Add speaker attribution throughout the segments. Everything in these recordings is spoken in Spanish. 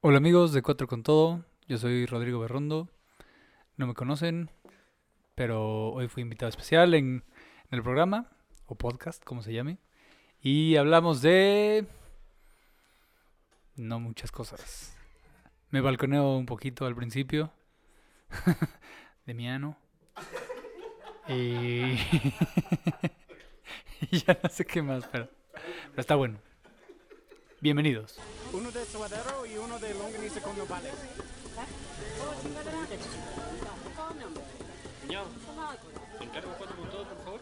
Speaker 1: Hola amigos de Cuatro con Todo, yo soy Rodrigo Berrondo, no me conocen, pero hoy fui invitado especial en, en el programa, o podcast, como se llame, y hablamos de... no muchas cosas. Me balconeo un poquito al principio, de mi ano, y... y ya no sé qué más, pero, pero está bueno. Bienvenidos.
Speaker 2: Uno de suadero y uno de longaniza con nopales. Niño, te encargo cuatro con todo, por favor.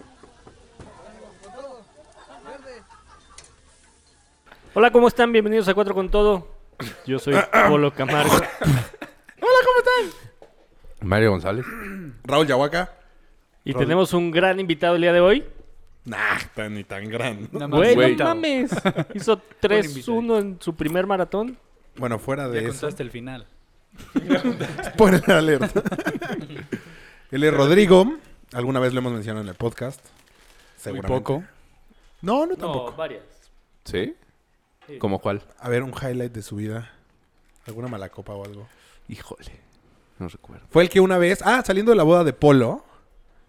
Speaker 3: Hola, ¿cómo están? Bienvenidos a Cuatro con Todo. Yo soy Polo Camargo.
Speaker 4: Mario González.
Speaker 5: Raúl Yahuaca.
Speaker 3: Y tenemos un gran invitado el día de hoy.
Speaker 5: Nah, tan ni tan gran.
Speaker 1: Nada más
Speaker 3: Güey, no
Speaker 1: invitado.
Speaker 3: mames. Hizo
Speaker 1: invitado.
Speaker 3: 3-1 en su primer maratón.
Speaker 5: Bueno, fuera
Speaker 1: Ya
Speaker 5: de eso.
Speaker 1: contaste el final.
Speaker 5: Spoiler alert. Él es Rodrigo. Alguna vez lo hemos mencionado en el podcast.
Speaker 1: Muy
Speaker 5: Seguramente.
Speaker 1: poco.
Speaker 5: No, no tampoco.
Speaker 3: varias.
Speaker 4: ¿Sí?
Speaker 3: Sí.
Speaker 4: ¿Cómo cuál?
Speaker 5: A ver, un highlight de su vida. Alguna mala copa o algo.
Speaker 4: Híjole. No recuerdo.
Speaker 5: Fue el que una vez, ah, saliendo de la boda de Polo,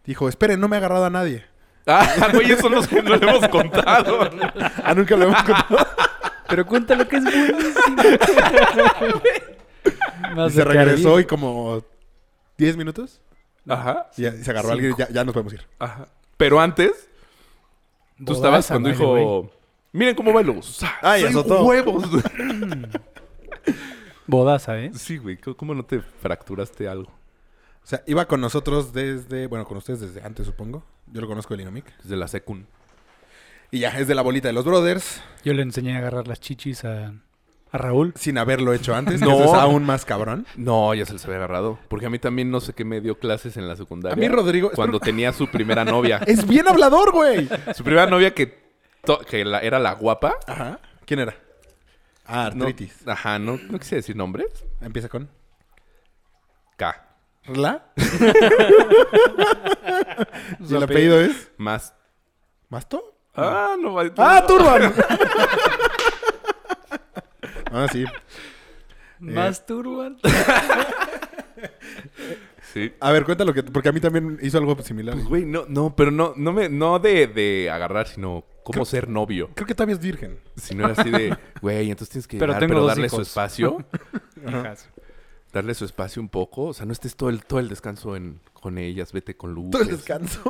Speaker 5: dijo, esperen, no me ha agarrado a nadie.
Speaker 4: Ah, güey, eso no, no lo hemos contado.
Speaker 5: Ah, nunca lo hemos contado.
Speaker 1: Pero cuéntalo que es buenísimo.
Speaker 5: Y se regresó y como 10 minutos.
Speaker 4: Ajá,
Speaker 5: Y, ya- y se agarró a alguien y ya, ya nos podemos ir.
Speaker 4: ajá. Pero antes, tú estabas cuando dijo... Miren cómo bailo.
Speaker 5: Ay,
Speaker 4: Soy
Speaker 5: Ah, azotó.
Speaker 4: huevos.
Speaker 1: Bodaza, ¿eh?
Speaker 4: sí, güey. ¿cómo- ¿Cómo no te fracturaste algo?
Speaker 5: O sea, iba con nosotros desde, bueno, con ustedes desde antes, supongo. Yo lo conozco de Inomic.
Speaker 4: Desde la secund.
Speaker 5: Y ya, es de la bolita de los brothers,
Speaker 1: Yo le enseñé a agarrar las chichis a, a Raúl.
Speaker 5: sin haberlo hecho antes.
Speaker 4: No.
Speaker 5: no. Eso es aún más cabrón.
Speaker 4: No, ya se les había agarrado. Porque a mí también no sé qué me dio clases en la secundaria.
Speaker 5: A mí, Rodrigo-
Speaker 4: Cuando tenía su primera novia.
Speaker 5: Es bien hablador, güey.
Speaker 4: su primera novia que, to- que la- era la guapa.
Speaker 5: Ajá. ¿Quién era? Ah,
Speaker 4: No-
Speaker 5: artritis.
Speaker 4: ajá, no, no quise decir nombres.
Speaker 5: Empieza con
Speaker 4: K.
Speaker 5: la. ¿Y el apellido es?
Speaker 4: Más.
Speaker 5: ¿Masto?
Speaker 4: Ah, no va.
Speaker 5: ¡Ah, Turban! ah, sí.
Speaker 1: Masturban.
Speaker 4: Sí.
Speaker 5: A ver, cuéntalo, que, porque a mí también hizo algo similar.
Speaker 4: Pues, güey, no, no, pero no, no me, no de, de agarrar, sino cómo ser novio.
Speaker 5: Creo que todavía es virgen.
Speaker 4: Si no era así de, güey, entonces tienes que
Speaker 1: Pero
Speaker 4: llegar,
Speaker 1: tengo
Speaker 4: pero
Speaker 1: dos
Speaker 4: darle su
Speaker 1: hijos.
Speaker 4: espacio.
Speaker 1: Hijas.
Speaker 4: Darle su espacio un poco. O sea, no estés todo el, todo el descanso en, con ellas, vete con luz.
Speaker 5: Todo el descanso.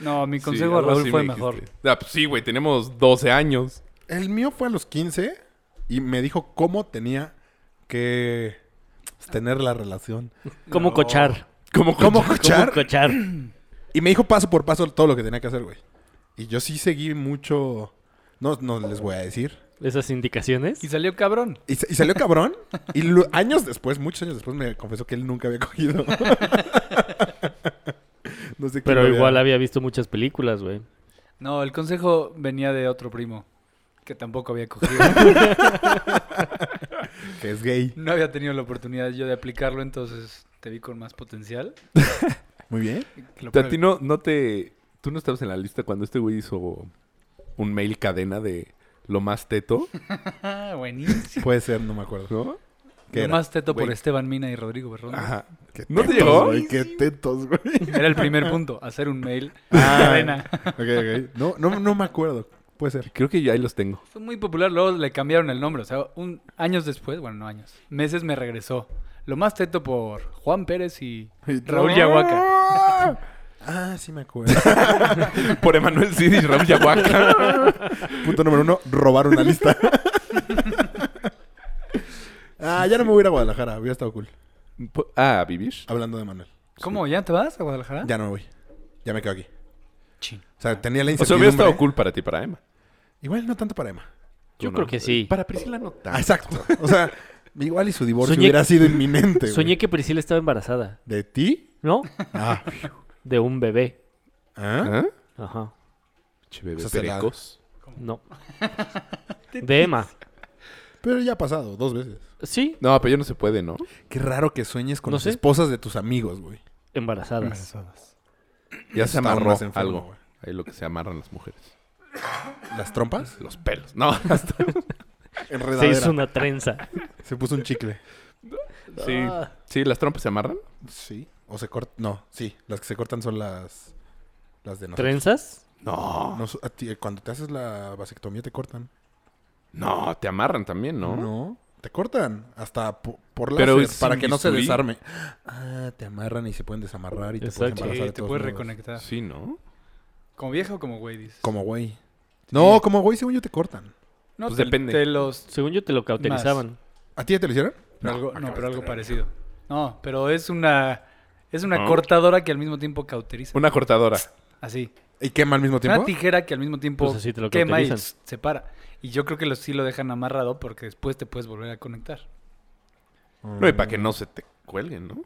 Speaker 1: No, mi consejo a Raúl fue mejor.
Speaker 4: Ah, pues sí, güey, tenemos 12 años.
Speaker 5: El mío fue a los 15 y me dijo cómo tenía que pues, tener la relación.
Speaker 3: ¿Cómo cochar?
Speaker 4: ¿Cómo,
Speaker 5: ¿Cómo
Speaker 4: cochar?
Speaker 5: cochar?
Speaker 3: ¿Cómo cochar?
Speaker 5: Y me dijo paso por paso todo lo que tenía que hacer, güey. Y yo sí seguí mucho. No, no les voy a decir.
Speaker 3: Esas indicaciones.
Speaker 1: Y salió cabrón.
Speaker 5: Y, sa- y salió cabrón. Y lu- años después, muchos años después, me confesó que él nunca había cogido. no sé qué
Speaker 3: Pero
Speaker 5: había-
Speaker 3: igual había visto muchas películas, güey.
Speaker 1: No, el consejo venía de otro primo que tampoco había cogido.
Speaker 5: Que es gay.
Speaker 1: no había tenido la oportunidad yo de aplicarlo, entonces te vi con más potencial.
Speaker 5: Muy bien.
Speaker 1: Lo
Speaker 4: O sea, a ti no, no te... Tú no estabas en la lista cuando este güey hizo un mail cadena de lo más teto,
Speaker 1: Ah, buenísimo.
Speaker 5: Puede ser, no me acuerdo.
Speaker 4: ¿no?
Speaker 5: ¿Qué
Speaker 1: Lo
Speaker 5: era?
Speaker 1: más teto por
Speaker 4: Güey.
Speaker 1: Esteban Mina y Rodrigo Berrondo.
Speaker 4: Ajá.
Speaker 5: Qué
Speaker 4: ¿No te
Speaker 5: tetos,
Speaker 4: llegó?
Speaker 5: güey, qué tetos, güey.
Speaker 1: Era el primer punto, hacer un mail.
Speaker 5: Ah,
Speaker 1: Cadena.
Speaker 5: ok, ok. No, no, no me acuerdo. Puede ser.
Speaker 4: Creo que yo ahí los tengo.
Speaker 1: Fue muy popular, luego le cambiaron el nombre. O sea, un, años después, bueno, no años, meses me regresó. Lo más teto por Juan Pérez y Raúl Yahuaca.
Speaker 5: Ah, sí me acuerdo.
Speaker 4: Por Emanuel Cid y Raúl Yahuaca.
Speaker 5: Punto número uno, robar una lista. ah, ya no me voy a ir a Guadalajara. Hubiera estado cool.
Speaker 4: Po- ah, ¿vivir?
Speaker 5: Hablando de Manuel.
Speaker 1: ¿Cómo? ¿Ya te vas a
Speaker 3: ¿Ah?
Speaker 1: Guadalajara?
Speaker 5: Ya no me voy. Ya me quedo aquí.
Speaker 1: Chin.
Speaker 5: O sea, tenía
Speaker 4: O
Speaker 5: la
Speaker 4: sea,
Speaker 5: incertidumbre.
Speaker 4: hubiera estado cool para ti, para Emma.
Speaker 5: Igual no tanto para Emma.
Speaker 3: Yo
Speaker 4: ¿O
Speaker 3: creo
Speaker 4: no?
Speaker 3: que sí.
Speaker 4: Para Priscila no tanto.
Speaker 5: Ah, exacto. O sea, igual y su divorcio
Speaker 3: Soñé-
Speaker 5: hubiera sido inminente. güey.
Speaker 3: Soñé que Priscila estaba embarazada,
Speaker 5: ¿De ti?
Speaker 3: ¿no?
Speaker 5: Ah.
Speaker 3: De un bebé.
Speaker 5: ¿Ah?
Speaker 4: ¿Ah?
Speaker 3: Ajá.
Speaker 4: Che, bebé
Speaker 5: O sea, se la-
Speaker 4: perecos.
Speaker 3: No. De Emma.
Speaker 5: Pero ya ha pasado dos veces.
Speaker 3: Sí,
Speaker 4: No, pero ya no se puede, ¿no?
Speaker 5: Qué raro que sueñes con
Speaker 3: No
Speaker 5: las
Speaker 3: sé.
Speaker 5: esposas de tus amigos, güey.
Speaker 3: embarazadas.
Speaker 1: Embarazadas.
Speaker 4: Ya se
Speaker 5: Está aún
Speaker 4: amarró
Speaker 5: más enfermo,
Speaker 4: algo.
Speaker 5: güey.
Speaker 4: Ahí lo que se amarran las mujeres.
Speaker 5: ¿Las trompas?
Speaker 4: Los pelos. No, hasta-
Speaker 5: Enredadera.
Speaker 3: Se hizo una trenza.
Speaker 5: Se puso un chicle.
Speaker 4: Sí.
Speaker 3: Ah.
Speaker 4: Sí, las trompas se amarran.
Speaker 5: Sí. O se corta. No, sí. Las que se cortan son las. Las de nosotros.
Speaker 3: ¿Trenzas?
Speaker 4: No.
Speaker 5: Nos- a ti- cuando te haces la vasectomía te cortan.
Speaker 4: No, te amarran también, ¿no?
Speaker 5: Te cortan. Hasta po- por
Speaker 4: Pero
Speaker 5: láser,
Speaker 4: es
Speaker 5: para
Speaker 4: sin
Speaker 5: que no se
Speaker 4: bisturí.
Speaker 5: desarme. Ah, te amarran y se pueden desamarrar y te puedes
Speaker 3: Exacto.
Speaker 5: embarazar
Speaker 1: Sí,
Speaker 5: de
Speaker 1: te
Speaker 5: todos
Speaker 1: puedes
Speaker 5: modos.
Speaker 1: reconectar.
Speaker 4: Sí, ¿no?
Speaker 1: ¿Como vieja o como güey, dices?
Speaker 5: Como güey. No, como güey, según yo te cortan.
Speaker 1: No,
Speaker 4: Pues
Speaker 1: te-
Speaker 4: depende.
Speaker 1: te los...
Speaker 3: Según yo te lo cauterizaban.
Speaker 5: ¿A ti ya te lo hicieron?
Speaker 1: Pero algo,
Speaker 5: acabas
Speaker 1: no, pero
Speaker 5: de
Speaker 1: algo
Speaker 5: tener.
Speaker 1: parecido. No, pero es una... Es una
Speaker 4: Ah.
Speaker 1: cortadora que al mismo tiempo cauteriza.
Speaker 4: Una cortadora.
Speaker 1: Así.
Speaker 5: ¿Y quema al mismo tiempo?
Speaker 1: Una tijera que al mismo tiempo
Speaker 3: Pues así te lo
Speaker 1: quema y
Speaker 3: cauterizan.
Speaker 1: s- separa. Y yo creo que los sí lo dejan amarrado porque después te puedes volver a conectar.
Speaker 4: No, y para que no se te cuelguen, ¿no?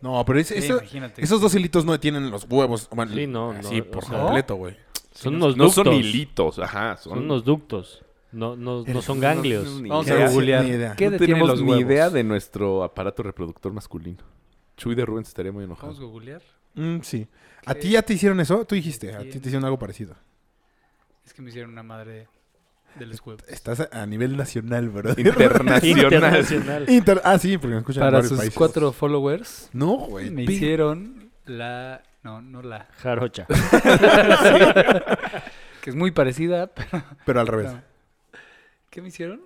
Speaker 5: No, pero es-
Speaker 1: Sí,
Speaker 5: eso-
Speaker 1: imagínate.
Speaker 5: esos dos hilitos no detienen los huevos. Bueno,
Speaker 3: Sí, no, no,
Speaker 5: así
Speaker 3: o
Speaker 5: por
Speaker 3: sea-
Speaker 5: completo, güey.
Speaker 3: Son unos
Speaker 4: No
Speaker 3: ductos.
Speaker 4: son hilitos, ajá. Son,
Speaker 3: Son unos ductos. No, no, no son ganglios.
Speaker 4: ni
Speaker 1: Vamos
Speaker 4: idea.
Speaker 1: a googlear.
Speaker 5: Ni idea.
Speaker 1: ¿Qué
Speaker 4: no
Speaker 1: detienen
Speaker 4: tenemos
Speaker 1: los
Speaker 4: ni
Speaker 1: huevos?
Speaker 4: idea de nuestro aparato reproductor masculino. Chuy de Rubens estaría muy enojado.
Speaker 1: Vamos a googlear.
Speaker 5: Mm, sí. ¿A
Speaker 1: ¿Qué?
Speaker 5: ti ya te hicieron eso? Tú dijiste, a
Speaker 1: Sí.
Speaker 5: ti te hicieron algo parecido.
Speaker 1: Es que me hicieron una madre de los huevos.
Speaker 5: Estás a- a nivel nacional, bro.
Speaker 4: Internacional.
Speaker 3: Internacional.
Speaker 5: Inter- ah, sí, porque me escuchan en
Speaker 1: Para
Speaker 5: varios
Speaker 1: sus
Speaker 5: países.
Speaker 1: cuatro followers,
Speaker 5: No, güey.
Speaker 1: me
Speaker 5: pi-
Speaker 1: hicieron la... No, no la...
Speaker 3: Jarocha.
Speaker 1: Que es muy parecida, pero...
Speaker 5: Pero al revés.
Speaker 1: no. ¿Qué me hicieron?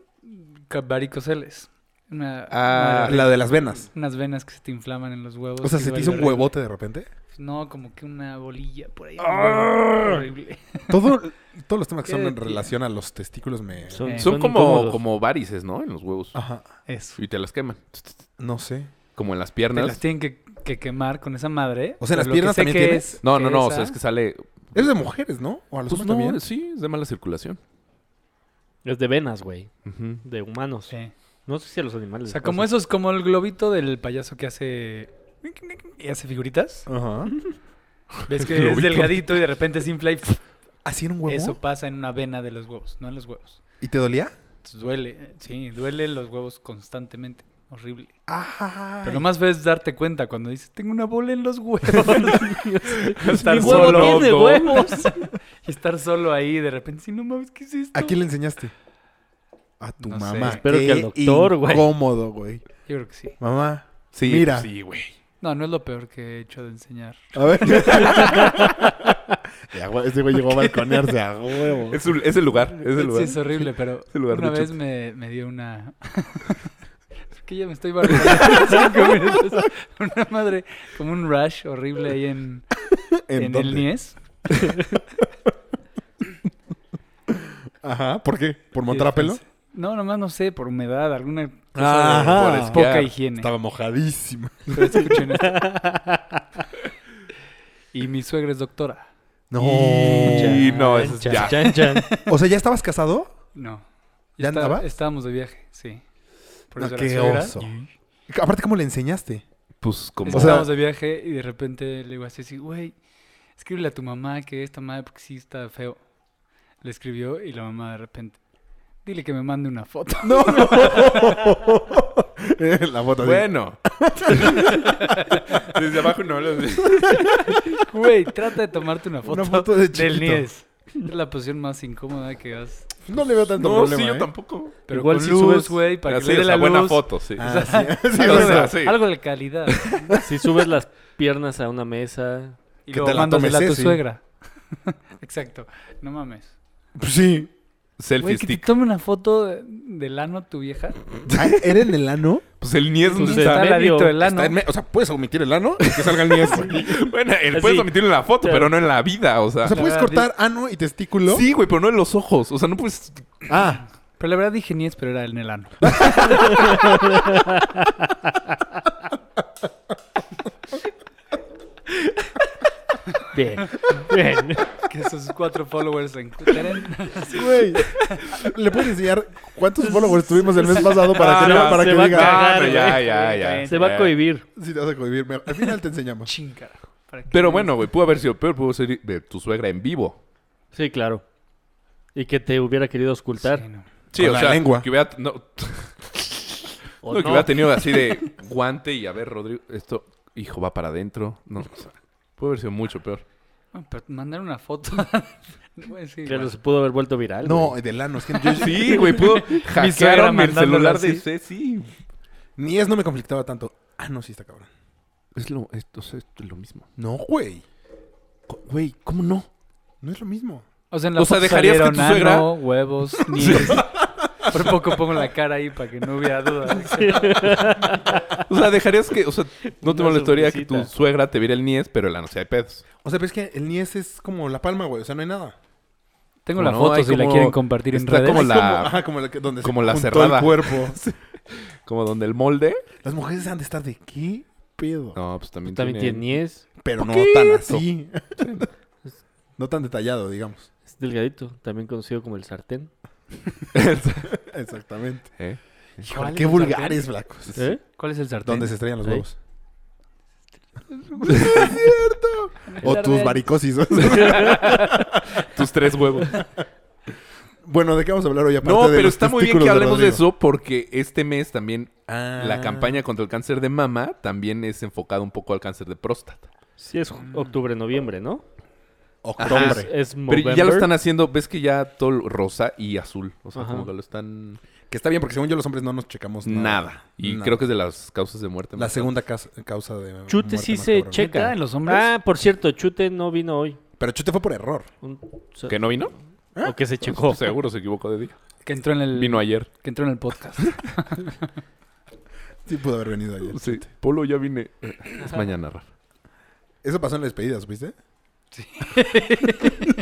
Speaker 1: Ca- Varicoceles. Una,
Speaker 5: Ah,
Speaker 1: madre-
Speaker 5: la de las venas.
Speaker 1: unas venas que se te inflaman en los huevos.
Speaker 5: O sea,
Speaker 1: que
Speaker 5: ¿se te
Speaker 1: duele
Speaker 5: hizo un
Speaker 1: horrible.
Speaker 5: huevote de repente?
Speaker 1: No, como que una bolilla por ahí.
Speaker 4: ¡Ah!
Speaker 1: Horrible.
Speaker 5: Todo, todos los temas que
Speaker 1: ¿Qué
Speaker 5: son en
Speaker 1: tía?
Speaker 5: relación a los testículos me...
Speaker 3: Son,
Speaker 1: Eh.
Speaker 4: Son
Speaker 3: son
Speaker 4: como,
Speaker 3: incómodos.
Speaker 4: como varices, ¿no? En los huevos.
Speaker 5: Ajá.
Speaker 1: Eso.
Speaker 4: Y te las queman.
Speaker 5: No sé.
Speaker 4: Como en las
Speaker 1: Te
Speaker 4: piernas.
Speaker 1: las tienen que, que quemar con esa madre.
Speaker 5: O sea, ¿las
Speaker 1: Lo que
Speaker 5: piernas
Speaker 1: sé
Speaker 5: también
Speaker 1: que
Speaker 5: tienes?
Speaker 1: es-
Speaker 4: No, no, no. O sea,
Speaker 1: esa-
Speaker 4: es que sale.
Speaker 5: Es de mujeres, ¿no? O a los
Speaker 4: Pues
Speaker 5: hombres
Speaker 4: no,
Speaker 5: también.
Speaker 4: sí, es de mala circulación.
Speaker 3: Es de venas, güey.
Speaker 4: Ujú.
Speaker 3: De humanos.
Speaker 1: Sí.
Speaker 3: No sé si a los animales.
Speaker 1: O
Speaker 3: les
Speaker 1: sea, como
Speaker 3: pasa.
Speaker 1: esos, como el globito del payaso que hace. Y hace figuritas.
Speaker 5: Ajá.
Speaker 1: Ves que es
Speaker 4: Globito.
Speaker 1: delgadito y de repente se infla y
Speaker 5: ¿Así en un huevo?
Speaker 1: eso pasa en una vena de los huevos, no en los huevos.
Speaker 5: ¿Y te dolía?
Speaker 1: Entonces, duele, eh, sí, duele los huevos constantemente. Horrible.
Speaker 5: Ajá.
Speaker 1: Pero nomás ves darte cuenta cuando dices, tengo una bola en los huevos. y estar
Speaker 3: Mi huevo
Speaker 1: solo.
Speaker 3: tiene
Speaker 1: ¿no?
Speaker 3: huevos.
Speaker 1: Y estar solo ahí de repente, si no mames, ¿qué es esto?
Speaker 5: ¿A quién le enseñaste? A tu
Speaker 1: No sé.
Speaker 5: mamá.
Speaker 3: Espero que
Speaker 5: Qué
Speaker 3: al doctor, güey.
Speaker 5: incómodo, güey.
Speaker 1: Yo creo que sí.
Speaker 5: Mamá,
Speaker 4: Sí,
Speaker 5: Mira.
Speaker 4: Sí, güey.
Speaker 1: No, no es lo peor que he hecho de enseñar.
Speaker 5: a ver. Ya, güey, Ese güey llegó a balconearse a huevo.
Speaker 4: Es, un- es el lugar. Es el
Speaker 1: Sí,
Speaker 4: lugar.
Speaker 1: es horrible, pero
Speaker 4: el lugar
Speaker 1: una
Speaker 4: de
Speaker 1: vez me, me dio una... es que ya me estoy barriendo cinco minutos. Una madre, como un rash horrible ahí en,
Speaker 5: ¿En
Speaker 1: en,
Speaker 5: dónde?
Speaker 1: el Nies.
Speaker 5: Ajá, ¿por qué? ¿Por montar a pelo?
Speaker 1: No, nomás no sé, por humedad, alguna cosa de
Speaker 5: Ajá.
Speaker 4: por
Speaker 1: poca
Speaker 4: Claro,
Speaker 1: higiene.
Speaker 5: Estaba mojadísima.
Speaker 1: Pero escuchen esto. Y mi suegra es doctora.
Speaker 5: No.
Speaker 4: Y no, eso es
Speaker 3: Chan,
Speaker 4: ya.
Speaker 3: chan, chan.
Speaker 5: O sea, ¿ya estabas casado?
Speaker 1: No.
Speaker 5: ¿Ya
Speaker 1: Está-
Speaker 5: andabas?
Speaker 1: Estábamos de viaje, sí. Por
Speaker 5: No,
Speaker 1: eso la
Speaker 5: qué
Speaker 1: suegra-
Speaker 5: oso. Aparte, ¿cómo le enseñaste?
Speaker 4: Pues como.
Speaker 5: O sea-
Speaker 1: Estábamos de viaje y de repente le digo así, así, güey, escríbele a tu mamá que esta madre porque sí está feo. Le escribió y la mamá de repente, dile que me mande una foto.
Speaker 5: No. La foto. así.
Speaker 4: bueno. Desde abajo no lo
Speaker 1: Güey, trata de tomarte una foto,
Speaker 5: Una foto de
Speaker 1: del
Speaker 5: chiquito.
Speaker 1: Nies. Es la posición más incómoda que vas.
Speaker 5: No le veo tanto
Speaker 4: No,
Speaker 5: problema.
Speaker 4: sí, yo
Speaker 5: ¿eh?
Speaker 4: tampoco.
Speaker 1: Pero
Speaker 3: Igual
Speaker 1: con
Speaker 3: si
Speaker 1: luz,
Speaker 3: subes-
Speaker 1: güey, para que
Speaker 4: Así,
Speaker 1: le dé
Speaker 4: o
Speaker 1: la
Speaker 4: sea, buena
Speaker 1: luz.
Speaker 4: foto, sí.
Speaker 5: Ah, sí, sí,
Speaker 1: Algo,
Speaker 5: o
Speaker 1: de-
Speaker 5: sea,
Speaker 4: sí.
Speaker 1: algo de calidad.
Speaker 3: Si subes las piernas a una mesa,
Speaker 1: Y
Speaker 5: Que
Speaker 1: luego
Speaker 5: te la
Speaker 1: mándasela a
Speaker 5: tomes,
Speaker 1: tu
Speaker 5: sí.
Speaker 1: suegra. Exacto. No mames.
Speaker 5: pues sí.
Speaker 4: Selfie
Speaker 1: Güey, que te
Speaker 4: stick.
Speaker 1: tome una foto de- del ano tu vieja.
Speaker 5: Ah, ¿Era en el ano?
Speaker 4: Pues el niés
Speaker 3: Pues
Speaker 4: no
Speaker 3: el-
Speaker 4: está.
Speaker 1: está al
Speaker 3: medio,
Speaker 1: ladito del
Speaker 5: Está en
Speaker 1: ano.
Speaker 5: me- o sea, puedes omitir el ano y que salga el niés. güey.
Speaker 4: Bueno, él
Speaker 3: Así.
Speaker 4: puedes omitirlo en la foto,
Speaker 3: Claro.
Speaker 4: pero no en la vida, o sea.
Speaker 5: O sea, puedes
Speaker 1: verdad,
Speaker 5: cortar ano y testículo.
Speaker 4: Sí, güey, pero no en los ojos. O sea, no puedes.
Speaker 5: Ah,
Speaker 1: Pero la verdad dije Nies, pero era en el ano.
Speaker 3: bien, bien.
Speaker 1: Que sus cuatro followers en Twitter.
Speaker 5: güey. Le puedes enseñar cuántos followers tuvimos el mes pasado para que,
Speaker 4: Ah,
Speaker 5: no-
Speaker 4: no,
Speaker 5: para
Speaker 3: se
Speaker 5: que
Speaker 3: va a
Speaker 5: diga.
Speaker 3: cagar,
Speaker 4: no, ya,
Speaker 3: güey.
Speaker 4: ya, ya.
Speaker 3: Se va a cohibir.
Speaker 5: Si te vas a cohibir, mejor. al final te enseñamos.
Speaker 1: Chin, carajo. ¿Para qué
Speaker 4: Pero
Speaker 1: me-
Speaker 4: bueno, güey, pudo haber sido peor, pudo ser de tu suegra en vivo.
Speaker 3: Sí, claro. Y que te hubiera querido ocultar.
Speaker 1: Sí, no.
Speaker 4: Sí,
Speaker 5: Con
Speaker 4: o
Speaker 5: la
Speaker 4: sea,
Speaker 5: lengua.
Speaker 4: que hubiera, no,
Speaker 3: ¿O
Speaker 4: no, que
Speaker 3: no?
Speaker 4: hubiera tenido así de guante y a ver, Rodrigo, esto, hijo, va para adentro. No, o sea, pudo haber sido mucho peor.
Speaker 1: No, pero mandar una foto Bueno, sí,
Speaker 3: Que
Speaker 1: bueno.
Speaker 3: los pudo haber vuelto viral.
Speaker 5: No,
Speaker 3: güey.
Speaker 5: del ano. Es que yo,
Speaker 4: Sí, güey, pudo hackearon el
Speaker 1: mandándola
Speaker 4: celular de
Speaker 1: así.
Speaker 4: Ceci.
Speaker 5: ni es no me conflictaba tanto. Ah, no, sí está cabrón.
Speaker 4: Es lo, esto, es lo mismo.
Speaker 5: No, güey.
Speaker 4: Co- Güey, ¿cómo no?
Speaker 5: No es lo mismo.
Speaker 1: O sea, en la
Speaker 4: O sea,
Speaker 1: foto
Speaker 4: ¿dejarías que
Speaker 1: salieron
Speaker 4: tu suegra-
Speaker 1: ano, huevos, nieves. Por poco pongo la cara ahí para que no hubiera duda. de que-
Speaker 4: O sea, dejarías que, o sea, no te
Speaker 3: Una
Speaker 4: molestaría que tu
Speaker 3: sorpresita.
Speaker 4: suegra te viera el niés, pero el ano sí hay pedos.
Speaker 5: O sea, pero es que el niés es como la palma, güey. O sea, no hay nada.
Speaker 1: Tengo la
Speaker 4: No,
Speaker 1: foto
Speaker 4: hay
Speaker 1: si la
Speaker 4: como-
Speaker 1: quieren compartir en
Speaker 4: está
Speaker 1: redes.
Speaker 4: como
Speaker 5: Es
Speaker 4: la-
Speaker 5: como, ajá, como la, que- donde
Speaker 4: como la
Speaker 5: juntó
Speaker 4: cerrada.
Speaker 5: el cuerpo.
Speaker 4: Como donde el molde.
Speaker 5: Las mujeres han de estar de qué pedo.
Speaker 4: No, pues también,
Speaker 3: También tiene
Speaker 4: tienen-
Speaker 3: niés.
Speaker 5: Pero no
Speaker 4: Poquito.
Speaker 5: tan así. no tan detallado, digamos.
Speaker 3: Es delgadito, también conocido como el sartén.
Speaker 5: Exactamente.
Speaker 4: ¿Eh?
Speaker 5: Híjole,
Speaker 1: ¿Cuál
Speaker 5: qué
Speaker 1: es el
Speaker 5: vulgares, flacos.
Speaker 3: ¿Eh?
Speaker 1: ¿Cuál es el sartén?
Speaker 5: Donde se estrellan los
Speaker 3: Ahí.
Speaker 5: huevos. ¡Es cierto! o tus varicosis. o sea.
Speaker 4: Tus tres huevos.
Speaker 5: bueno, ¿de qué vamos a hablar hoy? Aparte
Speaker 4: No,
Speaker 5: de
Speaker 4: pero
Speaker 5: los
Speaker 4: está muy bien
Speaker 5: testículos
Speaker 4: que hablemos de
Speaker 5: Rodrigo?
Speaker 4: eso porque este mes también
Speaker 5: Ah.
Speaker 4: la campaña contra el cáncer de mama también es enfocada un poco al cáncer de próstata.
Speaker 3: Sí, es octubre, noviembre, ¿no? Es,
Speaker 5: Octubre.
Speaker 3: es
Speaker 4: Ah, Pero ya lo
Speaker 3: Movember.
Speaker 4: están haciendo, ves que ya todo lo- rosa y azul. O sea,
Speaker 3: Ajá.
Speaker 4: como que lo están... pues,
Speaker 5: Que está bien, porque según yo los hombres no nos checamos nada.
Speaker 4: Nada. Y
Speaker 5: Nada.
Speaker 4: creo que es de las causas de muerte.
Speaker 5: La
Speaker 4: más
Speaker 5: segunda cas- causa de.
Speaker 3: Chute
Speaker 5: muerte
Speaker 3: sí
Speaker 5: más
Speaker 3: se
Speaker 5: cabrona.
Speaker 3: checa.
Speaker 1: ¿Neta, en los hombres?
Speaker 3: Ah, por cierto, Chute no vino hoy.
Speaker 5: Pero Chute fue por error.
Speaker 3: Un-
Speaker 4: cabrón. ¿Que no vino?
Speaker 3: O que se checó.
Speaker 4: Seguro se equivocó de día.
Speaker 1: Que entró en el,
Speaker 4: Vino ayer.
Speaker 1: que entró en el podcast.
Speaker 5: Sí pudo haber venido ayer.
Speaker 4: Sí. Polo, ya vine. Es mañana, Rafa.
Speaker 5: Eso pasó en la despedida, ¿supiste? Sí.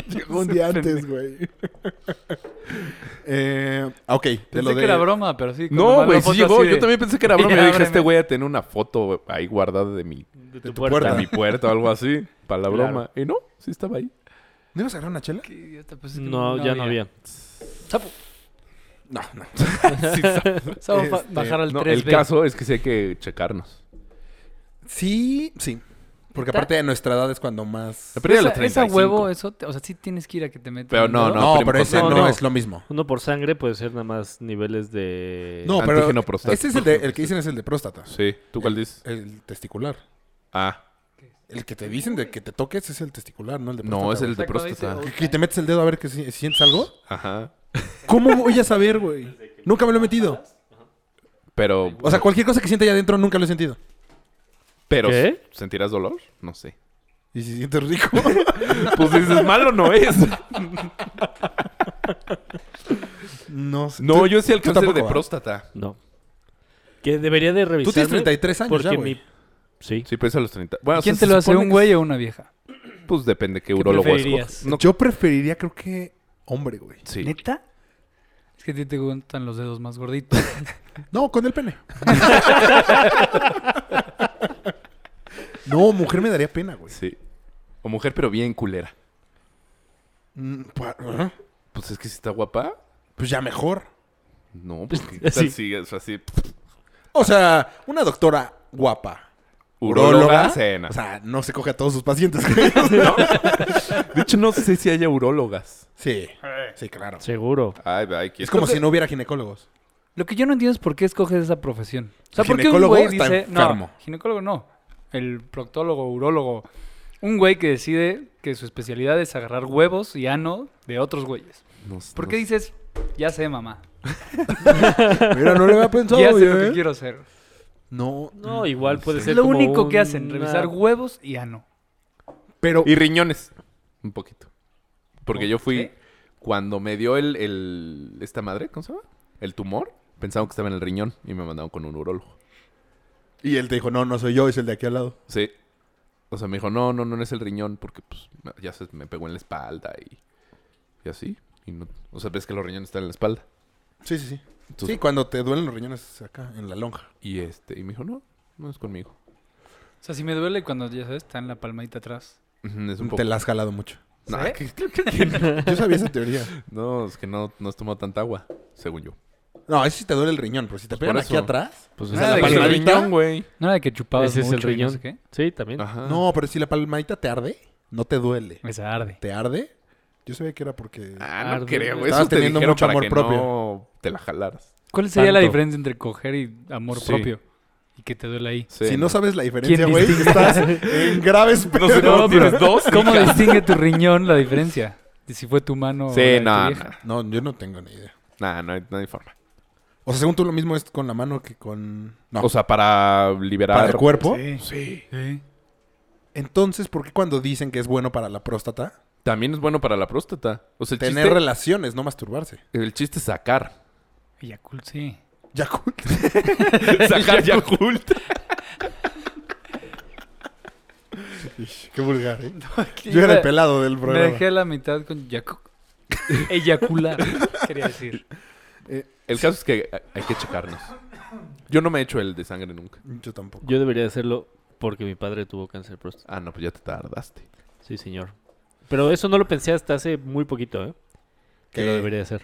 Speaker 5: Llegó un día antes, güey. eh, ah, ok. de
Speaker 1: Pensé
Speaker 5: lo de-
Speaker 1: que era broma, pero sí. cuando
Speaker 4: No,
Speaker 1: mandó
Speaker 4: güey,
Speaker 1: foto
Speaker 4: sí llegó.
Speaker 1: así de-
Speaker 4: Yo también pensé que era broma.
Speaker 1: Ya,
Speaker 4: Yo dije,
Speaker 1: ábreme.
Speaker 4: este güey a tener una foto ahí guardada de mi,
Speaker 3: De tu,
Speaker 5: tu
Speaker 3: puerta.
Speaker 4: de
Speaker 5: puerta.
Speaker 4: mi puerta o algo así. Para la broma. Y no, sí estaba ahí.
Speaker 5: ¿No ibas a agarrar una chela?
Speaker 1: Qué idiota, pues es que
Speaker 3: No, ya no había.
Speaker 1: Sapo.
Speaker 5: No, no.
Speaker 4: Sí, sa-
Speaker 1: Sapo fa-
Speaker 5: Este,
Speaker 1: bajar al
Speaker 4: no,
Speaker 1: 3
Speaker 4: el caso es que sí hay que checarnos.
Speaker 5: Sí, sí. Porque aparte de nuestra edad es cuando más.
Speaker 4: Pero ya a los
Speaker 1: esa, esa
Speaker 4: 35.
Speaker 1: huevo, eso, te- o sea, sí tienes que ir a que te metan.
Speaker 4: Pero
Speaker 1: un
Speaker 4: no,
Speaker 1: dedo.
Speaker 5: No,
Speaker 4: primo,
Speaker 5: pero ese
Speaker 3: no,
Speaker 5: no,
Speaker 3: no.
Speaker 5: es lo mismo.
Speaker 3: Uno por sangre puede ser nada más niveles de...
Speaker 5: No, pero.
Speaker 4: Eh, Antígeno prostático.
Speaker 5: Ese es el, de- el que dicen es el de próstata.
Speaker 4: Sí. ¿Tú cuál dices?
Speaker 5: El testicular.
Speaker 4: Ah.
Speaker 5: El que te dicen de que te toques es el testicular, no el de próstata.
Speaker 4: No, es el
Speaker 5: güey.
Speaker 4: de
Speaker 1: Exacto, dice,
Speaker 4: próstata.
Speaker 5: Que- Que te metes el dedo a ver que si, si sientes algo.
Speaker 4: Ajá.
Speaker 5: ¿Cómo voy a saber, güey? Nunca me lo he metido.
Speaker 4: Pero,
Speaker 5: O sea, cualquier cosa que sienta allá adentro nunca lo he sentido.
Speaker 4: pero
Speaker 3: ¿Qué?
Speaker 4: ¿sentirás dolor? No sé.
Speaker 5: Y si sientes rico.
Speaker 4: Pues dices, malo no es.
Speaker 5: no sé.
Speaker 4: No,
Speaker 5: Tú-
Speaker 4: yo sí al
Speaker 5: tú
Speaker 4: cáncer
Speaker 5: tampoco,
Speaker 4: de
Speaker 5: ¿va?
Speaker 4: próstata.
Speaker 3: No. Que debería de revisar.
Speaker 5: Tú tienes 33 años ya,
Speaker 3: Porque
Speaker 5: güey.
Speaker 3: mi... Sí.
Speaker 4: Sí, pues a los 30. Bueno, o
Speaker 1: ¿Quién
Speaker 4: sea,
Speaker 1: te
Speaker 4: se
Speaker 1: lo hace,
Speaker 4: supone
Speaker 1: un
Speaker 4: que-
Speaker 1: güey o una vieja?
Speaker 4: Pues depende qué urólogo
Speaker 3: preferirías?
Speaker 4: es. No,
Speaker 5: Yo preferiría, creo que, hombre, güey.
Speaker 4: sí.
Speaker 1: ¿Neta? Es que a ti te gustan los dedos más gorditos.
Speaker 5: No, con el pene. no, mujer me daría pena, güey.
Speaker 4: Sí. O mujer, pero bien culera.
Speaker 5: Mm, pa- ajá.
Speaker 4: Pues es que si está guapa.
Speaker 5: Pues ya mejor.
Speaker 4: No, pues que
Speaker 3: Sí.
Speaker 4: sí, o sea, sí.
Speaker 5: O sea, una doctora guapa.
Speaker 4: Uróloga.
Speaker 5: O
Speaker 4: cena.
Speaker 5: sea, no se coge a todos sus pacientes. güey.
Speaker 4: de hecho, no sé si haya urólogas.
Speaker 5: sí. Sí, claro.
Speaker 3: Seguro.
Speaker 4: Ay, ay,
Speaker 5: Es como si no hubiera ginecólogos.
Speaker 1: Lo que yo no entiendo es por qué escoges esa profesión. O sea,
Speaker 5: El
Speaker 1: ¿por qué un
Speaker 5: ginecólogo
Speaker 1: güey
Speaker 5: está
Speaker 1: dice...
Speaker 5: enfermo.
Speaker 1: No, ginecólogo no. El proctólogo, urólogo. Un güey que decide que su especialidad es agarrar huevos y ano de otros güeyes. ¿Por qué dices, ya sé, mamá?
Speaker 5: Mira, no le había pensado,
Speaker 1: ya sé lo
Speaker 5: güey. ¿eh?
Speaker 1: que quiero hacer.
Speaker 5: No,
Speaker 3: No, igual puede
Speaker 1: Es
Speaker 3: ser
Speaker 1: lo
Speaker 3: como
Speaker 1: único que hacen,
Speaker 3: una-
Speaker 1: revisar huevos y ano.
Speaker 5: pero
Speaker 4: Y riñones. Un poquito. Porque yo fui.
Speaker 1: ¿Qué?
Speaker 4: Cuando me dio el, el- Esta madre, ¿cómo se llama? El tumor. Pensaban que estaba en el riñón y me mandaron con un urólogo.
Speaker 5: Y él te dijo, no, no soy yo, es el de aquí al lado.
Speaker 4: Sí. O sea, me dijo, no, no, no no es el riñón porque pues me- ya se me pegó en la espalda y, y así. Y no- o sea, ves que los riñones están en la espalda.
Speaker 5: Sí, sí, sí.
Speaker 4: Entonces-
Speaker 5: sí, cuando te duelen los riñones acá, en la lonja.
Speaker 4: Y este, y me dijo, no, no es conmigo.
Speaker 1: O sea, si me duele cuando, ya sabes, está en la palmadita atrás.
Speaker 4: Ujú, Es un poco...
Speaker 5: Te la has jalado mucho.
Speaker 4: No,
Speaker 1: ¿Sí?
Speaker 4: que-
Speaker 5: Yo sabía esa teoría.
Speaker 4: no, es que no, no has tomado tanta agua, según yo.
Speaker 5: No, eso sí te duele el riñón, pero si te pegan
Speaker 4: por
Speaker 5: aquí
Speaker 4: eso.
Speaker 5: atrás.
Speaker 4: Pues
Speaker 1: es la
Speaker 4: parte del
Speaker 5: palmadita.
Speaker 4: riñón, güey.
Speaker 1: No era de que chupabas
Speaker 3: Ese es el
Speaker 1: mucho y no
Speaker 3: riñón.
Speaker 1: sé qué.
Speaker 3: Sí, también.
Speaker 4: Ajá.
Speaker 5: No, pero si la palmadita te arde, no te duele.
Speaker 1: Esa arde.
Speaker 5: ¿Te arde? Yo sabía que era porque.
Speaker 4: Ah, no
Speaker 3: Arde.
Speaker 4: creo, güey.
Speaker 5: Estabas
Speaker 4: Eso te
Speaker 5: teniendo
Speaker 4: dijeron
Speaker 5: mucho
Speaker 4: para
Speaker 5: amor
Speaker 4: que
Speaker 5: propio.
Speaker 4: no te la jalaras.
Speaker 1: ¿Cuál sería la
Speaker 3: Tanto.
Speaker 1: diferencia entre coger y amor
Speaker 4: Sí.
Speaker 1: propio? Y que te duele ahí.
Speaker 4: Sí,
Speaker 5: si no sabes la diferencia,
Speaker 1: ¿Quién
Speaker 5: güey,
Speaker 1: distingue?
Speaker 5: estás en graves pedos.
Speaker 1: No, pero
Speaker 4: dos,
Speaker 1: ¿Cómo
Speaker 4: hija.
Speaker 1: distingue tu riñón la diferencia? Y si fue tu mano. o la
Speaker 4: sí,
Speaker 1: de tu
Speaker 4: no, no,
Speaker 1: vieja.
Speaker 5: No, yo no tengo ni idea.
Speaker 4: no, no hay, no hay forma.
Speaker 5: O sea, según tú lo mismo es con la mano que con... No,
Speaker 4: O sea, para liberar...
Speaker 5: para el cuerpo.
Speaker 1: Sí. Sí.
Speaker 5: Entonces, ¿por qué cuando dicen que es bueno para la próstata?
Speaker 4: También es bueno para la próstata. O sea, el,
Speaker 5: Tener
Speaker 4: chiste,
Speaker 5: relaciones, no masturbarse.
Speaker 4: el chiste es sacar.
Speaker 1: Yakult, sí.
Speaker 5: Yakult.
Speaker 4: sacar Yakult.
Speaker 5: Qué vulgar, ¿eh? Yo era el pelado del
Speaker 1: Me
Speaker 5: programa.
Speaker 1: dejé a la mitad con Yakult. Eyacular, quería decir.
Speaker 4: El caso es que hay que checarnos. Yo no me he hecho el de sangre nunca.
Speaker 5: Yo tampoco.
Speaker 3: Yo debería hacerlo porque mi padre tuvo cáncer de próstata.
Speaker 4: Ah, no, pues ya te tardaste.
Speaker 3: Sí, señor. Pero eso no lo pensé hasta hace muy poquito, ¿eh? Que lo
Speaker 5: ¿Qué?
Speaker 3: debería hacer.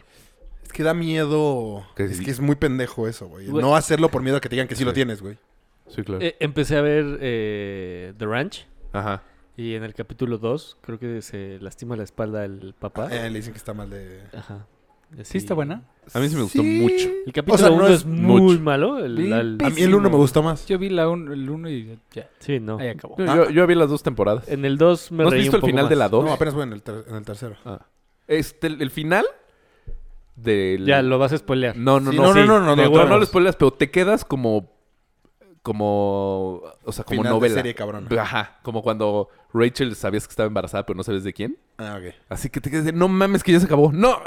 Speaker 5: Es que da miedo.
Speaker 4: Que
Speaker 5: es
Speaker 4: sí.
Speaker 5: que es muy pendejo eso, güey.
Speaker 3: Güey.
Speaker 5: No hacerlo por miedo a que te digan que sí, lo
Speaker 4: Sí.
Speaker 5: tienes, güey.
Speaker 4: Sí, claro.
Speaker 3: Eh, empecé a ver eh, The Ranch
Speaker 4: Ajá.
Speaker 3: y en el capítulo 2 creo que se lastima la espalda el papá.
Speaker 5: Eh, le dicen que está mal de.
Speaker 3: Ajá.
Speaker 1: Sí, está buena.
Speaker 4: A mí sí me gustó mucho.
Speaker 3: El capítulo
Speaker 5: sea, no
Speaker 3: 1
Speaker 5: es
Speaker 3: es, muy
Speaker 4: mucho.
Speaker 3: malo. el-
Speaker 1: Bien
Speaker 3: al-
Speaker 5: A mí el uno me gustó más.
Speaker 1: Yo vi la un- el 1 y ya.
Speaker 3: Sí, no.
Speaker 1: Ahí acabó.
Speaker 4: Yo, yo- yo vi las dos temporadas.
Speaker 3: En el 2 Eh, me
Speaker 4: Ah. ¿No has
Speaker 3: reí
Speaker 4: visto
Speaker 3: un
Speaker 4: el
Speaker 3: poco
Speaker 4: final de
Speaker 3: más.
Speaker 4: la dos?
Speaker 5: No, apenas voy en el, ter- en el tercero.
Speaker 4: Ah. Este, el el final del...
Speaker 3: Ya, lo vas a spoilear.
Speaker 4: No, no,
Speaker 5: Sí,
Speaker 4: no.
Speaker 5: no,
Speaker 4: sí.
Speaker 5: no, no, no,
Speaker 4: De
Speaker 5: no,
Speaker 4: huevo,
Speaker 5: no.
Speaker 4: no les spoileas, pero te quedas como... Como... O sea, como
Speaker 5: Final de
Speaker 4: novela.
Speaker 5: serie, cabrón.
Speaker 4: Ajá. Como cuando Rachel sabías que estaba embarazada, pero no sabes de quién.
Speaker 5: Ah, ok.
Speaker 4: Así que te quedas de... No mames, que ya se acabó. ¡No!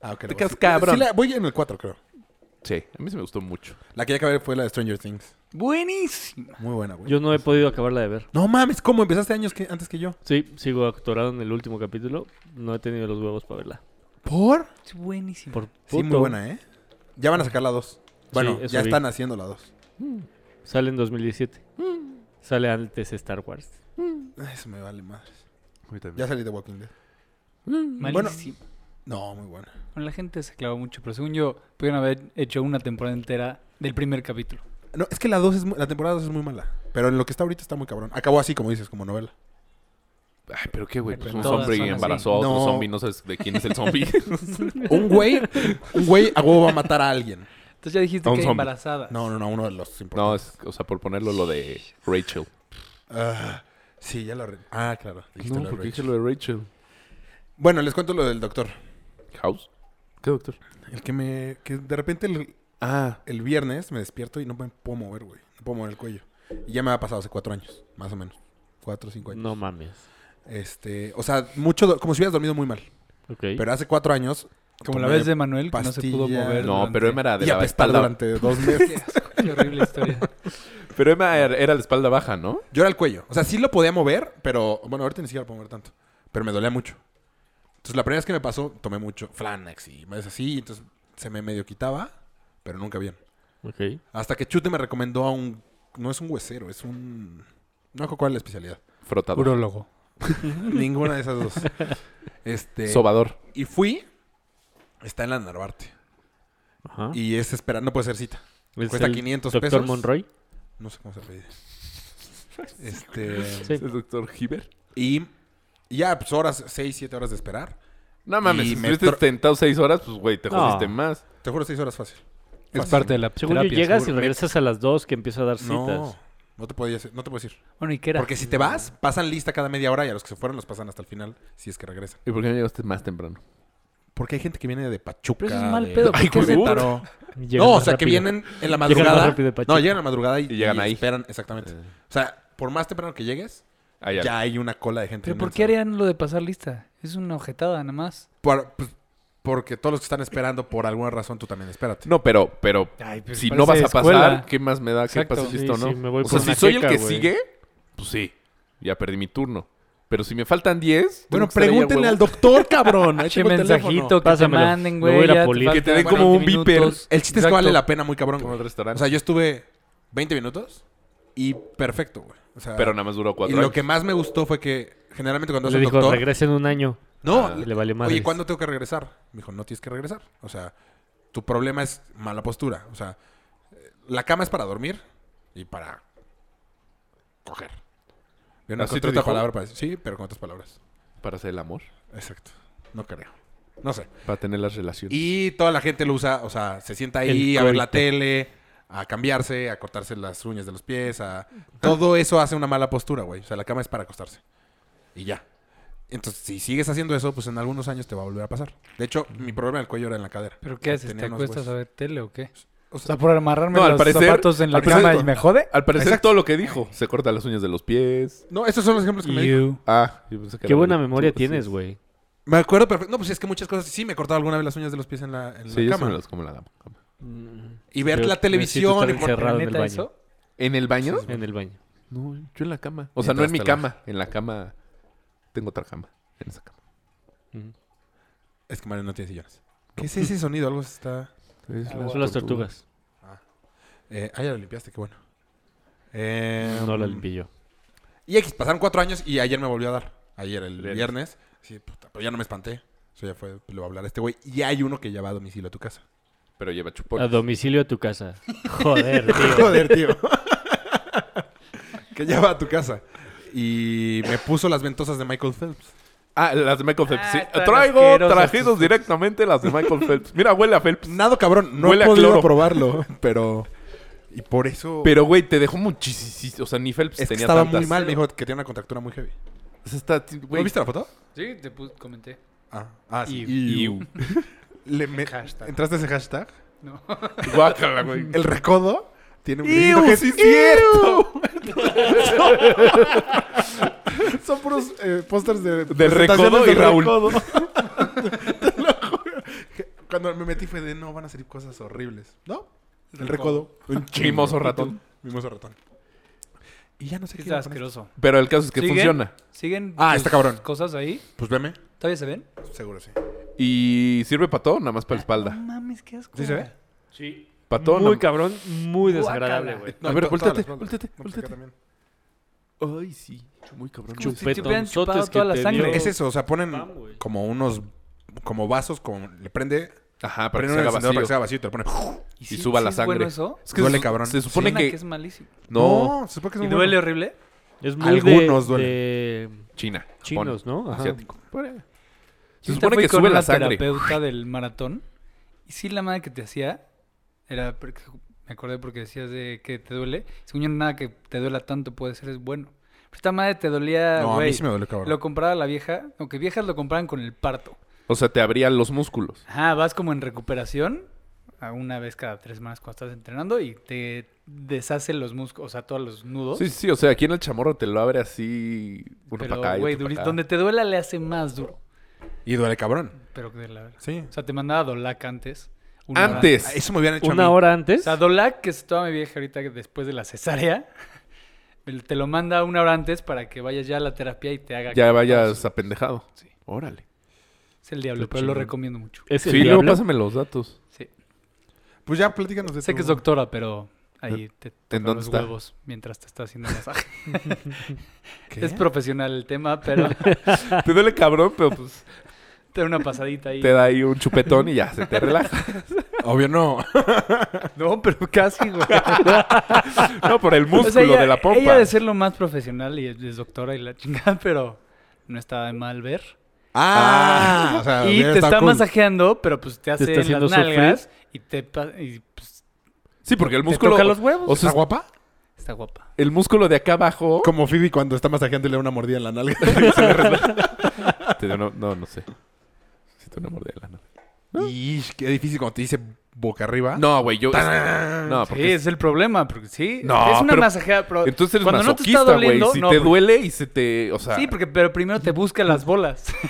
Speaker 5: Ah, ok.
Speaker 4: Te
Speaker 5: luego
Speaker 4: quedas
Speaker 5: sí.
Speaker 4: cabrón.
Speaker 5: Sí, la- voy en el 4, creo.
Speaker 4: Sí, a mí se me gustó mucho.
Speaker 5: La que ya acabé fue la de Stranger Things.
Speaker 1: Buenísima.
Speaker 5: Muy buena, güey.
Speaker 3: Yo no he podido acabarla de ver.
Speaker 5: No mames, ¿cómo? Empezaste años que- antes que yo.
Speaker 3: Sí, sigo atorado en el último capítulo. No he tenido los huevos para verla.
Speaker 5: ¿Por?
Speaker 1: Es buenísima.
Speaker 3: Por
Speaker 5: Sí, muy
Speaker 3: puto.
Speaker 5: buena, ¿eh? Ya van a sacar la 2. Bueno,
Speaker 3: eso
Speaker 5: ya
Speaker 3: vi.
Speaker 5: están haciendo la 2. eh.
Speaker 3: Sale en 2017. Sale antes Star Wars.
Speaker 5: Eso me vale madres.
Speaker 4: A mí también.
Speaker 5: Ya salí de Walking Dead. bueno.
Speaker 1: Malísima.
Speaker 5: No, muy buena.
Speaker 1: Bueno, la gente se clavó mucho, pero según yo, pudieron haber hecho una temporada entera del primer capítulo.
Speaker 5: No, es que la 2 es mu- la temporada 2 es muy mala. Pero en lo que está ahorita está muy cabrón. Acabó así, como dices, como novela.
Speaker 4: Ay, pero qué, güey. Pues un
Speaker 1: Todas
Speaker 4: zombie
Speaker 1: son así.
Speaker 4: embarazó a otro
Speaker 5: No.
Speaker 4: zombie. No sabes de quién es el zombie.
Speaker 5: Un güey, un güey a huevo va a matar a alguien.
Speaker 1: Entonces ya dijiste
Speaker 4: A un
Speaker 1: que era
Speaker 4: zombie.
Speaker 1: embarazada.
Speaker 5: No, no, no, uno de los
Speaker 4: no,
Speaker 5: importantes.
Speaker 4: es... O sea, por ponerlo lo de Rachel.
Speaker 5: Ah, sí, ya lo re- Ah, claro. dijiste lo de Rachel.
Speaker 4: dije lo de Rachel.
Speaker 5: Bueno, les cuento lo del doctor.
Speaker 4: ¿House? ¿Qué doctor?
Speaker 5: El que me. que de repente el,
Speaker 4: Ah,
Speaker 5: el viernes me despierto y no me puedo mover, güey. No puedo mover el cuello. Y ya me ha pasado hace cuatro años, más o menos. Cuatro, cinco años.
Speaker 3: No mames.
Speaker 5: Este. O sea, mucho. do- Como si hubieras dormido muy mal.
Speaker 3: Ok.
Speaker 5: Pero hace cuatro años.
Speaker 1: Como la
Speaker 5: tomé
Speaker 1: vez de Manuel, que no se pudo
Speaker 5: pastillas.
Speaker 1: mover.
Speaker 4: no, pero Emma
Speaker 1: durante-
Speaker 4: era de
Speaker 5: Y
Speaker 4: la
Speaker 5: apestar
Speaker 4: espalda.
Speaker 5: durante dos meses.
Speaker 1: Qué horrible historia.
Speaker 4: Pero Emma era era la espalda baja, ¿no?
Speaker 5: Yo era el cuello. O sea, sí lo podía mover, pero bueno, ahorita ni siquiera lo puedo mover tanto. Pero me dolía mucho. Entonces, la primera vez que me pasó, tomé mucho Flanax y es así. Entonces, se me medio quitaba, pero nunca bien.
Speaker 3: Ok.
Speaker 5: Hasta que Chute me recomendó a un. No es un huesero, es un. No sé cuál es la especialidad.
Speaker 4: Frotador.
Speaker 1: Urólogo.
Speaker 5: Ninguna de esas dos. Este.
Speaker 4: Sobador.
Speaker 5: Y fui. Está en la Narvarte.
Speaker 3: Ajá.
Speaker 5: Y es esperar, no puede ser cita.
Speaker 3: ¿Es
Speaker 5: cuesta
Speaker 3: el
Speaker 5: 500
Speaker 3: Dr.
Speaker 5: pesos.
Speaker 3: Monroy?
Speaker 5: No sé cómo se pide. Este.
Speaker 3: Sí.
Speaker 4: ¿Es el doctor Hiber?
Speaker 5: Y. y ya, pues horas, 6, 7 horas de esperar.
Speaker 4: No mames,
Speaker 5: Y
Speaker 4: si
Speaker 5: me
Speaker 4: estuviste
Speaker 5: tro-
Speaker 4: tentado seis horas, pues güey, te
Speaker 3: No.
Speaker 4: jodiste más.
Speaker 5: Te juro, 6 horas fácil.
Speaker 1: Es parte de la
Speaker 3: Según yo,
Speaker 1: terapia.
Speaker 3: llegas
Speaker 1: seguro.
Speaker 3: y regresas a las 2 que empieza a dar citas.
Speaker 5: No, no te podías, no te puedes ir.
Speaker 1: Bueno, ¿y qué era?
Speaker 5: Porque si te vas, pasan lista cada media hora y a los que se fueron los pasan hasta el final, si es que regresan.
Speaker 4: ¿Y por qué no llegaste más temprano?
Speaker 5: Porque hay gente que viene de Pachuca.
Speaker 1: Pero eso es mal
Speaker 5: de-
Speaker 1: pedo, porque
Speaker 5: de
Speaker 1: es de-
Speaker 5: Taró.
Speaker 3: Llegan
Speaker 5: No, o
Speaker 3: más
Speaker 5: sea, que
Speaker 3: rápido.
Speaker 5: vienen en la
Speaker 3: Llegan más
Speaker 5: madrugada.
Speaker 3: rápido de Pachuca.
Speaker 5: No, llegan a la madrugada y,
Speaker 4: Y llegan
Speaker 5: y
Speaker 4: ahí.
Speaker 5: esperan, exactamente.
Speaker 4: Eh.
Speaker 5: O sea, por más temprano que llegues,
Speaker 4: Ah, ya.
Speaker 5: ya, hay una cola de gente.
Speaker 1: ¿Pero por
Speaker 5: inmensa.
Speaker 1: qué harían lo de pasar lista? Es una ojetada, nada más.
Speaker 5: Por- pues, porque todos los que están esperando, por alguna razón, tú también espérate.
Speaker 4: No, pero, pero,
Speaker 1: Ay,
Speaker 5: pues,
Speaker 1: pero
Speaker 4: si
Speaker 1: parece
Speaker 4: no vas a pasar,
Speaker 1: escuela.
Speaker 4: ¿qué más me da
Speaker 1: Exacto.
Speaker 4: que pases
Speaker 1: Sí,
Speaker 4: listo o no?
Speaker 3: sí, me voy
Speaker 4: o
Speaker 3: por
Speaker 4: sea, si
Speaker 3: una
Speaker 4: soy el
Speaker 3: queca,
Speaker 4: que
Speaker 3: güey.
Speaker 4: sigue, pues sí, ya perdí mi turno. Pero si me faltan 10, tengo
Speaker 5: Bueno,
Speaker 4: que estar ahí a
Speaker 5: pregúntenle
Speaker 4: huevo.
Speaker 5: al doctor, cabrón. Ahí
Speaker 1: Che,
Speaker 5: tengo el teléfono.
Speaker 1: mensajito que te
Speaker 3: Pásamelo.
Speaker 1: manden,
Speaker 3: Lo
Speaker 1: güey.
Speaker 3: voy a ir a
Speaker 1: ya te
Speaker 3: polir.
Speaker 1: faltan
Speaker 4: Que te den como un
Speaker 1: 40
Speaker 4: beeper.
Speaker 1: minutos.
Speaker 5: El chiste es que
Speaker 1: Exacto.
Speaker 5: vale la pena muy cabrón.
Speaker 4: Como el
Speaker 5: güey.
Speaker 4: restaurante.
Speaker 5: O sea, yo estuve 20 minutos y perfecto, güey. O sea,
Speaker 4: Pero nada más duró
Speaker 5: y
Speaker 4: cuatro
Speaker 5: lo
Speaker 4: años.
Speaker 5: que más me gustó fue que generalmente cuando es
Speaker 3: Le
Speaker 5: el
Speaker 3: dijo,
Speaker 5: doctor...
Speaker 3: regresa en un año.
Speaker 5: No,
Speaker 3: Ah,
Speaker 5: le-
Speaker 3: le valió madres.
Speaker 5: Oye, ¿cuándo tengo que regresar? Me dijo, no tienes que regresar. O sea, tu problema es mala postura. O sea, eh, la cama es para dormir y para coger. Yo no
Speaker 4: ¿Así te
Speaker 5: encontré otra
Speaker 4: dijo?
Speaker 5: palabra para decir. Sí, pero con otras palabras.
Speaker 4: Para hacer el amor,
Speaker 5: Exacto. No creo. No sé.
Speaker 4: para tener las relaciones.
Speaker 5: Y toda la gente lo usa, o sea, se sienta ahí
Speaker 3: El
Speaker 5: a ver la
Speaker 3: coito.
Speaker 5: tele, a cambiarse, a cortarse las uñas de los pies, a... Todo eso hace una mala postura, güey. O sea, la cama es para acostarse. Y ya. Entonces, si sigues haciendo eso, pues en algunos años te va a volver a pasar. De hecho, mi problema del cuello era en la cadera.
Speaker 1: ¿Pero qué haces?
Speaker 5: Tenía
Speaker 1: ¿Te
Speaker 5: unos
Speaker 1: acuestas a
Speaker 5: huesos.
Speaker 1: ver tele o qué?
Speaker 5: O
Speaker 1: O sea,
Speaker 5: sea,
Speaker 1: por amarrarme
Speaker 4: No, al
Speaker 1: los
Speaker 4: parecer-
Speaker 1: zapatos en la
Speaker 4: al parecer-
Speaker 1: cama y me jode.
Speaker 4: Al parecer
Speaker 5: Exacto.
Speaker 4: todo lo que dijo. Se corta las uñas de los pies.
Speaker 5: no, estos son los ejemplos que me dijo.
Speaker 1: You.
Speaker 4: Ah, yo pensé que
Speaker 3: Qué
Speaker 4: era
Speaker 3: buena
Speaker 4: lo-
Speaker 3: memoria
Speaker 4: tú, pues,
Speaker 3: tienes,
Speaker 4: sí.
Speaker 3: güey.
Speaker 5: Me acuerdo perfecto. No, pues es que muchas cosas sí me cortaba alguna vez las uñas de los pies en la, en la
Speaker 4: Sí, yo se
Speaker 5: cama.
Speaker 4: me las como en la cama.
Speaker 5: Y ver
Speaker 3: Yo
Speaker 5: la
Speaker 3: necesito
Speaker 5: televisión
Speaker 3: estar
Speaker 5: y por-
Speaker 3: encerrado. Cerrado en el
Speaker 1: ¿Neta
Speaker 3: baño.
Speaker 1: eso?
Speaker 4: ¿En el baño?
Speaker 3: En el baño.
Speaker 4: No, yo en la cama. O sea, no
Speaker 5: Mientras
Speaker 4: en mi
Speaker 5: te
Speaker 4: cama. En la cama. Tengo otra cama. En esa cama.
Speaker 3: Ujú.
Speaker 5: Es que Mario no tiene sillones. ¿Qué es ese sonido? Algo se está.
Speaker 4: Es
Speaker 3: Ah, Son las tortugas.
Speaker 5: Eh, ah, ya lo limpiaste, qué bueno. Eh,
Speaker 3: No la limpié yo.
Speaker 5: Y X, pasaron cuatro años y ayer me volvió a dar. Ayer, el
Speaker 4: Viernes.
Speaker 5: viernes. Sí, puta, pero ya no me espanté. Eso ya fue, le voy a hablar a este güey. Y hay uno que ya va a domicilio a tu casa.
Speaker 4: Pero lleva
Speaker 3: A
Speaker 4: chupones.
Speaker 3: domicilio a tu casa. Joder, tío.
Speaker 5: Joder, tío. que ya va a tu casa. Y me puso las ventosas de Michael Phelps.
Speaker 4: Ah, las de Michael Phelps. Sí.
Speaker 1: Ah, están
Speaker 4: Traigo
Speaker 1: asquerosas
Speaker 4: trajidos directamente las de Michael Phelps. Mira, huele a Phelps.
Speaker 5: Nado cabrón, no
Speaker 4: Huele
Speaker 5: he
Speaker 4: a
Speaker 5: podido
Speaker 4: cloro.
Speaker 5: probarlo, pero... Y por eso...
Speaker 4: Pero, güey, te dejó muchísimo. O sea, ni Phelps
Speaker 5: es que
Speaker 4: tenía
Speaker 5: estaba
Speaker 4: tantas.
Speaker 5: muy mal, me dijo que tenía una contractura muy heavy.
Speaker 4: O sea, está,
Speaker 5: ¿No
Speaker 4: güey,
Speaker 5: viste la foto?
Speaker 1: Sí, te pu- comenté.
Speaker 5: Ah, ah sí.
Speaker 1: Iu.
Speaker 5: Iu. Le me-
Speaker 1: Hashtag.
Speaker 5: ¿Entraste a ese hashtag?
Speaker 1: No.
Speaker 4: guácala, güey.
Speaker 5: El recodo tiene un grito
Speaker 4: ¡Iu!
Speaker 5: que sí es
Speaker 4: ¡Iu!
Speaker 5: cierto. Son puros eh, pósters de...
Speaker 4: De recodo y Raúl.
Speaker 5: Cuando me metí fue de, no, van a salir cosas horribles. ¿No? El recodo. Un
Speaker 4: Mimoso ratón.
Speaker 5: Mimoso ratón. Y ya no sé qué
Speaker 1: Está
Speaker 5: iba a poner.
Speaker 1: asqueroso.
Speaker 4: Pero el caso es que
Speaker 1: ¿Siguen?
Speaker 4: funciona.
Speaker 1: ¿Siguen
Speaker 5: Ah,
Speaker 1: tus
Speaker 5: está cabrón.
Speaker 1: cosas ahí?
Speaker 5: Pues veme.
Speaker 1: ¿Todavía se ven?
Speaker 5: Seguro sí.
Speaker 4: Y sirve para todo, nada más para la
Speaker 1: No
Speaker 4: espalda.
Speaker 1: mames, qué asco.
Speaker 5: ¿Sí se ve?
Speaker 3: Sí.
Speaker 4: Para todo.
Speaker 3: Muy
Speaker 4: nada-
Speaker 3: cabrón, muy desagradable,
Speaker 1: Guácala.
Speaker 3: güey.
Speaker 4: A ver,
Speaker 5: to- todas
Speaker 4: volteate,
Speaker 5: las bandas.
Speaker 4: volteate,
Speaker 5: No, pues acá
Speaker 4: volteate.
Speaker 5: también.
Speaker 4: Ay, sí. Muy cabrón.
Speaker 1: Como si te
Speaker 3: Chupetonzotes
Speaker 1: hubieran chupado
Speaker 3: que
Speaker 1: toda la
Speaker 3: te
Speaker 1: sangre.
Speaker 3: dio.
Speaker 5: Es eso, o sea, ponen
Speaker 3: Pam, güey.
Speaker 5: como unos... Como vasos, como... Le prende...
Speaker 4: Ajá, para que se
Speaker 5: Prende un
Speaker 4: haga
Speaker 5: encendedor para que
Speaker 4: vacío.
Speaker 5: se haga vacío y te lo pone...
Speaker 4: Y suba la
Speaker 1: es bueno
Speaker 4: sangre.
Speaker 1: eso?
Speaker 4: Es que
Speaker 5: Duele,
Speaker 4: se-
Speaker 5: cabrón.
Speaker 4: Se supone
Speaker 1: Suena que...
Speaker 4: que...
Speaker 1: es malísimo.
Speaker 4: No,
Speaker 5: se supone que es
Speaker 1: ¿Y
Speaker 5: muy
Speaker 1: duele
Speaker 5: bueno.
Speaker 1: horrible?
Speaker 3: Es muy de-
Speaker 5: Algunos duelen.
Speaker 3: de
Speaker 4: China. Japón,
Speaker 3: chinos, ¿no? Ajá.
Speaker 4: Asiático. Por ahí. Se
Speaker 1: Yo
Speaker 4: supone
Speaker 1: fui
Speaker 4: que
Speaker 1: con
Speaker 4: sube la
Speaker 1: una
Speaker 4: sangre.
Speaker 1: terapeuta del maratón. Y sí, la madre que te hacía era. porque- Me acordé porque decías de que te duele. Según yo, nada que te duela tanto puede ser, es bueno. Pero esta madre te dolía.
Speaker 5: No, a
Speaker 1: güey.
Speaker 5: mí sí me duele, cabrón.
Speaker 1: Lo compraba la vieja. Aunque viejas lo compraban con el parto.
Speaker 4: O sea, te abría los músculos.
Speaker 1: Ajá, vas como en recuperación. A una vez cada tres semanas cuando estás entrenando. Y te deshace los músculos. O sea, todos los nudos.
Speaker 4: Sí, sí, sí, o sea, aquí en el chamorro te lo abre así, uno
Speaker 1: pero,
Speaker 4: para acá y
Speaker 1: güey,
Speaker 4: otro
Speaker 1: duri-
Speaker 4: para acá.
Speaker 1: donde te duela le hace más duro.
Speaker 5: Y duele cabrón.
Speaker 1: Pero que de la verga.
Speaker 5: Sí.
Speaker 1: O sea, te mandaba Dolac antes. una hora
Speaker 4: Antes.
Speaker 5: Ah, Eso me hubieran hecho a
Speaker 3: Una
Speaker 5: mí.
Speaker 3: hora
Speaker 1: O
Speaker 3: antes.
Speaker 1: sea, Dolac, que es toda mi vieja ahorita que después de la cesárea, el- te lo manda una hora antes para que vayas ya a la terapia y te haga.
Speaker 4: Ya vayas apendejado. Sí. Órale.
Speaker 1: Es el diablo,
Speaker 4: Qué
Speaker 1: pero lo
Speaker 4: chingón.
Speaker 1: recomiendo mucho.
Speaker 3: Es el
Speaker 4: Sí, luego
Speaker 3: diablo.
Speaker 4: pásame los datos.
Speaker 1: Sí.
Speaker 5: Pues ya, platícanos de
Speaker 1: Sé
Speaker 5: tu-
Speaker 1: que es doctora, pero ahí te toca
Speaker 4: dónde
Speaker 1: los
Speaker 4: está?
Speaker 1: huevos mientras te está haciendo masaje.
Speaker 5: ¿Qué?
Speaker 1: Es profesional el tema, pero
Speaker 4: Te duele cabrón, pero pues
Speaker 1: te da una pasadita ahí.
Speaker 4: te da ahí un chupetón y ya se te relaja.
Speaker 5: Obvio no.
Speaker 1: No, pero casi, güey.
Speaker 4: No, por el músculo
Speaker 1: O sea, ella-
Speaker 4: de la pompa.
Speaker 1: Ella de ser lo más profesional y es, es doctora y la chingada, pero no está de mal ver.
Speaker 5: Ah, o sea,
Speaker 1: y
Speaker 5: hubiera
Speaker 1: te
Speaker 5: estado
Speaker 1: está
Speaker 5: cool.
Speaker 1: masajeando, pero pues te hace
Speaker 3: está
Speaker 1: en
Speaker 3: haciendo
Speaker 1: las
Speaker 3: sufrir.
Speaker 1: nalgas y te pa- y, pues,
Speaker 4: Sí, porque el
Speaker 1: te
Speaker 4: músculo.
Speaker 1: toca los huevos.
Speaker 4: O sea,
Speaker 5: ¿Está guapa?
Speaker 1: Está guapa.
Speaker 4: el músculo de acá abajo.
Speaker 5: Como Phoebe cuando está masajeando y le da una mordida en la nalga.
Speaker 4: Te dio una- no, no sé. Si te una mordida en la nalga.
Speaker 5: y qué difícil cuando te dice boca arriba.
Speaker 4: No, güey, yo. este,
Speaker 5: ¡Tarán!
Speaker 4: No,
Speaker 1: sí,
Speaker 4: Ah, porque.
Speaker 1: es el problema, porque sí.
Speaker 4: No,
Speaker 1: es una
Speaker 4: pero-
Speaker 1: masajeada, pero
Speaker 4: Entonces eres
Speaker 1: cuando no te está
Speaker 4: masoquista, güey.
Speaker 1: doliendo,
Speaker 4: si
Speaker 1: no,
Speaker 4: te
Speaker 1: porque-
Speaker 4: duele y se te. O sea.
Speaker 1: Sí, porque pero primero te busca las bolas.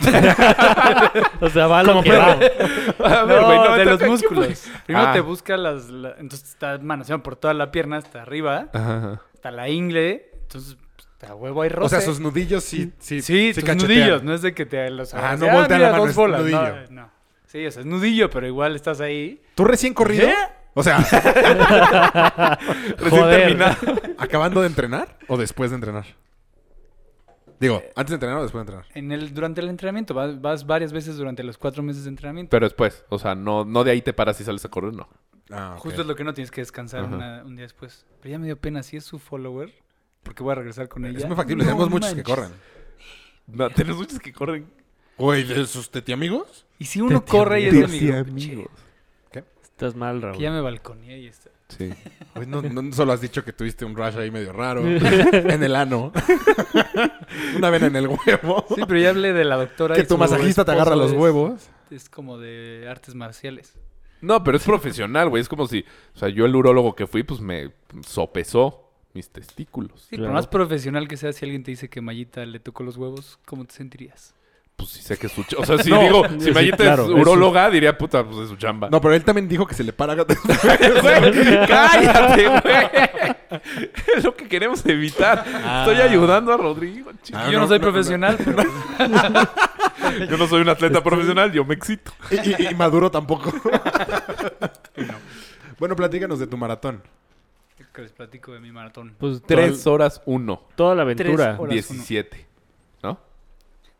Speaker 3: O sea, va a lo que va.
Speaker 4: A ver,
Speaker 1: No,
Speaker 4: güey, no,
Speaker 1: de
Speaker 4: toca
Speaker 1: los
Speaker 4: aquí,
Speaker 1: músculos.
Speaker 4: güey.
Speaker 1: Primero
Speaker 4: Ah.
Speaker 1: te busca las la- entonces te está manoseando por toda la pierna hasta arriba,
Speaker 4: Ajá, ajá.
Speaker 1: hasta la ingle, entonces pues, te a huevo hay roce.
Speaker 5: o sea, sus nudillos sí, sí,
Speaker 1: Sí, tus
Speaker 5: cachetean.
Speaker 1: nudillos, no es de que te los
Speaker 5: Ah,
Speaker 1: agarres,
Speaker 5: no voltea la
Speaker 1: mira,
Speaker 5: mano,
Speaker 1: dos
Speaker 5: es
Speaker 1: bolas.
Speaker 5: nudillo.
Speaker 1: No, no. Sí, o sea, es nudillo, pero igual estás ahí.
Speaker 5: ¿Tú recién corrido?
Speaker 1: ¿Eh?
Speaker 5: O sea,
Speaker 4: Recién
Speaker 3: Joder.
Speaker 4: terminado.
Speaker 5: ¿acabando de entrenar o después de entrenar? Digo,
Speaker 1: Eh,
Speaker 5: ¿antes de entrenar o después de entrenar?
Speaker 1: En el, durante el entrenamiento, vas, vas varias veces durante los cuatro meses de entrenamiento.
Speaker 4: Pero después, o sea, no, no de ahí te paras y sales a correr, no.
Speaker 5: Ah, ok.
Speaker 1: Justo es lo que no tienes que descansar
Speaker 4: Ajá.
Speaker 1: una- un día después. Pero ya me dio pena, si es su follower, porque voy a regresar con ella.
Speaker 5: Es muy factible,
Speaker 1: No
Speaker 5: tenemos muchos que
Speaker 1: manches.
Speaker 5: corren.
Speaker 4: No, tienes muchos que corren.
Speaker 5: Güey, ¿de sus tetiamigos?
Speaker 1: Y si uno corre y es
Speaker 4: Sí,
Speaker 1: amigo.
Speaker 4: amigos.
Speaker 1: che,
Speaker 3: Estás mal,
Speaker 1: Que
Speaker 3: Raúl.
Speaker 1: ya me balconeé y está.
Speaker 4: Sí.
Speaker 5: Hoy Pues no, no solo has dicho que tuviste un rash ahí medio raro. en el ano. Una vena en el huevo.
Speaker 1: Sí, pero ya hablé de la doctora.
Speaker 5: que
Speaker 1: y
Speaker 5: tu
Speaker 1: su
Speaker 5: masajista te agarra
Speaker 1: esposo
Speaker 5: los
Speaker 1: es-
Speaker 5: huevos.
Speaker 1: Es como de artes marciales.
Speaker 4: No, pero es profesional, güey. Es como si, o sea, yo el urólogo que fui, pues me sopesó mis testículos.
Speaker 1: Sí,
Speaker 3: Claro.
Speaker 1: por más profesional que sea, si alguien te dice que Mayita le tocó los huevos, ¿cómo te sentirías?
Speaker 4: Pues sí sé que es su chamba. O sea, si
Speaker 3: No,
Speaker 4: digo,
Speaker 3: sí,
Speaker 4: si Mayita
Speaker 3: claro,
Speaker 4: es
Speaker 3: es su-
Speaker 4: uróloga, diría, puta, pues es su chamba.
Speaker 5: No, pero él también dijo que se le para.
Speaker 4: Güey, cállate, güey. Es lo que queremos evitar. Estoy ayudando a Rodrigo. chico.
Speaker 5: Ah,
Speaker 1: yo
Speaker 5: no,
Speaker 1: no, soy
Speaker 5: no, no.
Speaker 1: profesional, pero
Speaker 4: Ah, Yo no soy un atleta profesional, yo me excito.
Speaker 5: Y, y- y Maduro tampoco. Bueno, platícanos de tu maratón.
Speaker 1: que les platico de mi maratón.
Speaker 3: Pues
Speaker 4: Tres
Speaker 3: toda,
Speaker 4: horas uno,
Speaker 3: toda la
Speaker 1: Tres
Speaker 3: aventura.
Speaker 1: horas.
Speaker 4: diecisiete. ¿No?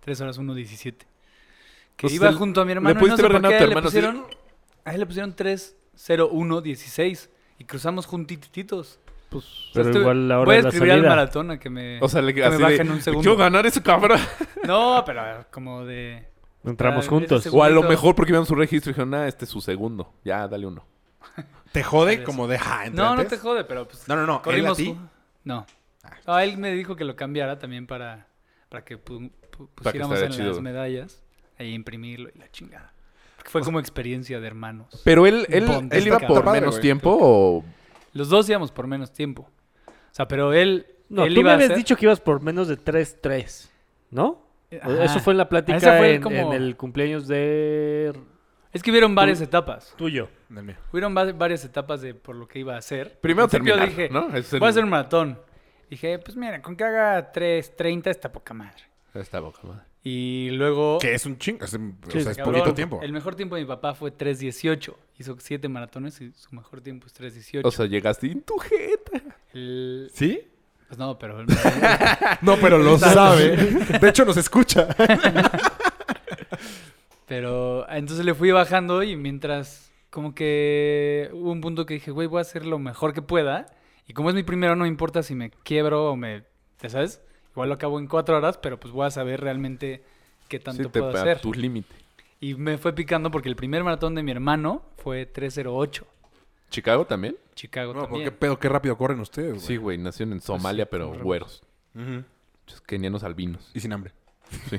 Speaker 1: 3 horas 1.17. Que
Speaker 4: Pues
Speaker 1: iba
Speaker 4: el-
Speaker 1: junto a mi
Speaker 4: le
Speaker 1: hermano. y no
Speaker 4: pudiste
Speaker 1: sé
Speaker 4: haber
Speaker 1: por
Speaker 4: ganado a
Speaker 1: qué
Speaker 4: tu
Speaker 1: le
Speaker 4: hermano, sí.
Speaker 1: pusieron, a él le pusieron 3.01.16 y cruzamos juntititos.
Speaker 4: Pues.
Speaker 3: Pero igual la hora
Speaker 1: voy a
Speaker 3: de la
Speaker 1: escribir al
Speaker 3: salida.
Speaker 1: maratón a que me,
Speaker 4: O sea, le,
Speaker 1: que me
Speaker 4: así de,
Speaker 1: bajen un
Speaker 4: Quiero
Speaker 1: segundo.
Speaker 4: ganar ese cabrón.
Speaker 1: No, pero a ver, como de...
Speaker 3: Entramos
Speaker 1: Ah,
Speaker 3: juntos.
Speaker 1: ese
Speaker 4: O a lo
Speaker 1: Segundito.
Speaker 4: mejor porque vieron su registro y dijeron, ah, este es su segundo. Ya, dale uno.
Speaker 1: Tal
Speaker 5: ¿Te jode
Speaker 1: vez.
Speaker 5: como de ja, entre
Speaker 1: No, no
Speaker 5: antes?
Speaker 1: te jode, pero pues...
Speaker 5: No, no, no. ¿Él a
Speaker 1: Corrimos
Speaker 5: ti?
Speaker 1: ju- No. Ah, él me dijo que lo cambiara también para, para que pu- pu-
Speaker 4: Para que
Speaker 1: pusiéramos
Speaker 4: estaría
Speaker 1: en las
Speaker 4: chido.
Speaker 1: medallas e imprimirlo y la chingada. Porque fue como experiencia de hermanos.
Speaker 4: Pero él, él,
Speaker 1: Bond,
Speaker 4: él iba
Speaker 1: está
Speaker 4: por
Speaker 5: padre,
Speaker 4: menos
Speaker 5: güey.
Speaker 4: tiempo o.
Speaker 1: Los dos íbamos por menos tiempo. O sea, pero él.
Speaker 3: No,
Speaker 1: él
Speaker 3: tú me
Speaker 1: iba a
Speaker 3: habías
Speaker 1: hacer-
Speaker 3: dicho que ibas por menos de 3-3, ¿no? O-
Speaker 1: Ajá.
Speaker 3: Eso Eh, fue en la plática
Speaker 1: Esa fue
Speaker 3: en,
Speaker 1: como-
Speaker 3: en el cumpleaños de...
Speaker 1: Es que hubieron varias etapas.
Speaker 3: Tuyo.
Speaker 5: Del mío.
Speaker 1: Hubieron va- varias etapas de por lo que iba a hacer.
Speaker 4: Primero
Speaker 1: Al principio
Speaker 4: terminar,
Speaker 1: dije,
Speaker 4: ¿no? Es el-
Speaker 1: voy a hacer un maratón. Dije, pues mira, con que haga 3.30 está poca madre.
Speaker 4: Está boca madre.
Speaker 1: Y luego.
Speaker 5: Que es un chingo. Es, un- o
Speaker 3: Sí,
Speaker 5: sea, es
Speaker 1: Cabrón,
Speaker 5: poquito tiempo.
Speaker 1: El mejor tiempo de mi papá fue 3.18. Hizo 7 maratones y su mejor tiempo es 3.18.
Speaker 4: O sea, llegaste en tu jeta.
Speaker 1: El-
Speaker 5: ¿Sí?
Speaker 1: Pues no, pero... el-
Speaker 5: No, pero lo sabe. De hecho, nos escucha.
Speaker 1: pero entonces le fui bajando y mientras... Como que hubo un punto que dije, güey, voy a hacer lo mejor que pueda. Y como es mi primero, no me importa si me quiebro o me... ¿Ya sabes? Igual lo acabo en 4 horas, pero pues voy a saber realmente qué tanto
Speaker 4: Sí, te
Speaker 1: puedo
Speaker 4: pa-
Speaker 1: hacer.
Speaker 4: tus límites.
Speaker 1: Y me fue picando porque el primer maratón de mi hermano fue 3.08.
Speaker 4: ¿Chicago también?
Speaker 1: Chicago
Speaker 5: No, ¿por
Speaker 1: también.
Speaker 5: qué pedo? Qué rápido corren ustedes, güey.
Speaker 4: Sí, güey. Nacieron en Somalia,
Speaker 1: sí,
Speaker 4: pero
Speaker 1: son
Speaker 4: güeros.
Speaker 5: Ujú.
Speaker 4: Muchos Kenianos albinos.
Speaker 5: Y sin hambre.
Speaker 4: Sí.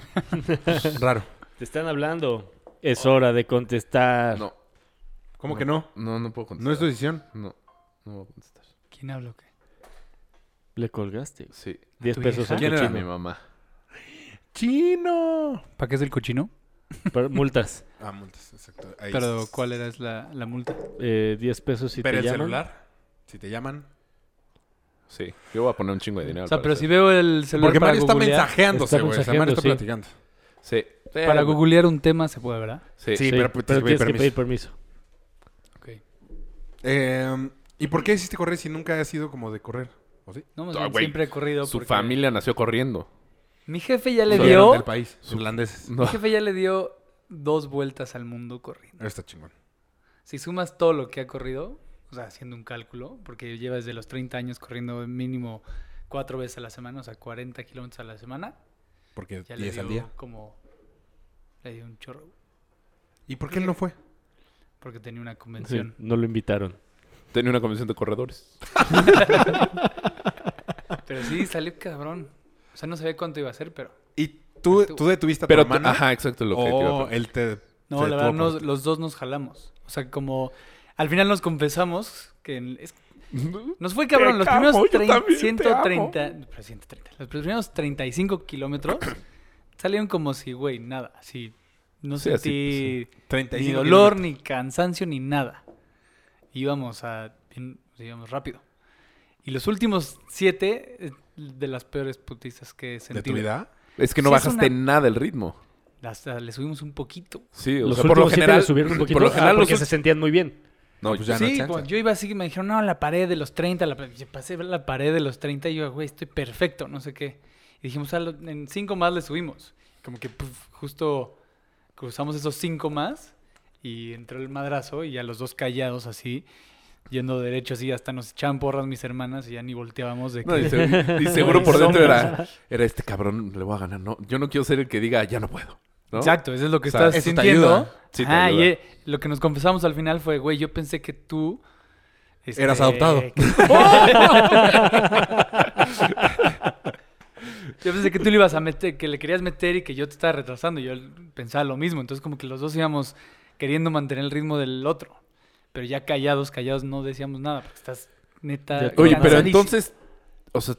Speaker 5: Raro.
Speaker 3: Te están hablando. Es hora de contestar.
Speaker 4: No,
Speaker 5: ¿Cómo que no?
Speaker 4: no, no puedo contestar.
Speaker 5: No es tu decisión.
Speaker 4: No, no voy a contestar.
Speaker 1: ¿Quién habló qué?
Speaker 3: Le colgaste.
Speaker 4: Sí.
Speaker 3: 10
Speaker 1: ¿Tu
Speaker 3: pesos
Speaker 1: hija?
Speaker 3: al
Speaker 5: ¿Quién era?
Speaker 4: A mi
Speaker 3: cochino.
Speaker 4: mamá.
Speaker 5: ¡Chino!
Speaker 1: ¿Para qué es el cochino?
Speaker 3: Para- Multas.
Speaker 5: Ah, multas, exacto. Ahí
Speaker 1: Pero
Speaker 5: es-
Speaker 1: ¿cuál era la, la multa?
Speaker 3: Eh, 10 pesos si
Speaker 5: Pero
Speaker 3: te
Speaker 5: el
Speaker 3: llaman.
Speaker 5: celular, si te llaman.
Speaker 4: Sí. Yo voy a poner un chingo de dinero.
Speaker 1: O
Speaker 4: al
Speaker 1: sea, pero si
Speaker 4: parecer.
Speaker 1: veo el celular
Speaker 5: Porque
Speaker 1: para
Speaker 5: Mario está
Speaker 1: googlear,
Speaker 5: mensajeándose,
Speaker 3: Está
Speaker 5: güey. O sea, Mario está
Speaker 3: mensajeando, sí.
Speaker 5: platicando.
Speaker 4: Sí. Sí,
Speaker 1: para
Speaker 4: güey.
Speaker 1: googlear un tema se puede, ¿verdad?
Speaker 4: Sí.
Speaker 3: Sí,
Speaker 5: Sí,
Speaker 3: pero,
Speaker 5: pero pues, tienes que pedir
Speaker 3: tienes que pedir permiso.
Speaker 5: Eh, ¿Y por qué hiciste correr si nunca has sido como de correr? ¿O sí?
Speaker 1: No, más
Speaker 4: Ah,
Speaker 1: bien
Speaker 4: güey,
Speaker 1: siempre he corrido
Speaker 4: Su
Speaker 1: porque
Speaker 4: familia nació corriendo.
Speaker 1: Mi jefe ya le
Speaker 5: Salieron
Speaker 1: dio...
Speaker 5: del país, irlandeses.
Speaker 4: No.
Speaker 1: Mi jefe ya le dio dos vueltas al mundo corriendo.
Speaker 5: Está chingón.
Speaker 1: Si sumas todo lo que ha corrido, o sea, haciendo un cálculo, porque lleva desde los 30 años corriendo mínimo cuatro veces a la semana, o sea, 40 kilómetros a la semana,
Speaker 5: Porque
Speaker 1: ya le
Speaker 5: 10 al
Speaker 1: dio
Speaker 5: día.
Speaker 1: como... Le dio un chorro,
Speaker 5: ¿Y por qué él no fue?
Speaker 1: porque tenía una
Speaker 3: Sí,
Speaker 1: convención.
Speaker 3: no lo invitaron.
Speaker 4: Tenía una comisión de corredores.
Speaker 1: Pero sí, salió cabrón. O sea, no sabía cuánto iba a ser, pero...
Speaker 5: ¿Y tú,
Speaker 1: Estuvo.
Speaker 5: tú detuviste a tu
Speaker 4: Pero, tú-
Speaker 5: hermano?
Speaker 4: ajá, exacto lo que te iba a
Speaker 1: Oh,
Speaker 5: o
Speaker 4: preguntar.
Speaker 5: él
Speaker 1: No,
Speaker 5: te... te
Speaker 1: la
Speaker 5: detuvo
Speaker 1: verdad,
Speaker 5: por-
Speaker 1: nos- los dos nos jalamos. O sea, como al final nos confesamos que en- es- nos fue cabrón. Los primeros
Speaker 4: amo, yo
Speaker 1: trein-
Speaker 4: también te
Speaker 1: 130, pero 130, los primeros 35 kilómetros salieron como si, güey, nada. Así, no
Speaker 4: Sí, así,
Speaker 1: sentí ni
Speaker 5: 35
Speaker 1: dolor,
Speaker 5: kilómetros.
Speaker 1: ni cansancio, ni nada. Íbamos a, bien- pues, íbamos rápido. Y los últimos siete eh, de las peores putizas que he
Speaker 5: ¿De tu
Speaker 1: sentido.
Speaker 5: vida?
Speaker 4: Es que no
Speaker 1: Sí, es
Speaker 4: bajaste
Speaker 1: una-
Speaker 4: nada el ritmo.
Speaker 1: Hasta ah, le subimos un poquito.
Speaker 4: Sí, o
Speaker 3: Los
Speaker 4: sea, por lo
Speaker 3: últimos siete
Speaker 4: general.
Speaker 3: le subieron un poquito
Speaker 4: por lo
Speaker 3: ah,
Speaker 4: general, los
Speaker 3: porque se
Speaker 4: ult-
Speaker 3: sentían muy bien.
Speaker 4: No,
Speaker 5: Pues ya no hay
Speaker 1: sí,
Speaker 5: chance.
Speaker 1: cuando yo iba así, me dijeron, no, la pared de los 30, la, pa- yo pasé la pared de los 30 y yo, güey, estoy perfecto, no sé qué. Y dijimos, "Ah, lo- en cinco más le subimos. Como que puf, justo cruzamos esos cinco más y entró el madrazo y a los dos callados así, yendo derecho así, hasta nos echaban porras mis hermanas y ya ni volteábamos de que...
Speaker 4: No, y, se- y seguro por dentro era, era este cabrón, le voy a ganar. No, yo no quiero ser el que diga, ya no puedo. ¿no?
Speaker 1: Exacto, eso es lo que
Speaker 4: O sea,
Speaker 1: estás
Speaker 5: eso te
Speaker 1: sintiendo.
Speaker 5: ayuda.
Speaker 4: Sí, te
Speaker 1: ah, y
Speaker 4: ayuda.
Speaker 1: eh, lo que nos confesamos al final fue, güey, yo pensé que tú
Speaker 5: Eras adoptado.
Speaker 1: Yo pensé que tú le ibas a meter, que le querías meter y que yo te estaba retrasando. y Yo pensaba lo mismo. Entonces, como que los dos íbamos queriendo mantener el ritmo del otro. Pero ya callados, callados, no decíamos nada. Porque estás neta.
Speaker 3: Ya te-
Speaker 4: Oye, pero
Speaker 1: cansadísimo.
Speaker 4: entonces, o sea,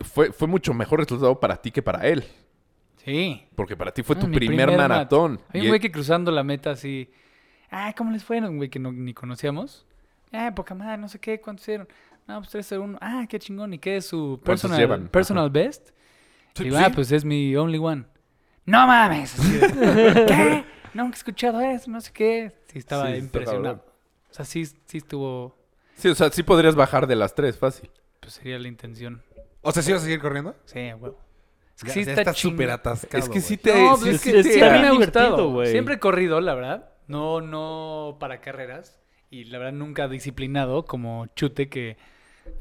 Speaker 4: fue, fue mucho mejor resultado para ti que para él.
Speaker 1: Sí.
Speaker 4: Porque para ti fue
Speaker 1: Ah,
Speaker 4: tu
Speaker 1: mi
Speaker 4: primer,
Speaker 1: primer mat-
Speaker 4: maratón.
Speaker 1: Hay
Speaker 4: Y e
Speaker 1: un güey que cruzando la meta así. Ah, ¿cómo les fue? Un güey que no, ni conocíamos. Ah, poca madre, no sé qué, ¿cuántos hicieron? No, pues 3 1 Ah, qué chingón. ¿Y qué es su
Speaker 4: ¿Cuántos llevan?
Speaker 1: personal, personal best?
Speaker 5: Sí,
Speaker 1: y digo,
Speaker 5: pues,
Speaker 1: ah,
Speaker 5: sí.
Speaker 1: pues es mi only one. ¡No mames! Así de, ¿Qué? Nunca he escuchado eso, no sé qué. Sí, estaba
Speaker 4: Sí, está cabrón.
Speaker 1: impresionado. O sea, sí, sí estuvo.
Speaker 4: Sí, o sea, sí podrías bajar de las tres, fácil.
Speaker 1: Pues sería la intención.
Speaker 5: O sea, ¿sí vas a seguir corriendo?
Speaker 1: Sí, a huevo. Es
Speaker 5: Ya-
Speaker 1: sí
Speaker 5: ya
Speaker 1: está
Speaker 5: estás
Speaker 1: chingón.
Speaker 5: súper atascado.
Speaker 4: es que sí
Speaker 5: güey.
Speaker 4: te...
Speaker 1: No,
Speaker 4: sí
Speaker 1: pues
Speaker 4: es
Speaker 1: es
Speaker 4: que
Speaker 3: que
Speaker 4: te-
Speaker 3: sí,
Speaker 1: Sí, a mí me ha
Speaker 3: Está divertido,
Speaker 1: gustado.
Speaker 3: güey.
Speaker 1: Siempre he corrido, la verdad. No, no para carreras. Y la verdad nunca disciplinado como chute que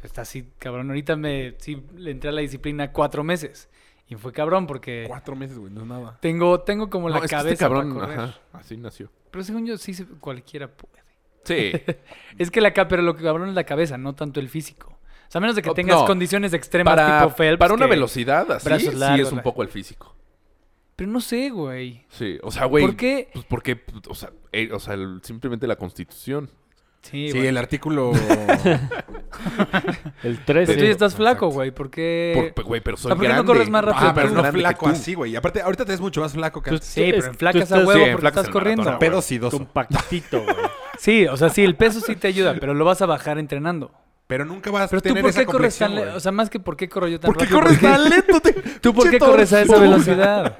Speaker 1: está así, cabrón. Ahorita me sí, le entré a la disciplina cuatro meses. Y fue cabrón porque
Speaker 5: Cuatro meses, güey, no es nada.
Speaker 1: tengo, tengo como
Speaker 4: No,
Speaker 1: la
Speaker 4: es que
Speaker 1: cabeza
Speaker 4: este cabrón,
Speaker 1: para correr.
Speaker 4: ajá, así nació.
Speaker 1: Pero según yo, sí se- cualquiera puede.
Speaker 4: Sí.
Speaker 1: Es que la ca- pero lo que cabrón es la cabeza, no tanto el físico. O sea, a menos de que
Speaker 4: Oh,
Speaker 1: tengas
Speaker 4: no.
Speaker 1: condiciones extremas
Speaker 4: para,
Speaker 1: tipo Phelps.
Speaker 4: para una
Speaker 1: que-
Speaker 4: velocidad así,
Speaker 1: brazos
Speaker 4: sí
Speaker 1: largos,
Speaker 4: es un
Speaker 1: la-
Speaker 4: poco el físico.
Speaker 1: Pero no sé, güey.
Speaker 4: Sí, o sea, güey.
Speaker 1: ¿Por qué?
Speaker 4: Pues porque, o sea, eh, o sea el- simplemente la constitución.
Speaker 1: Sí,
Speaker 5: Sí,
Speaker 1: güey.
Speaker 5: el artículo. Ah,
Speaker 3: El
Speaker 1: Pero tú
Speaker 3: 13.
Speaker 1: ya estás flaco,
Speaker 5: Exacto.
Speaker 1: güey. ¿Por qué?
Speaker 4: Por- pe- Güey, pero soy
Speaker 1: sea, ¿por qué Eh, no
Speaker 4: grande.
Speaker 1: corres más rápido
Speaker 5: ah,
Speaker 1: tú
Speaker 5: pero
Speaker 1: eres
Speaker 5: no
Speaker 4: grande que
Speaker 5: flaco
Speaker 4: tú.
Speaker 5: así, güey. Y Aparte, ahorita te ves mucho más flaco que
Speaker 3: Tú-
Speaker 5: antes.
Speaker 1: Sí,
Speaker 3: Es-
Speaker 1: pero
Speaker 3: tú
Speaker 1: enflacas a
Speaker 3: estás-
Speaker 1: huevo
Speaker 4: sí,
Speaker 1: porque
Speaker 4: enflacas
Speaker 1: estás
Speaker 4: en
Speaker 1: corriendo.
Speaker 4: maratón,
Speaker 5: Pedo sidoso.
Speaker 3: Compactito, güey.
Speaker 1: Sí, o sea, sí, el peso sí te ayuda, pero lo vas a bajar entrenando.
Speaker 5: Pero nunca vas
Speaker 1: Pero
Speaker 5: a
Speaker 1: tú,
Speaker 5: tener
Speaker 1: ¿por
Speaker 5: esa
Speaker 1: qué corres
Speaker 5: complexión,
Speaker 1: tan lento?
Speaker 5: güey.
Speaker 1: O sea, más que por qué corro yo tan
Speaker 5: ¿Por qué
Speaker 1: rápido.
Speaker 5: corres tan lento? Te-
Speaker 1: ¿Tú por qué
Speaker 5: Cheto,
Speaker 1: corres a esa
Speaker 5: por-
Speaker 1: velocidad?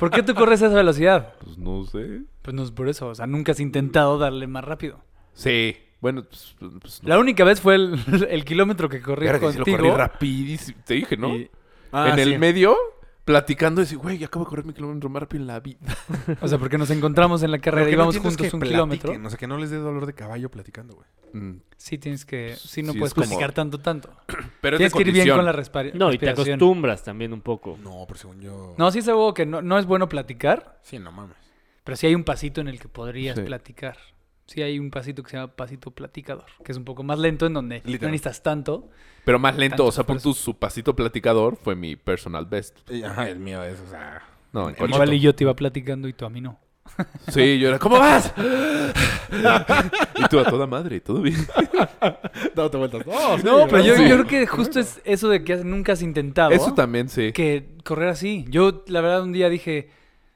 Speaker 1: ¿Por qué tú corres a esa velocidad?
Speaker 4: Pues no sé.
Speaker 1: Pues no es por eso, o sea, nunca has intentado darle más rápido.
Speaker 4: Sí. Bueno, pues, pues no.
Speaker 1: La única vez fue el, el kilómetro que corrí
Speaker 4: Verga, sí
Speaker 1: contigo.
Speaker 4: lo corrí rapidísimo. Te dije, ¿no?
Speaker 1: y-
Speaker 5: Ah,
Speaker 4: en
Speaker 5: sí.
Speaker 4: el medio, platicando, decir, güey, acabo de correr mi kilómetro más rápido en la vida.
Speaker 1: o sea, porque nos encontramos en la
Speaker 5: Lo
Speaker 1: carrera y
Speaker 5: que no
Speaker 1: vamos
Speaker 5: entiendo es
Speaker 1: juntos
Speaker 5: que
Speaker 1: un
Speaker 5: platiquen,
Speaker 1: kilómetro.
Speaker 5: O sea, que no les dé dolor de caballo platicando, güey.
Speaker 4: Mm,
Speaker 1: Sí tienes que... Sí, no
Speaker 4: Sí, es
Speaker 1: puedes
Speaker 4: como-
Speaker 1: platicar tanto, tanto.
Speaker 4: Pero
Speaker 1: Tienes
Speaker 4: es de
Speaker 1: que ir bien
Speaker 4: condición.
Speaker 1: con la respira-
Speaker 3: No, y te
Speaker 1: respiración.
Speaker 3: acostumbras también un poco.
Speaker 5: No, pero según yo.
Speaker 1: No, sí es algo que no, no es bueno platicar,
Speaker 5: Sí, no mames.
Speaker 1: pero sí hay un pasito en el que podrías
Speaker 4: Sí.
Speaker 1: platicar. Sí hay un pasito que se llama pasito platicador, que es un poco más lento, en donde no
Speaker 5: Literal.
Speaker 1: necesitas tanto.
Speaker 4: Pero más lento,
Speaker 1: Tanto
Speaker 4: o sea, pon tu su pasito platicador fue mi personal best.
Speaker 5: Y, Ajá, el mío es, o sea.
Speaker 4: No, en coche.
Speaker 1: Igual y yo te iba platicando y tú a mí no.
Speaker 4: Sí, yo era, ¿cómo vas? y tú a toda madre, todo bien.
Speaker 5: Dándote vueltas. No,
Speaker 1: No, pero yo,
Speaker 4: sí.
Speaker 1: yo creo que justo es eso de que has- nunca has intentado.
Speaker 4: Eso también, sí.
Speaker 1: Que correr así. Yo, la verdad, un día dije,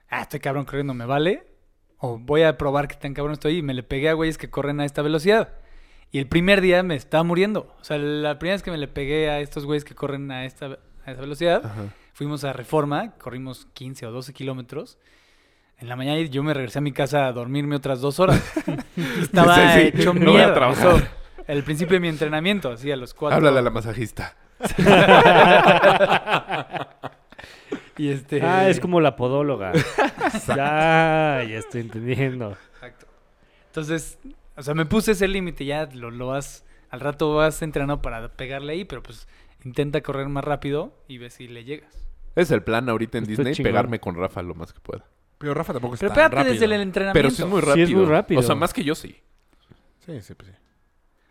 Speaker 1: ah, estoy cabrón corriendo, ¿me vale? O voy a probar que tan cabrón estoy. Y me le pegué a güeyes que corren a esta velocidad. Y el primer día me estaba muriendo. O sea, la primera vez que me le pegué a estos güeyes que corren a esta, a esa velocidad,
Speaker 4: Ajá.
Speaker 1: fuimos a Reforma, corrimos 15 o 12 kilómetros. En la mañana yo me regresé a mi casa a dormirme otras dos horas. Y estaba
Speaker 4: Sí, sí,
Speaker 1: hecho
Speaker 4: no voy a
Speaker 1: mierda.
Speaker 4: trabajar.
Speaker 1: Eso, el principio de mi entrenamiento, así a los cuatro.
Speaker 4: Háblale a la masajista.
Speaker 1: Y este...
Speaker 3: Ah, es como la podóloga. ya, ya estoy entendiendo.
Speaker 1: Exacto. Entonces, o sea, me puse ese límite, ya lo, lo vas, al rato vas entrenando para pegarle ahí, pero pues intenta correr más rápido y ves si le llegas.
Speaker 4: Es el plan ahorita en
Speaker 3: Está
Speaker 4: Disney,
Speaker 3: chingón.
Speaker 4: pegarme con Rafa lo más que pueda.
Speaker 5: Pero Rafa tampoco es
Speaker 1: Pero
Speaker 5: tan
Speaker 1: pégate
Speaker 5: rápido.
Speaker 1: desde el entrenamiento.
Speaker 4: Pero sí es muy
Speaker 3: Sí, es
Speaker 4: rápido.
Speaker 3: muy rápido.
Speaker 4: O sea, más que yo sí.
Speaker 5: Sí, sí, pues sí.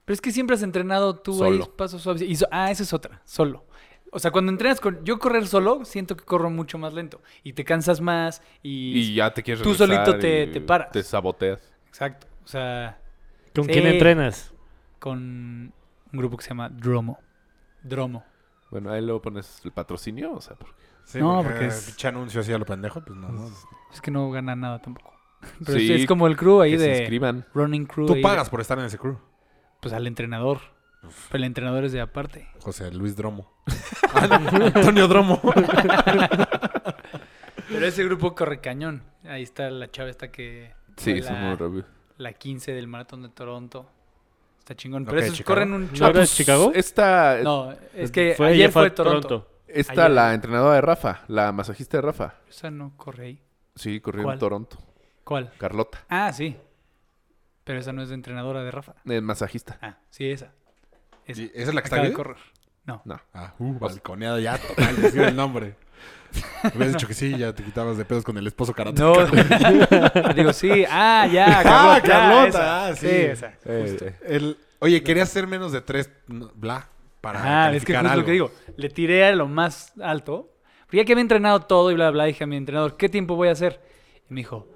Speaker 1: Pero es que siempre has entrenado tú ahí
Speaker 4: Solo.
Speaker 1: pasos suaves. Y so- ah, esa es otra, solo. O sea, cuando entrenas con... Yo correr solo, siento que corro mucho más lento. Y te cansas más y...
Speaker 4: Y ya te quieres
Speaker 1: Tú
Speaker 4: regresar
Speaker 1: solito te-
Speaker 4: y
Speaker 1: te paras.
Speaker 4: Te saboteas.
Speaker 1: Exacto. O sea,
Speaker 3: ¿Con
Speaker 1: Sí.
Speaker 3: quién entrenas?
Speaker 1: con un grupo que se llama Dromo. Dromo.
Speaker 4: Bueno, ahí luego pones el patrocinio, o sea, porque...
Speaker 5: Sí,
Speaker 1: No,
Speaker 5: porque,
Speaker 1: porque
Speaker 5: ah,
Speaker 1: es-
Speaker 5: Pinche anuncio así a lo pendejo, pues no. no.
Speaker 1: Es que no gana nada tampoco. Pero
Speaker 4: Sí,
Speaker 1: es, es como el crew ahí
Speaker 4: que se
Speaker 1: de...
Speaker 4: inscriban.
Speaker 1: Running crew. ahí
Speaker 5: Tú
Speaker 1: de-
Speaker 5: pagas por estar en ese crew.
Speaker 1: Pues al entrenador. Pero el entrenador es de aparte.
Speaker 5: José Luis Dromo. Ah, no, Antonio Dromo.
Speaker 1: Pero ese grupo corre cañón. Ahí está la chava esta que...
Speaker 4: Sí,
Speaker 1: fue
Speaker 4: son muy
Speaker 1: la,
Speaker 4: rápidos.
Speaker 1: la 15 del maratón de Toronto. Está chingón.
Speaker 5: ¿No
Speaker 1: Pero
Speaker 5: que de
Speaker 1: esos
Speaker 5: Chicago?
Speaker 1: corren un
Speaker 3: ¿No
Speaker 1: chorro.
Speaker 3: era de Chicago?
Speaker 4: pues, Esta,
Speaker 1: No, es que
Speaker 3: Fue-
Speaker 1: ayer
Speaker 3: ya
Speaker 1: fue
Speaker 3: a
Speaker 1: Toronto.
Speaker 4: esta
Speaker 1: ayer.
Speaker 4: la entrenadora de Rafa, la masajista de Rafa.
Speaker 1: Esa no corre ahí.
Speaker 4: Sí, corrió
Speaker 1: ¿Cuál?
Speaker 4: en Toronto.
Speaker 1: ¿Cuál?
Speaker 4: Carlota,
Speaker 1: Ah, sí. Pero esa no es de entrenadora de Rafa.
Speaker 4: el eh, masajista.
Speaker 1: Ah, sí, esa. Esa,
Speaker 5: ¿Y esa es la que está
Speaker 1: Acaba de
Speaker 5: viva?
Speaker 1: correr.
Speaker 5: Ah, uh, balconeado ya, total, decir el nombre. Hubieras dicho que sí, ya te quitabas de pedos con el esposo karate.
Speaker 1: No, digo, sí. Ah, ya, Carlota.
Speaker 5: Ah,
Speaker 1: ya,
Speaker 5: Carlota,
Speaker 1: esa.
Speaker 5: ah, sí.
Speaker 1: esa.
Speaker 4: Eh, eh.
Speaker 5: El, Oye, quería hacer menos de tres, no, bla, para
Speaker 1: Ah, es que
Speaker 5: calificar
Speaker 1: justo lo
Speaker 5: algo.
Speaker 1: que digo. Le tiré a lo más alto. Pero ya que había entrenado todo y bla, bla, dije a mi entrenador, ¿qué tiempo voy a hacer? Y me dijo,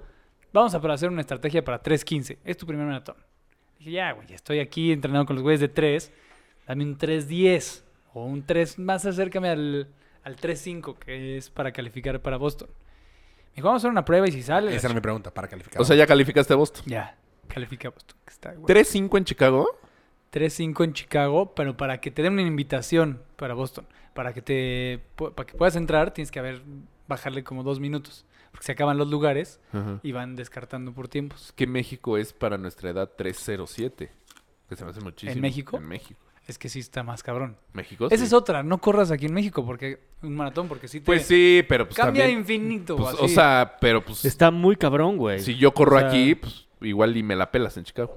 Speaker 1: vamos a para hacer una estrategia para 3.15. Es tu primer maratón. Dije, ya, güey, ya estoy aquí entrenado con los güeyes de 3. Dame un 3.10 o un 3, más acércame al, al 3.5, que es para calificar para Boston. Me dijo, vamos a hacer una prueba y si sale... la
Speaker 5: Esa era mi
Speaker 1: ch-
Speaker 5: pregunta, para calificar.
Speaker 4: O sea, ya calificaste a Boston.
Speaker 1: Ya, califica a Boston. que está, güey.
Speaker 4: 3-5 en Chicago.
Speaker 1: 3-5 en Chicago, pero para que te den una invitación para Boston, para que te pu- para que puedas entrar, tienes que haber bajarle como dos minutos, porque se acaban los lugares y van descartando por tiempos.
Speaker 4: Que México es para nuestra edad 307. Que se me hace muchísimo.
Speaker 1: ¿En México?
Speaker 4: En México.
Speaker 1: Es que sí está más cabrón.
Speaker 4: México.
Speaker 1: Esa
Speaker 4: Pues sí.
Speaker 1: es otra, no corras aquí en México porque un maratón porque sí te
Speaker 4: Pues sí, pero pues
Speaker 1: cambia
Speaker 4: también.
Speaker 1: infinito.
Speaker 4: pues,
Speaker 1: así. Este,
Speaker 4: o sea, pero pues
Speaker 3: Está muy cabrón, güey.
Speaker 4: si yo corro
Speaker 3: o sea-
Speaker 4: aquí, pues igual y me la pelas en Chicago.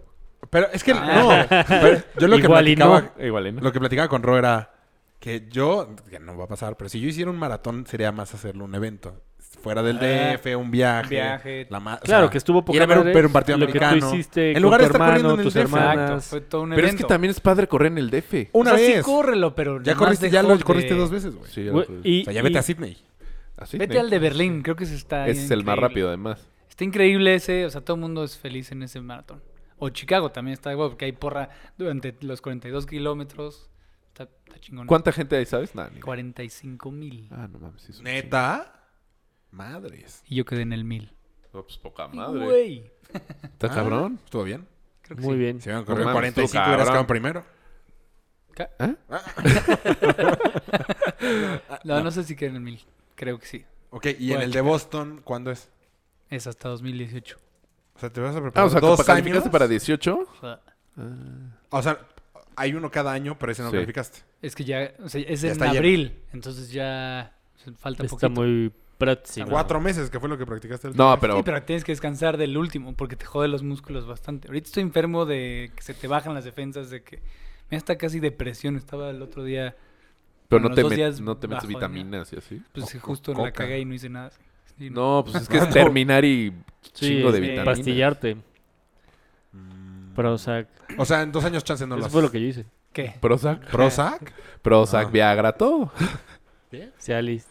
Speaker 5: Pero es que,
Speaker 1: Ah.
Speaker 5: no, pero yo lo que,
Speaker 3: Igual y no.
Speaker 5: platicaba,
Speaker 4: Igual y no.
Speaker 5: lo que platicaba con Ro era que yo, que no va a pasar, pero si yo hiciera un maratón sería más hacerlo un evento. Fuera del
Speaker 1: Ah,
Speaker 5: DF, un viaje.
Speaker 1: un viaje.
Speaker 5: la ma- o
Speaker 3: Claro,
Speaker 5: sea,
Speaker 3: que estuvo poca
Speaker 5: ir a ver, un-
Speaker 3: madre
Speaker 5: ver un partido
Speaker 3: lo
Speaker 5: americano.
Speaker 3: que tú hiciste
Speaker 5: En
Speaker 3: con
Speaker 5: lugar de
Speaker 3: tu
Speaker 5: estar corriendo
Speaker 3: hermano,
Speaker 5: en el
Speaker 3: tus
Speaker 5: DF.
Speaker 1: Exacto,
Speaker 3: hermanas.
Speaker 1: fue todo un
Speaker 4: Pero es que
Speaker 1: evento.
Speaker 4: también es padre correr en el DF.
Speaker 1: O
Speaker 5: Una
Speaker 1: sea,
Speaker 5: vez.
Speaker 1: sí córrelo, pero
Speaker 5: ya
Speaker 1: nomás
Speaker 5: corriste, ya lo
Speaker 1: dejóte.
Speaker 5: corriste dos veces, güey.
Speaker 4: Sí,
Speaker 3: Güey,
Speaker 4: algo-
Speaker 3: y-
Speaker 5: O sea, ya vete
Speaker 3: y-
Speaker 5: a Sydney.
Speaker 4: así.
Speaker 1: Vete al de Berlín, creo que se está
Speaker 4: Ese es el más
Speaker 1: increíble.
Speaker 4: rápido, además.
Speaker 1: Está increíble ese, o sea, todo el mundo es feliz en ese maratón. O Chicago también está guapo, porque hay porra durante los 42 kilómetros. Está, está chingón.
Speaker 4: ¿Cuánta gente hay, sabes? Nada, ni idea.
Speaker 1: 45 mil.
Speaker 4: Ah, no mames. sí es un
Speaker 5: Neta. Madres.
Speaker 1: Y yo quedé en el mil.
Speaker 4: chingo. No, pues poca madre.
Speaker 1: Güey.
Speaker 4: Está
Speaker 5: Ah,
Speaker 4: cabrón.
Speaker 5: ¿Estuvo bien?
Speaker 1: Creo que
Speaker 3: Muy
Speaker 1: sí.
Speaker 3: bien.
Speaker 5: Si hubieran corrido
Speaker 4: mames,
Speaker 5: 45
Speaker 4: estuvo
Speaker 5: hubieras
Speaker 4: cabrón.
Speaker 5: quedado primero.
Speaker 1: Ah, No, no sé si quedé en el mil. Creo que sí.
Speaker 5: Ok, y en
Speaker 1: Bueno,
Speaker 5: el de Boston, ¿cuándo es?
Speaker 1: Es hasta 2018.
Speaker 5: O sea, te vas a preparar
Speaker 4: Ah, o sea,
Speaker 5: dos
Speaker 4: calificaste
Speaker 5: años.
Speaker 4: para 18.
Speaker 1: O sea,
Speaker 5: O sea, hay uno cada año, pero ese no
Speaker 4: Sí.
Speaker 5: calificaste.
Speaker 1: es que ya, o sea, es
Speaker 5: Ya
Speaker 1: en
Speaker 5: está lleno.
Speaker 1: abril. Entonces ya o sea, falta
Speaker 3: Está
Speaker 1: poquito.
Speaker 3: muy próximo.
Speaker 5: Cuatro meses, que fue lo que practicaste. el-
Speaker 4: No,
Speaker 1: Sí,
Speaker 4: pero
Speaker 1: pero tienes que descansar del último porque te jode los músculos bastante. Ahorita estoy enfermo de que se te bajan las defensas, de que me está casi depresión. Estaba el otro día,
Speaker 4: Pero
Speaker 1: Bueno,
Speaker 4: no te,
Speaker 1: los dos
Speaker 4: met-
Speaker 1: días
Speaker 4: no te metes
Speaker 1: bajo de
Speaker 4: vitaminas y así.
Speaker 1: pues
Speaker 5: O-
Speaker 1: justo
Speaker 5: coca.
Speaker 1: la cagué y no hice nada. Sí,
Speaker 4: No, pues es que es terminar y chingo de
Speaker 3: sí,
Speaker 4: vitaminas.
Speaker 3: Pastillarte.
Speaker 5: Mm.
Speaker 3: Pero, o sea,
Speaker 5: O sea, en dos años chance no lo
Speaker 3: eso
Speaker 5: haces.
Speaker 3: fue lo que yo hice.
Speaker 1: ¿Qué?
Speaker 4: Prozac.
Speaker 5: ¿Prozac?
Speaker 4: Prozac,
Speaker 5: Ah.
Speaker 4: Viagra, todo.
Speaker 3: Cialis.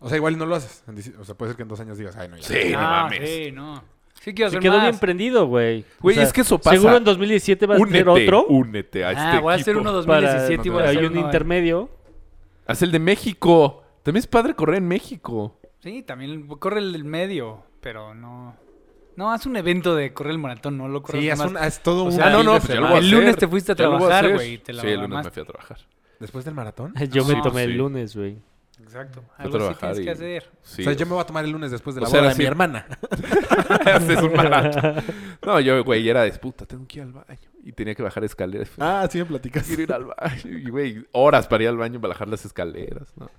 Speaker 5: O sea, igual no lo haces. En dici- O sea, puede ser que en dos años digas, ay, no, ya.
Speaker 4: Sí, no
Speaker 1: Ah,
Speaker 4: mames.
Speaker 1: Sí, no. Sí quiero
Speaker 3: Se
Speaker 1: hacer
Speaker 3: quedó
Speaker 1: más.
Speaker 3: bien prendido, güey. O
Speaker 4: Güey,
Speaker 3: sea,
Speaker 4: es que eso pasa.
Speaker 3: Seguro en 2017 vas a
Speaker 4: únete,
Speaker 3: hacer otro.
Speaker 4: únete a este
Speaker 1: Ah, voy a hacer
Speaker 4: equipo.
Speaker 1: uno
Speaker 3: para,
Speaker 1: 2017 y
Speaker 5: no
Speaker 1: voy a eh.
Speaker 5: te-
Speaker 1: hacer
Speaker 3: hay un
Speaker 1: uno en-
Speaker 3: intermedio.
Speaker 4: Haz el de México. También es padre correr en México.
Speaker 1: Sí, también corre el del medio, pero no. No, haz un evento de correr el maratón, no lo corres
Speaker 5: Sí, es,
Speaker 1: nomás.
Speaker 5: un- es
Speaker 1: O
Speaker 5: todo un...
Speaker 1: sea,
Speaker 5: fin
Speaker 1: no, no,
Speaker 5: de
Speaker 1: pues
Speaker 4: ya
Speaker 5: semana.
Speaker 4: lo voy a
Speaker 1: El lunes
Speaker 4: hacer.
Speaker 1: te fuiste a
Speaker 4: Ya lo voy
Speaker 1: trabajar,
Speaker 4: hacer.
Speaker 1: güey, y te la
Speaker 4: Sí, el lunes me
Speaker 1: mamaste.
Speaker 4: fui a trabajar.
Speaker 5: Después del maratón.
Speaker 3: Yo
Speaker 1: Ah,
Speaker 3: me tomé
Speaker 4: sí.
Speaker 3: el lunes, güey.
Speaker 1: Exacto.
Speaker 4: Fue a
Speaker 1: Algo así
Speaker 4: trabajar
Speaker 1: tienes
Speaker 4: y-
Speaker 1: que hacer.
Speaker 4: Sí,
Speaker 5: o sea, yo me voy a tomar el lunes después de la
Speaker 4: O sea,
Speaker 5: boda de
Speaker 4: sí.
Speaker 5: mi hermana.
Speaker 4: haces un maratón. No, yo, güey, era de puta, tengo que ir al baño. Y tenía que bajar escaleras.
Speaker 5: ah, sí me platicas.
Speaker 4: Quiero ir al baño. Y, güey, horas para ir al baño para bajar las escaleras. ¿no?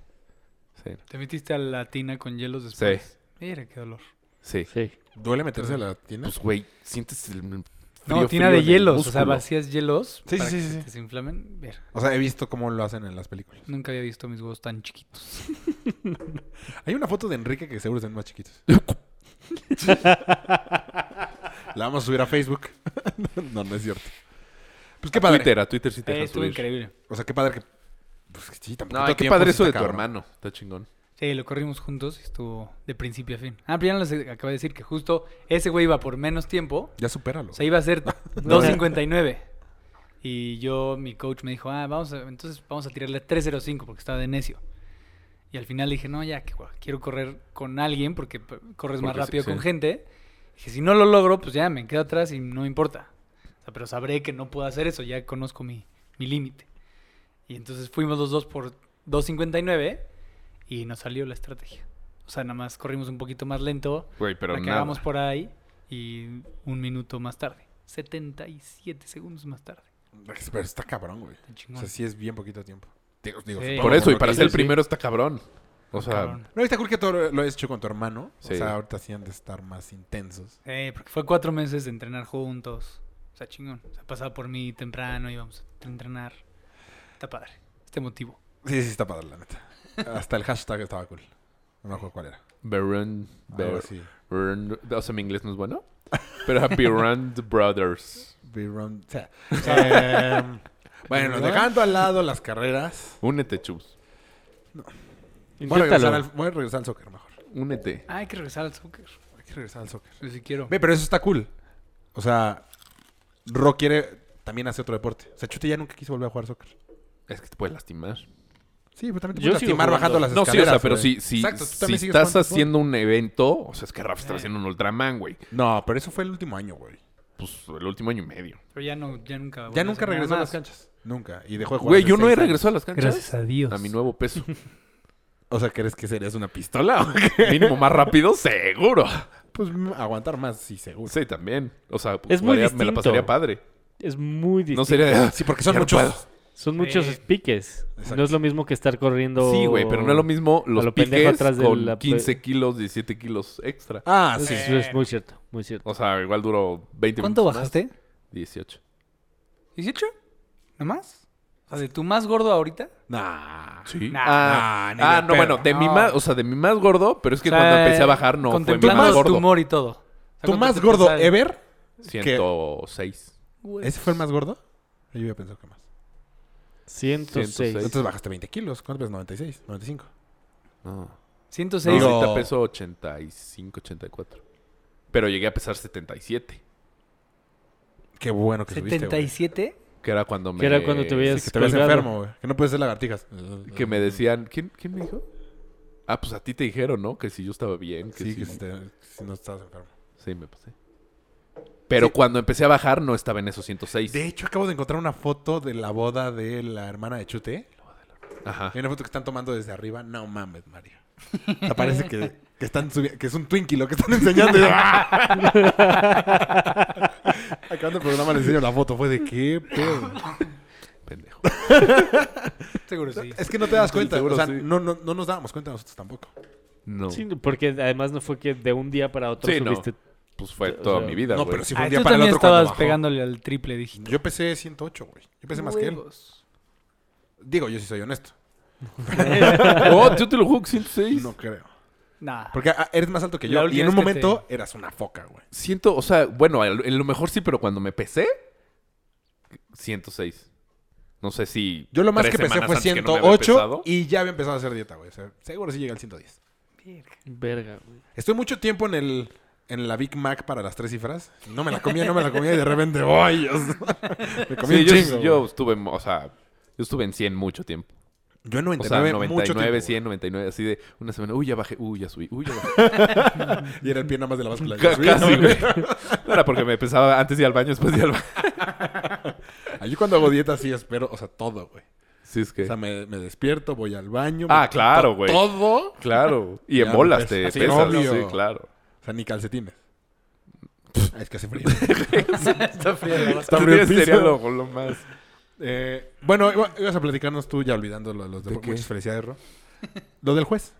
Speaker 4: Sí,
Speaker 1: Te metiste a la tina con hielos después. Mira, qué dolor.
Speaker 4: sí.
Speaker 3: Sí.
Speaker 5: ¿Duele meterse a la tienda?
Speaker 4: Pues, güey, sientes el frío,
Speaker 1: no, tina
Speaker 4: frío
Speaker 1: de
Speaker 4: en el
Speaker 1: hielos. O sea,
Speaker 4: músculo.
Speaker 1: vacías hielos
Speaker 5: Sí,
Speaker 1: para
Speaker 5: sí,
Speaker 1: que
Speaker 5: sí,
Speaker 1: se
Speaker 5: sí.
Speaker 1: te desinflamen. Ver,
Speaker 5: O sea, he visto cómo lo hacen en las películas.
Speaker 1: nunca había visto mis huevos tan chiquitos.
Speaker 5: Hay una foto de Enrique que seguro están más chiquitos. la vamos a subir a Facebook. no, no es cierto. Pues qué
Speaker 4: A
Speaker 5: padre.
Speaker 4: Twitter, a Twitter sí te
Speaker 1: Eh,
Speaker 4: dejan
Speaker 1: estuvo
Speaker 4: subir.
Speaker 1: increíble.
Speaker 5: O sea, qué padre que... Pues sí, tampoco
Speaker 4: No, ay, qué padre eso de tu hermano. Está chingón.
Speaker 1: Sí, lo corrimos juntos y estuvo de principio a fin. Ah, pero ya les acabo de decir que justo ese güey iba por menos tiempo.
Speaker 5: Ya supéralo.
Speaker 1: O sea, iba a ser 2.59. Y yo, mi coach me dijo, ah, vamos a, entonces vamos a tirarle a 3.05 porque estaba de necio. Y al final dije, no, ya, qué guay, quiero correr con alguien porque p- corres más
Speaker 4: Porque sí,
Speaker 1: rápido con
Speaker 4: sí.
Speaker 1: gente. Dije, si no lo logro, pues ya me quedo atrás y no me importa. O sea, pero sabré que no puedo hacer eso, ya conozco mi, mi límite. Y entonces fuimos los dos por 2.59 y nos salió la estrategia. O sea, nada más corrimos un poquito más lento,
Speaker 4: Güey, pero
Speaker 1: la
Speaker 4: nada.
Speaker 1: cagamos por ahí y un minuto más tarde. 77 segundos más tarde.
Speaker 5: Pues, Pero está cabrón, güey.
Speaker 1: Tan
Speaker 5: O
Speaker 1: chingón.
Speaker 5: sea, sí es bien poquito tiempo. Digo, digo,
Speaker 1: Sí.
Speaker 5: supongo
Speaker 4: Por eso, y
Speaker 5: lo
Speaker 4: para
Speaker 5: que
Speaker 4: ser el
Speaker 5: dices.
Speaker 4: primero está cabrón. O sea,
Speaker 1: Cabrón.
Speaker 5: No, está cool que todo lo- lo has hecho con tu hermano.
Speaker 4: Sí.
Speaker 5: O sea, ahorita sí han de estar más intensos.
Speaker 1: Sí, Eh, porque fue cuatro meses de entrenar juntos. O sea, chingón. O sea, pasaba por mí temprano, íbamos a entrenar. Está padre. Este motivo.
Speaker 5: Sí, sí, está padre, la neta. Hasta el hashtag estaba cool. No me acuerdo cuál era.
Speaker 4: Baron,
Speaker 5: Algo
Speaker 4: Ber-
Speaker 5: así.
Speaker 4: Baron- o sea, mi inglés no es bueno, pero era Berend Brothers.
Speaker 5: Be round- o sea, em, bueno, dejando al lado las carreras.
Speaker 4: Únete, Chus.
Speaker 5: Voy a, regresar
Speaker 3: Inténtalo.
Speaker 5: al, voy a regresar al soccer mejor.
Speaker 4: Únete.
Speaker 1: Ah, hay que regresar al soccer.
Speaker 5: Hay que regresar al soccer.
Speaker 1: Yo sí quiero.
Speaker 5: Ve, pero eso está cool. O sea, Ro quiere también hacer otro deporte. O sea, Chute ya nunca quiso volver a jugar soccer.
Speaker 4: Es que te puedes lastimar.
Speaker 5: Sí, pero también te
Speaker 3: Yo
Speaker 5: puedes
Speaker 3: sigo
Speaker 5: lastimar
Speaker 3: jugando.
Speaker 5: bajando las
Speaker 4: No, sí, o
Speaker 5: escaleras.
Speaker 4: sea, pero
Speaker 5: güey.
Speaker 4: si, si,
Speaker 5: Exacto, tú
Speaker 4: si
Speaker 5: también sigues
Speaker 4: estás
Speaker 5: jugando fútbol. Eh.
Speaker 4: haciendo un evento, o sea, es que Rafa está haciendo un Ultraman, güey.
Speaker 5: No, pero eso fue el último año, güey.
Speaker 4: Pues el último año y medio.
Speaker 1: Pero ya, no, ya nunca. voy
Speaker 5: Ya
Speaker 1: a
Speaker 5: nunca
Speaker 1: hacer nada
Speaker 5: regresó a las
Speaker 1: más.
Speaker 5: canchas. Nunca. Y dejó de jugar.
Speaker 4: Güey,
Speaker 5: hace
Speaker 4: yo no he
Speaker 5: seis años.
Speaker 4: regresado a las canchas.
Speaker 1: Gracias a Dios.
Speaker 4: A mi nuevo peso.
Speaker 5: O sea, ¿crees que serías una pistola?
Speaker 4: ¿Pistola o qué? Mínimo más rápido, seguro.
Speaker 5: Pues mm, aguantar más, sí, seguro.
Speaker 4: Sí, también. O sea,
Speaker 3: Es muy
Speaker 4: jugaría- me la
Speaker 3: distinto.
Speaker 4: pasaría padre.
Speaker 3: Es muy difícil.
Speaker 4: No sería de, "Ah,
Speaker 5: Sí, porque son
Speaker 4: ya no
Speaker 5: muchos.
Speaker 4: puedo".
Speaker 3: Son muchos
Speaker 1: Sí.
Speaker 3: piques.
Speaker 5: Exacto.
Speaker 3: No es lo mismo que estar corriendo.
Speaker 4: Sí, güey, pero no es lo mismo los
Speaker 3: lo pendejo
Speaker 4: piques
Speaker 3: atrás de
Speaker 4: con
Speaker 3: la pe-
Speaker 4: 15 kilos, 17 kilos extra.
Speaker 5: Ah,
Speaker 3: Eso
Speaker 5: sí.
Speaker 3: es, es muy cierto, muy cierto.
Speaker 4: O sea, igual duró 20
Speaker 1: ¿Cuánto
Speaker 4: minutos más.
Speaker 1: bajaste?
Speaker 4: 18.
Speaker 1: ¿18? ¿Nomás? O sea, de tu más gordo ahorita.
Speaker 5: Nah.
Speaker 4: Sí.
Speaker 1: Nah.
Speaker 4: ah,
Speaker 5: Nah, ni
Speaker 4: ah,
Speaker 5: de
Speaker 4: no,
Speaker 5: pedo.
Speaker 4: bueno, de mi
Speaker 1: No.
Speaker 4: más, o sea, de mi más gordo, pero es que
Speaker 1: O sea,
Speaker 4: cuando empecé a bajar no fue mi
Speaker 1: contemplando
Speaker 4: más
Speaker 1: tu
Speaker 4: gordo.
Speaker 1: humor y todo. O sea,
Speaker 5: ¿Tu
Speaker 1: cuando
Speaker 5: más
Speaker 1: te
Speaker 5: gordo
Speaker 1: pesas-
Speaker 5: ever?
Speaker 4: 106.
Speaker 1: Güey.
Speaker 5: ¿Ese fue el más gordo? Yo iba a pensar que más.
Speaker 3: 106.
Speaker 4: 106.
Speaker 5: Entonces bajaste 20 kilos. ¿Cuánto pesas? 96, 95.
Speaker 4: No.
Speaker 1: 106.
Speaker 5: Digo-
Speaker 4: ahorita peso 85, 84. Pero llegué a pesar 77,
Speaker 5: Qué bueno que subiste, güey.
Speaker 1: 77.
Speaker 4: que era cuando me...
Speaker 3: Que era cuando te veías
Speaker 5: Que te ves
Speaker 3: colgado.
Speaker 5: enfermo, güey. Que no puedes hacer lagartijas.
Speaker 4: Que me decían... ¿Quién, quién me dijo? Ah, pues a ti te dijeron, ¿no? Que si yo estaba bien, que
Speaker 5: Sí,
Speaker 4: si-
Speaker 5: que si, te- si no estás enfermo.
Speaker 4: Sí, me pasé. Pero cuando empecé a bajar no estaba en esos 106.
Speaker 5: De hecho, acabo de encontrar una foto de la boda de la hermana de Chute.
Speaker 4: Ajá.
Speaker 5: Hay una foto que están tomando desde arriba. No mames, Mario. Te parece que, que están subi- que es un Twinkie lo que están enseñando. Y- ¡ah! Acabando el programa les enseño la foto. Fue de qué pedo.
Speaker 4: Pendejo.
Speaker 1: Seguro sí.
Speaker 5: Es que no te das cuenta.
Speaker 4: seguro
Speaker 5: o sea,
Speaker 4: sí.
Speaker 5: no, no, no nos dábamos cuenta nosotros tampoco.
Speaker 4: No.
Speaker 3: Sí, porque además no fue que de un día para otro
Speaker 4: Sí, no.
Speaker 3: subiste.
Speaker 4: Pues fue
Speaker 3: O
Speaker 4: toda
Speaker 3: sea,
Speaker 4: mi vida,
Speaker 5: no,
Speaker 4: güey.
Speaker 5: pero si fue
Speaker 1: Ah,
Speaker 5: un día
Speaker 1: tú
Speaker 5: para el
Speaker 1: también
Speaker 5: otro cuando
Speaker 1: estabas
Speaker 5: bajó.
Speaker 1: pegándole al triple dígito.
Speaker 5: Yo pesé 108, güey. Yo pesé más que él.
Speaker 1: Huevos.
Speaker 5: Digo, yo sí soy honesto.
Speaker 4: Oh, yo te lo juego que 106.
Speaker 5: No creo.
Speaker 1: Nah.
Speaker 5: Porque ah, eres más alto que
Speaker 1: La
Speaker 5: yo. Y
Speaker 1: última
Speaker 5: en un
Speaker 1: vez que
Speaker 5: momento eras una foca, güey.
Speaker 4: Siento, o sea, bueno, a lo- en lo mejor sí, pero cuando me pesé, 106. No sé si.
Speaker 5: Yo lo más
Speaker 4: tres
Speaker 5: que pesé
Speaker 4: semanas
Speaker 5: fue
Speaker 4: antes que no me había
Speaker 5: 108
Speaker 4: pesado.
Speaker 5: y ya había empezado a hacer dieta, güey. O sea, seguro sí llega al 110.
Speaker 1: Verga.
Speaker 3: Verga, güey.
Speaker 5: Estoy mucho tiempo en el en la Big Mac para las tres cifras. No me la comía, no me la comía y de repente, ¡ay! Dios! me comí
Speaker 4: Sí,
Speaker 5: un
Speaker 4: yo,
Speaker 5: chingo.
Speaker 4: yo
Speaker 5: güey.
Speaker 4: estuve, o sea, yo estuve en 100 mucho tiempo.
Speaker 5: Yo en
Speaker 4: O sea,
Speaker 5: 99,
Speaker 4: 99,
Speaker 5: mucho tiempo.
Speaker 4: 100, 99, así de una semana. Uy, ya bajé, uy, ya subí, uy, ya bajé.
Speaker 5: güey. Y era el pie nada más de la báscula.
Speaker 4: Ca- Casi, güey. No era porque me pesaba antes de ir al baño, después de ir al baño.
Speaker 5: Allí cuando hago dieta sí espero, o sea, todo, güey.
Speaker 4: Sí, es que.
Speaker 5: O sea, me, me despierto, voy al baño.
Speaker 4: Ah,
Speaker 5: me quito
Speaker 4: claro, güey.
Speaker 5: Todo.
Speaker 4: Claro. Y
Speaker 5: Ya,
Speaker 4: en bolas
Speaker 5: pues,
Speaker 4: te
Speaker 5: así,
Speaker 4: pesas.
Speaker 5: obvio.
Speaker 4: Sí, claro.
Speaker 5: O sea, ni calcetines. Ah, es que hace frío.
Speaker 1: Está frío.
Speaker 5: Está frío el
Speaker 4: Sería
Speaker 5: piso.
Speaker 4: lo, lo más.
Speaker 5: Eh, bueno, iba- ibas a platicarnos tú ya olvidando lo de los
Speaker 4: ¿De
Speaker 5: deportes.
Speaker 4: qué?
Speaker 5: Muchas felicidades, Ro. Lo del juez.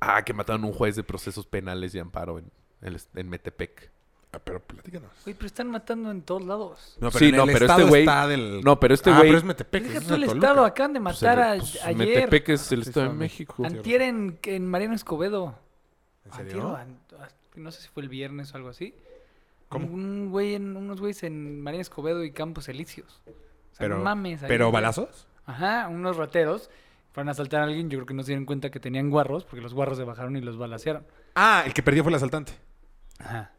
Speaker 4: Ah, que mataron a un juez de procesos penales y amparo en, en, en Metepec.
Speaker 5: Ah, pero platícanos.
Speaker 1: Güey, pero están matando en todos lados.
Speaker 5: No,
Speaker 4: Sí, no, pero este güey- no, pero este
Speaker 5: Ah,
Speaker 4: güey-
Speaker 5: pero es Metepec.
Speaker 1: Deja
Speaker 5: eso es
Speaker 1: tú el
Speaker 5: de Toluca.
Speaker 1: estado. Acaban de
Speaker 4: Pues
Speaker 1: matar
Speaker 4: el-
Speaker 1: a-
Speaker 4: pues,
Speaker 1: ayer.
Speaker 4: Metepec es el Estado de
Speaker 5: Ah, sí,
Speaker 4: México.
Speaker 1: Antier en, en Mariano Escobedo.
Speaker 5: ¿En
Speaker 1: Antier
Speaker 5: serio?
Speaker 1: o an- o- no sé si fue el viernes o algo así.
Speaker 5: ¿Cómo?
Speaker 1: Un güey en, unos güeyes en Mariano Escobedo y Campos Elíseos. O sea,
Speaker 5: Pero,
Speaker 1: no mames. ahí,
Speaker 5: pero
Speaker 1: güey.
Speaker 5: balazos.
Speaker 1: Ajá, unos rateros. Fueron a asaltar a alguien. Yo creo que no se dieron cuenta que tenían guarros porque los guarros se bajaron y los balacearon.
Speaker 5: Ah, el que perdió fue el asaltante.
Speaker 1: Ajá.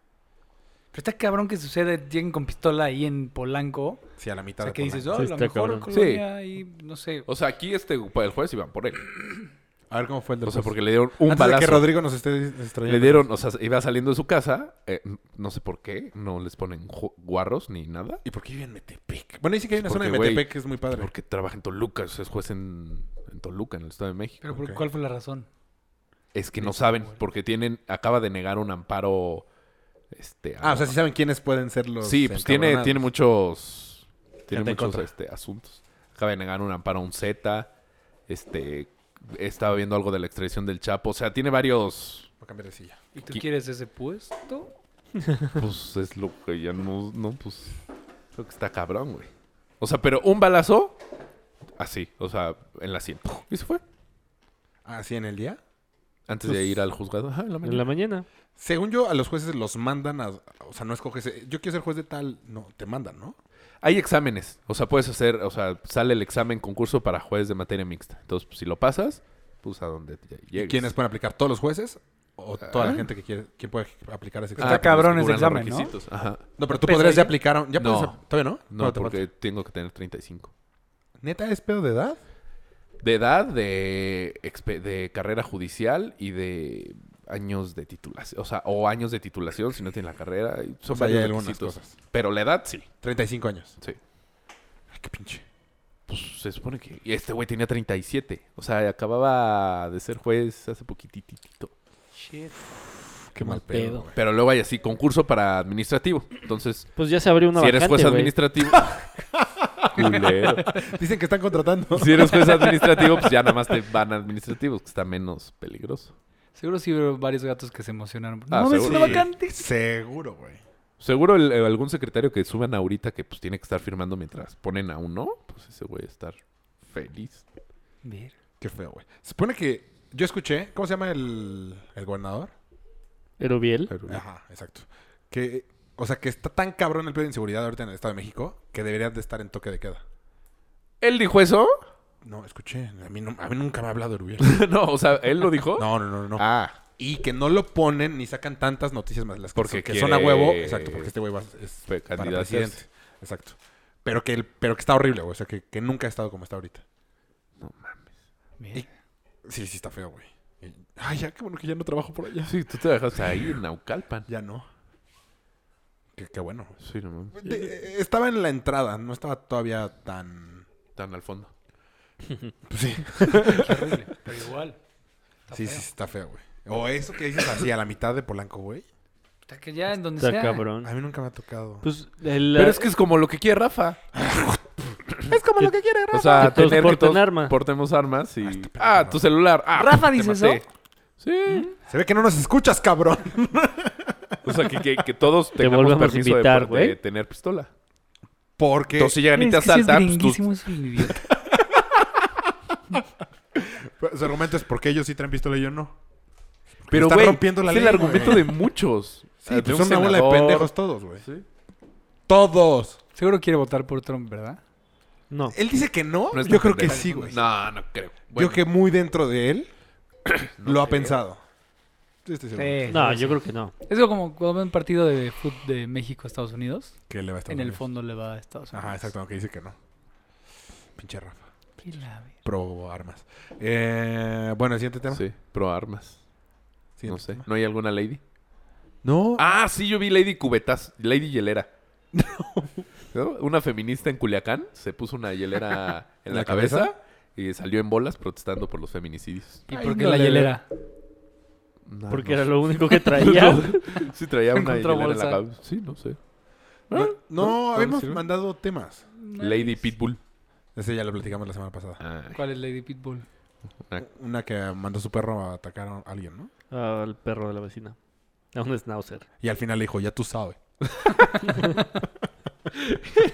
Speaker 1: Pero está cabrón que sucede. Lleguen con pistola ahí en Polanco.
Speaker 5: Sí, a la mitad.
Speaker 1: O sea,
Speaker 5: de
Speaker 1: que dices, oh,
Speaker 5: Polanco.
Speaker 3: Sí,
Speaker 1: la
Speaker 3: está
Speaker 1: mejor
Speaker 3: cabrón.
Speaker 1: colonia y no sé.
Speaker 4: O sea, aquí este el juez iban por él.
Speaker 5: A ver cómo fue el del
Speaker 4: O sea,
Speaker 5: juez.
Speaker 4: porque le dieron un
Speaker 5: Pues, Antes de que
Speaker 4: balazo.
Speaker 5: Rodrigo nos esté distrayendo.
Speaker 4: Le dieron, o sea, iba saliendo de su casa, eh, no sé por qué, no les ponen ju- guarros ni nada.
Speaker 5: ¿Y por qué vive en Metepec? Bueno, dice que hay una zona de
Speaker 4: Pues Porque, güey,
Speaker 5: Metepec que es muy padre.
Speaker 4: Porque trabaja en Toluca, o sea, es juez en, en Toluca, en el Estado de México.
Speaker 1: Pero ¿por
Speaker 5: ok.
Speaker 1: ¿cuál fue la razón?
Speaker 4: Es que no saben, porque tienen, acaba de negar un amparo. Este,
Speaker 5: Ah, o sea,
Speaker 4: a-
Speaker 5: sí saben quiénes pueden ser los.
Speaker 4: Sí, pues tiene,
Speaker 5: encabronados.
Speaker 4: tiene muchos. Tiene
Speaker 5: Gente en
Speaker 4: muchos
Speaker 5: contra.
Speaker 4: este, asuntos. Acaba de negar un amparo a un Z. Este. Estaba viendo algo de la extradición del Chapo. O sea, tiene varios.
Speaker 5: Voy a cambiar de silla.
Speaker 1: ¿Y tú
Speaker 4: Qui-
Speaker 1: quieres ese puesto?
Speaker 4: Pues es lo que ya no. No, pues. Creo que está cabrón, güey. O sea, pero un balazo. Así. O sea, en la sien. ¡puf! Y se fue.
Speaker 5: Ah, sí, en el día.
Speaker 4: Antes
Speaker 1: Pues,
Speaker 4: de ir al juzgado. Ajá, en la
Speaker 3: En
Speaker 4: mañana.
Speaker 3: la mañana.
Speaker 5: Según yo, a los jueces los mandan a. O sea, no escoges. eh, Yo quiero ser juez de tal. No, te mandan, ¿no?
Speaker 4: Hay exámenes. O sea, puedes hacer, o sea, sale el examen concurso para jueves de materia mixta. Entonces, pues, si lo pasas, pues a donde te llegues.
Speaker 5: ¿Quiénes pueden aplicar? ¿Todos los jueces? ¿O toda la
Speaker 4: Ah.
Speaker 5: gente que quiere, ¿Quién puede aplicar ese
Speaker 4: Ah,
Speaker 5: examen?
Speaker 4: pues,
Speaker 1: cabrón ese
Speaker 4: figuran los
Speaker 1: examen, ¿no?
Speaker 4: requisitos. Ajá.
Speaker 5: No, pero tú
Speaker 1: Pues,
Speaker 5: podrías ya
Speaker 1: ahí-
Speaker 5: aplicar. a- ¿Ya
Speaker 4: No.
Speaker 5: puedes ap- ¿Todavía no?
Speaker 4: No,
Speaker 5: ¿Cuánto te
Speaker 4: porque tengo que tener 35.
Speaker 5: falta? ¿Neta es pedo de edad?
Speaker 4: De edad, de, expe- de carrera judicial y de años de titulación. O sea, o años de titulación si no tienes la carrera. y Son
Speaker 5: O sea, hay
Speaker 4: varios
Speaker 5: algunas
Speaker 4: requisitos.
Speaker 5: cosas.
Speaker 4: Pero la edad, sí.
Speaker 5: 35 años.
Speaker 4: Sí.
Speaker 5: Ay, qué pinche.
Speaker 4: Pues se supone que... Y este güey tenía 37. O sea, acababa de ser juez hace poquititito.
Speaker 5: Qué mal
Speaker 3: pedo.
Speaker 5: pedo, güey.
Speaker 4: Pero luego hay así, concurso para administrativo. Entonces,
Speaker 3: Pues ya se abrió una
Speaker 4: si eres
Speaker 3: vacante,
Speaker 4: juez
Speaker 3: güey.
Speaker 4: administrativo... Culero.
Speaker 5: Dicen que están contratando.
Speaker 4: Si eres juez administrativo, pues ya nada más te van a administrativos, que está menos peligroso.
Speaker 1: Seguro sí hubo varios gatos que se emocionaron.
Speaker 4: Ah,
Speaker 1: no, ves
Speaker 4: seguro.
Speaker 1: una
Speaker 4: Sí.
Speaker 1: vacante.
Speaker 5: Seguro, güey.
Speaker 4: Seguro el- el- algún secretario que suban ahorita que pues tiene que estar firmando mientras ponen a uno, pues ese güey va a estar feliz.
Speaker 1: Ver.
Speaker 5: Qué feo, güey. Se supone que. Yo escuché. ¿Cómo se llama el, el gobernador?
Speaker 3: Erubiel.
Speaker 5: Ajá, exacto. Que. O sea, que está tan cabrón el pedo de inseguridad ahorita en el Estado de México que deberían de estar en toque de queda.
Speaker 4: ¿Él dijo eso?
Speaker 5: No, escuché. A mí, no- a mí nunca me ha hablado Uriel.
Speaker 4: no, o sea, ¿él lo dijo?
Speaker 5: No, no, no, no.
Speaker 4: Ah,
Speaker 5: Y que no lo ponen ni sacan tantas noticias más. Las que
Speaker 4: Porque
Speaker 5: son- que, son a
Speaker 4: quiere-
Speaker 5: huevo. Exacto, porque este güey va es
Speaker 4: Fue
Speaker 5: para
Speaker 4: candidato a
Speaker 5: presidente. Exacto. Pero que, el, pero que está horrible, güey. O sea, que, que nunca ha estado como está ahorita.
Speaker 1: Ver.
Speaker 5: Sí, sí, está feo, güey. Y- Ay, ya, qué bueno que ya no trabajo por allá.
Speaker 4: sí, tú te dejaste ahí en Naucalpan.
Speaker 5: Ya no. Qué, qué bueno.
Speaker 4: Sí, no mames.
Speaker 5: De- eh, estaba en la entrada, no estaba todavía tan...
Speaker 4: Tan al fondo.
Speaker 5: Pues sí,
Speaker 1: Pero igual. Está
Speaker 5: sí, sí,
Speaker 1: feo.
Speaker 5: sí, está feo, güey. O eso que dices así a la mitad de Polanco, güey.
Speaker 1: Está que ya en donde
Speaker 3: Está
Speaker 1: sea.
Speaker 3: cabrón.
Speaker 5: A mí nunca me ha tocado.
Speaker 3: Pues el,
Speaker 4: Pero es que es como lo que quiere Rafa.
Speaker 5: es como
Speaker 3: lo
Speaker 5: que quiere,
Speaker 4: O sea,
Speaker 3: Que todos
Speaker 4: tener que
Speaker 3: porten
Speaker 4: todos
Speaker 3: arma.
Speaker 4: portemos armas y...
Speaker 5: Ah, este pendejo.
Speaker 4: Ah, tu celular. Ah,
Speaker 1: Rafa
Speaker 4: te
Speaker 1: dice
Speaker 4: maté.
Speaker 1: eso.
Speaker 4: Sí.
Speaker 5: Se ve que no nos escuchas, cabrón.
Speaker 4: O sea, que, que- que todos tengamos
Speaker 3: volvemos a
Speaker 4: permiso de-
Speaker 3: invitar,
Speaker 4: de,
Speaker 3: güey.
Speaker 4: tener pistola.
Speaker 5: Porque...
Speaker 4: Entonces, si llegan y te
Speaker 1: Es que sí es
Speaker 4: asaltan, pues, tú-
Speaker 1: gringuísimo, es un idiota.
Speaker 5: Su argumento pues, es porque ellos sí traen pistola y yo no.
Speaker 4: Pero,
Speaker 5: Están
Speaker 4: güey,
Speaker 5: rompiendo la
Speaker 4: es el
Speaker 5: ley,
Speaker 4: argumento de
Speaker 5: güey.
Speaker 4: muchos.
Speaker 5: Sí,
Speaker 4: Ah,
Speaker 5: pues
Speaker 4: un
Speaker 5: son una bola de
Speaker 4: senador.
Speaker 5: pendejos todos, güey.
Speaker 4: Sí.
Speaker 5: ¡Todos!
Speaker 1: Seguro quiere votar por Trump, ¿verdad?
Speaker 3: No.
Speaker 5: Él dice que no.
Speaker 4: No es
Speaker 5: yo
Speaker 4: tan
Speaker 5: creo que
Speaker 4: pendejo.
Speaker 5: sí, güey.
Speaker 4: No, no creo.
Speaker 5: Yo creo
Speaker 4: Bueno,
Speaker 5: que muy dentro de él lo ha
Speaker 4: creo.
Speaker 5: pensado. Yo estoy seguro.
Speaker 4: Eh,
Speaker 3: No, yo creo que no.
Speaker 1: Es como cuando ven un partido de fútbol de México a Estados Unidos.
Speaker 5: Que le va a estar
Speaker 1: en el
Speaker 5: bien.
Speaker 1: fondo le va a Estados Unidos.
Speaker 5: Ajá, exacto, aunque dice que no. Pinche Rafa.
Speaker 1: Qué labia.
Speaker 5: Pro armas. Eh, bueno, el siguiente tema.
Speaker 4: Sí, pro armas. no
Speaker 5: Siguiente
Speaker 4: sé.
Speaker 5: tema.
Speaker 4: ¿No hay alguna lady?
Speaker 5: No.
Speaker 4: Ah, sí, yo vi Lady Cubetas, Lady Hielera. ¿No? Una feminista en Culiacán se puso una hielera en la,
Speaker 5: ¿En la
Speaker 4: cabeza?
Speaker 5: cabeza?
Speaker 4: y salió en bolas protestando por los feminicidios.
Speaker 1: ¿Y
Speaker 5: Ay,
Speaker 1: por qué
Speaker 5: no
Speaker 1: la
Speaker 5: le veo.
Speaker 1: hielera?
Speaker 4: No,
Speaker 3: Porque
Speaker 4: Ah, no
Speaker 3: era
Speaker 4: sé.
Speaker 3: lo único que traía.
Speaker 4: Sí, traía una
Speaker 1: Encontró
Speaker 4: hielera en la
Speaker 1: bolsa.
Speaker 4: cabeza. Sí, no sé.
Speaker 5: No, no,
Speaker 4: ¿No
Speaker 5: habíamos
Speaker 4: hicieron?
Speaker 5: mandado temas.
Speaker 4: Lady Pitbull. Ah,
Speaker 5: Ese ya lo platicamos la semana pasada.
Speaker 4: Ay,
Speaker 1: ¿Cuál es Lady Pitbull?
Speaker 5: Una que mandó a su perro a atacar a alguien, ¿no?
Speaker 3: Al perro de la vecina. A un schnauzer.
Speaker 5: Y al final le dijo, ya tú sabes.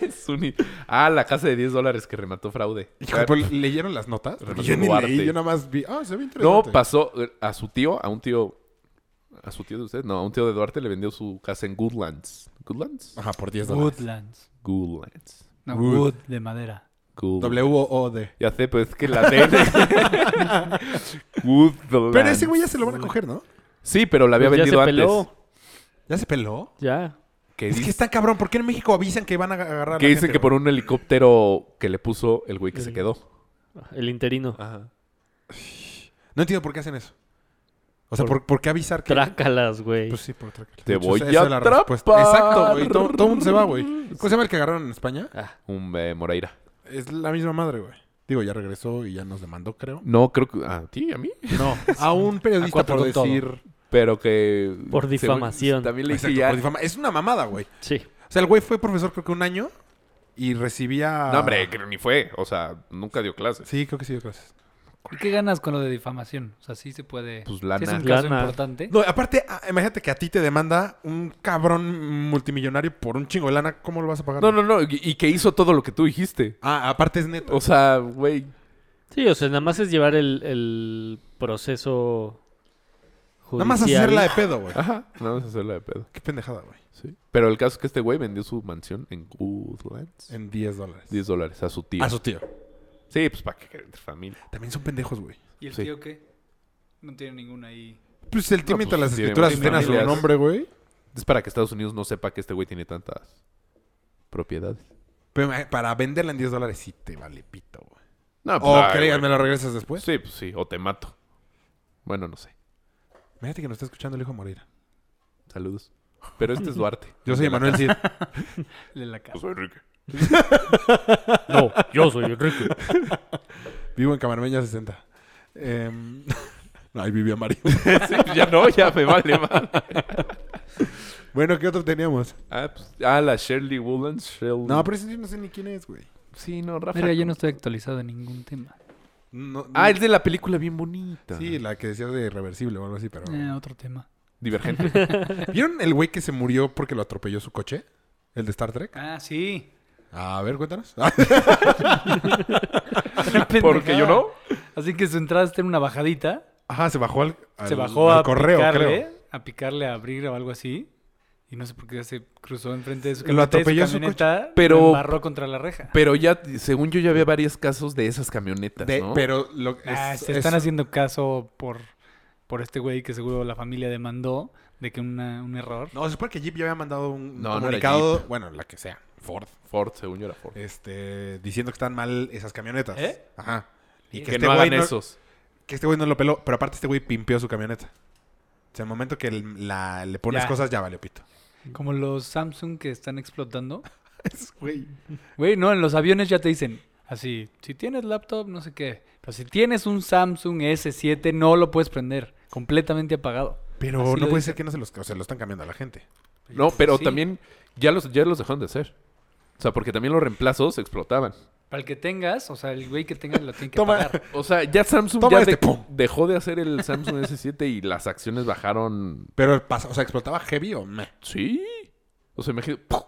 Speaker 4: es un hi- Ah, la casa de 10 dólares que remató fraude.
Speaker 5: Hijo, pero ¿Leyeron las notas?
Speaker 4: Remate
Speaker 5: Yo ni
Speaker 4: Duarte.
Speaker 5: leí, yo nada más vi. Ah, se ve
Speaker 4: No,
Speaker 5: interesante.
Speaker 4: pasó eh, a su tío, a un tío. ¿A su tío de usted? No, a un tío de Duarte le vendió su casa en Goodlands. ¿Goodlands?
Speaker 5: Ajá, por 10 dólares.
Speaker 1: Woodlands.
Speaker 4: Goodlands.
Speaker 1: No,
Speaker 5: Wood.
Speaker 1: wood de madera.
Speaker 4: Goodlands.
Speaker 5: W-O-O-D.
Speaker 4: Ya sé, pero es que la T. Goodlands.
Speaker 5: Pero ese güey ya se lo van a coger, ¿no?
Speaker 4: Sí, pero la había
Speaker 3: Pues ya
Speaker 4: vendido
Speaker 3: se peló.
Speaker 4: antes.
Speaker 5: ¿Ya se peló?
Speaker 3: Ya.
Speaker 4: Que,
Speaker 5: Es
Speaker 4: dice-
Speaker 5: que está cabrón. ¿Por qué en México avisan que van a agarrar a la
Speaker 4: que dicen
Speaker 5: gente,
Speaker 4: que
Speaker 5: güey?
Speaker 4: por un helicóptero que le puso el güey que se
Speaker 3: El-
Speaker 4: quedó.
Speaker 3: El interino.
Speaker 4: Ajá.
Speaker 5: No entiendo por qué hacen eso. O sea,
Speaker 3: Por-
Speaker 5: ¿por, por qué avisar que...?
Speaker 3: Trácalas, güey.
Speaker 5: Pues sí, por trácala.
Speaker 4: Te
Speaker 5: De hecho,
Speaker 4: voy a
Speaker 5: esa es la
Speaker 4: atrapar.
Speaker 5: respuesta. Exacto, güey. Todo, todo mundo se va, güey. ¿Cómo se llama el que agarraron en España?
Speaker 4: Un eh, Moreira.
Speaker 5: Es la misma madre, güey. Digo, ya regresó y ya nos demandó, creo.
Speaker 4: No, creo que. ¿A ti? ¿A mí?
Speaker 5: No, a un periodista por
Speaker 1: con todo.
Speaker 5: decir...
Speaker 4: Pero que.
Speaker 3: Por
Speaker 4: según-
Speaker 3: difamación.
Speaker 4: También le dije
Speaker 5: Exacto,
Speaker 4: ya.
Speaker 5: por difama- Es una mamada, güey.
Speaker 3: Sí.
Speaker 5: O sea, el güey fue profesor creo que un año y recibía...
Speaker 4: No, hombre, que ni fue. O sea, nunca dio clases.
Speaker 5: Sí, creo que sí, dio clases.
Speaker 1: ¿Y qué ganas con lo de difamación? O sea, sí se puede.
Speaker 4: Pues,
Speaker 1: sí
Speaker 4: lana.
Speaker 1: es un caso
Speaker 3: Lana.
Speaker 1: importante.
Speaker 5: No, aparte, ah, imagínate que a ti te demanda un cabrón multimillonario por un chingo de lana. ¿Cómo lo vas a pagar?
Speaker 4: No, no, no. Y, y que hizo todo lo que tú dijiste.
Speaker 5: Ah, aparte es neto.
Speaker 4: O sea, güey.
Speaker 3: Sí, o sea, nada más es llevar el, el proceso
Speaker 5: Nada más hacerla de pedo, güey.
Speaker 4: Ajá, no vamos a hacerla de pedo.
Speaker 5: Qué pendejada, güey.
Speaker 4: Sí. Pero el caso es que este güey vendió su mansión en Goodlands.
Speaker 5: En 10 dólares.
Speaker 4: 10 dólares a su tío.
Speaker 5: A su tío.
Speaker 4: Sí, pues para que entre familia.
Speaker 5: También son pendejos, güey.
Speaker 1: ¿Y el
Speaker 4: Sí.
Speaker 1: tío qué? No tiene ninguna ahí.
Speaker 5: Pues el tío,
Speaker 4: No,
Speaker 5: mientras
Speaker 4: pues,
Speaker 5: las
Speaker 4: tiene
Speaker 5: escrituras
Speaker 4: muchas
Speaker 5: estén a su
Speaker 4: familias.
Speaker 5: nombre, güey.
Speaker 4: Es para que Estados Unidos no sepa que este güey tiene tantas propiedades.
Speaker 5: Pero eh, para venderla en 10 dólares sí te vale pito, güey.
Speaker 4: No, pues,
Speaker 5: O
Speaker 4: Ah, ay,
Speaker 5: que le digas,
Speaker 4: güey.
Speaker 5: me lo regresas después.
Speaker 4: Sí, pues sí, o te mato. Bueno, no sé.
Speaker 5: Imagínate que nos está escuchando el hijo morir.
Speaker 4: Saludos. Pero este es Duarte.
Speaker 5: Yo soy Emanuel Cid.
Speaker 1: Le la casa.
Speaker 4: soy Enrique.
Speaker 3: No, yo soy Enrique.
Speaker 5: Vivo en Camarmeña 60. Em, no, ahí vivía Mario.
Speaker 4: Sí, pues ya no, ya me vale mal.
Speaker 5: bueno, ¿qué otro teníamos?
Speaker 4: Ah, pues, ah, la Shirley Woodlands. Shirley-
Speaker 5: No, pero ese yo no sé ni quién es, güey.
Speaker 4: Sí, no, Rafa.
Speaker 1: Mira, yo no estoy actualizado en ningún tema.
Speaker 5: No,
Speaker 4: Ah,
Speaker 5: no-
Speaker 4: es de la película bien bonita.
Speaker 5: Sí, la que decías de irreversible o algo así, pero...
Speaker 1: Eh, otro tema.
Speaker 4: Divergente.
Speaker 5: ¿Vieron el güey que se murió porque lo atropelló su coche? ¿El de Star Trek?
Speaker 1: Ah, sí.
Speaker 5: A ver, cuéntanos.
Speaker 4: Porque yo no.
Speaker 1: Así que su entrada está en una bajadita.
Speaker 5: Ajá, se bajó al,
Speaker 1: se
Speaker 5: al-
Speaker 1: bajó
Speaker 5: al
Speaker 1: a
Speaker 5: correo,
Speaker 1: picarle,
Speaker 5: creo.
Speaker 1: a picarle, a abrir o algo así. Y no sé por qué se cruzó enfrente de su
Speaker 5: Lo
Speaker 1: camioneta.
Speaker 5: atropelló
Speaker 1: y
Speaker 5: su
Speaker 1: su
Speaker 5: coche.
Speaker 1: camioneta lo
Speaker 4: Pero-
Speaker 1: embarró contra la reja.
Speaker 4: Pero ya, según yo, ya había varios casos de esas camionetas,
Speaker 5: De-
Speaker 4: ¿no?
Speaker 5: Pero lo es-
Speaker 1: Ah, se
Speaker 5: es-
Speaker 1: están haciendo caso por, por este güey que seguro la familia demandó de que una- un error.
Speaker 5: No, se supone que Jeep ya había mandado un
Speaker 4: No, no era
Speaker 5: comunicado, bueno, la que sea, Ford,
Speaker 4: Ford, según yo era Ford.
Speaker 5: este, diciendo que están mal esas camionetas.
Speaker 1: ¿Eh?
Speaker 5: Ajá. Y
Speaker 4: que
Speaker 5: que, este
Speaker 4: no
Speaker 5: güey
Speaker 4: hagan
Speaker 5: no,
Speaker 4: esos.
Speaker 5: que este güey no lo peló, pero aparte este güey pimpió su camioneta. O sea, el momento que el- la- le pones
Speaker 1: Ya.
Speaker 5: cosas ya valió pito.
Speaker 1: Como los Samsung que están explotando.
Speaker 5: Es, güey.
Speaker 1: Güey, no, en los aviones ya te dicen así, si tienes laptop, no sé qué. Pero si tienes un Samsung S7, no lo puedes prender. Completamente apagado.
Speaker 5: Pero
Speaker 1: Así
Speaker 5: no
Speaker 1: lo
Speaker 5: puede
Speaker 1: dice.
Speaker 5: ser que no se los, o sea, lo están cambiando a la gente. Pues
Speaker 4: No, pero
Speaker 1: Sí.
Speaker 4: también ya los, ya los dejaron de hacer. O sea, porque también los reemplazos explotaban.
Speaker 1: Para el que tengas, o sea, el güey que tengas lo tiene que
Speaker 5: Toma.
Speaker 1: apagar.
Speaker 4: O sea, ya Samsung
Speaker 5: Toma
Speaker 4: ya
Speaker 5: este,
Speaker 4: de-
Speaker 5: pum.
Speaker 4: dejó de hacer el Samsung S7 y las acciones bajaron.
Speaker 5: Pero pasa, o sea, explotaba heavy o meh.
Speaker 4: Sí. O sea, imagínate. ¡pum!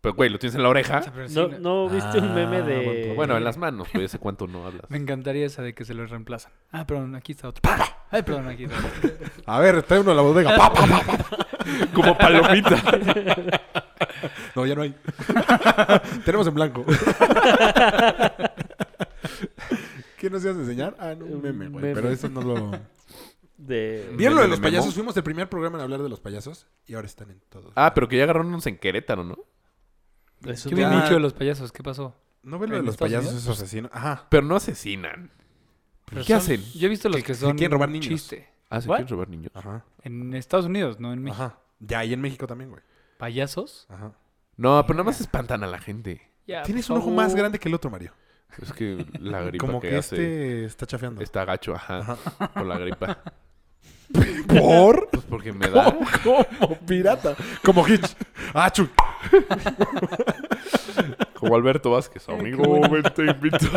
Speaker 4: Pero, güey, lo tienes en la oreja.
Speaker 1: O sea, pero sí,
Speaker 3: ¿No, no viste un meme
Speaker 5: Ah, buen
Speaker 3: de.
Speaker 5: punto.
Speaker 4: Bueno, en las manos, pues ya sé cuánto no hablas.
Speaker 1: Me encantaría esa de que se lo reemplazan. Ah, perdón, aquí está otro. ¡Pah! Ay, perdón, aquí está otro.
Speaker 5: A ver, trae uno a la bodega. Pa, pa, pa, pa.
Speaker 4: Como palomita.
Speaker 5: No, ya no hay. Tenemos en blanco. ¿Qué nos ibas a enseñar? Ah, no, un
Speaker 3: Un
Speaker 5: meme, güey.
Speaker 3: meme.
Speaker 5: Pero eso no lo...
Speaker 3: de-
Speaker 4: Bien.
Speaker 5: ¿Vieron lo de los
Speaker 4: ¿Memo?
Speaker 5: payasos? Fuimos el primer programa en hablar de los payasos y ahora están en todos.
Speaker 4: ah, pero que ya agarraron unos en Querétaro, ¿no?
Speaker 1: ¿Qué
Speaker 5: Ya-
Speaker 1: bien dicho de los payasos? ¿Qué pasó?
Speaker 5: ¿No ven lo de
Speaker 1: ¿En
Speaker 5: los
Speaker 1: Estados
Speaker 5: payasos
Speaker 1: Unidos?
Speaker 5: esos asesinos? Ajá.
Speaker 4: Pero no asesinan.
Speaker 1: Pero
Speaker 4: ¿Qué
Speaker 1: son-
Speaker 4: hacen?
Speaker 1: Yo he visto los
Speaker 5: Que-
Speaker 1: que,
Speaker 5: que
Speaker 1: son
Speaker 5: quieren robar niños.
Speaker 1: chiste.
Speaker 4: Ah, se
Speaker 1: ¿What?
Speaker 4: quieren robar niños.
Speaker 5: Ajá.
Speaker 1: En Estados Unidos, no en México.
Speaker 5: Ajá. Ya, y en México también, güey.
Speaker 1: ¿Payasos?
Speaker 5: Ajá.
Speaker 4: No, pero nada más espantan a la gente.
Speaker 1: Ya,
Speaker 5: Tienes
Speaker 1: por
Speaker 5: un ojo
Speaker 1: favor.
Speaker 5: más grande que el otro, Mario.
Speaker 4: Es que la gripa
Speaker 5: Como
Speaker 4: que,
Speaker 5: que,
Speaker 4: hace
Speaker 5: este está chafeando.
Speaker 4: está gacho, ajá, por la gripa.
Speaker 5: ¿Por?
Speaker 4: Pues porque me da.
Speaker 5: Como pirata. Como Hitch. ¡Ah, chu!
Speaker 4: Como Alberto Vázquez, amigo, vente, invito.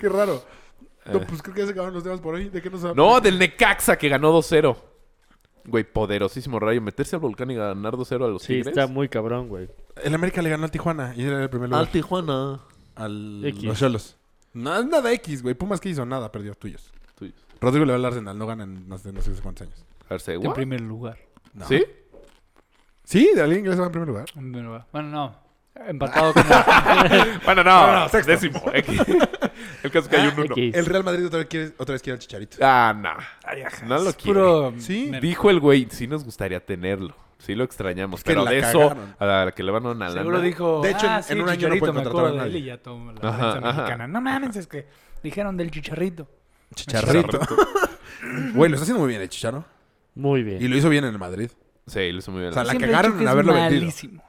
Speaker 5: Qué raro. No, pues creo que ya se acabaron los temas por hoy. ¿De qué nos
Speaker 4: No, del Necaxa que ganó 2-0. Güey, poderosísimo rayo. Meterse al volcán y ganar 2-0 a los
Speaker 3: Sí,
Speaker 4: Tigres.
Speaker 3: está muy cabrón, güey.
Speaker 5: El América le ganó al Tijuana y era el primer lugar.
Speaker 4: Al Tijuana.
Speaker 5: Al
Speaker 3: X.
Speaker 5: los Cholos. No, nada X, güey. Pumas que hizo nada, perdió tuyos.
Speaker 4: Tuyos.
Speaker 5: Rodrigo le va al Arsenal, no ganan no sé, no sé hace cuántos años.
Speaker 4: A ver, ¿se-
Speaker 1: En
Speaker 4: what?
Speaker 1: primer lugar.
Speaker 5: No.
Speaker 4: ¿Sí?
Speaker 5: Sí, de alguien inglés va en primer lugar.
Speaker 1: En primer lugar. Bueno, no. Empatado como...
Speaker 4: Bueno,
Speaker 5: No,
Speaker 4: no,
Speaker 5: no, sexto.
Speaker 4: décimo. X. El caso es que hay un uno.
Speaker 3: X.
Speaker 5: El Real Madrid otra vez quiere, otra vez quiere al Chicharito.
Speaker 4: Ah, no. No lo quiere.
Speaker 1: Puro...
Speaker 5: Sí.
Speaker 1: mer-
Speaker 4: Dijo el güey, sí nos gustaría tenerlo. Sí lo extrañamos.
Speaker 5: Es que
Speaker 4: pero
Speaker 5: la
Speaker 4: de
Speaker 5: cagaron.
Speaker 4: eso, a la que le van a una
Speaker 1: Seguro
Speaker 4: lana.
Speaker 1: dijo...
Speaker 5: De hecho,
Speaker 1: ah,
Speaker 5: en-
Speaker 1: sí,
Speaker 5: en un año no
Speaker 1: Chicharito,
Speaker 5: pueden
Speaker 1: me
Speaker 5: contratar
Speaker 1: acuerdo
Speaker 5: a
Speaker 1: de
Speaker 5: nadie.
Speaker 1: él y ya tomó la
Speaker 4: Ajá,
Speaker 1: prensa
Speaker 4: ajá.
Speaker 1: mexicana. No mames, es que dijeron del Chicharrito.
Speaker 5: Chicharrito. Güey, lo está haciendo muy bien el Chicharo.
Speaker 3: Muy
Speaker 5: Y
Speaker 3: bien.
Speaker 5: lo hizo bien en el Madrid.
Speaker 4: Sí, lo hizo muy bien.
Speaker 5: O sea, La
Speaker 1: Siempre he dicho
Speaker 5: cagaron en
Speaker 1: que es
Speaker 5: haberlo vendido.
Speaker 1: malísimo.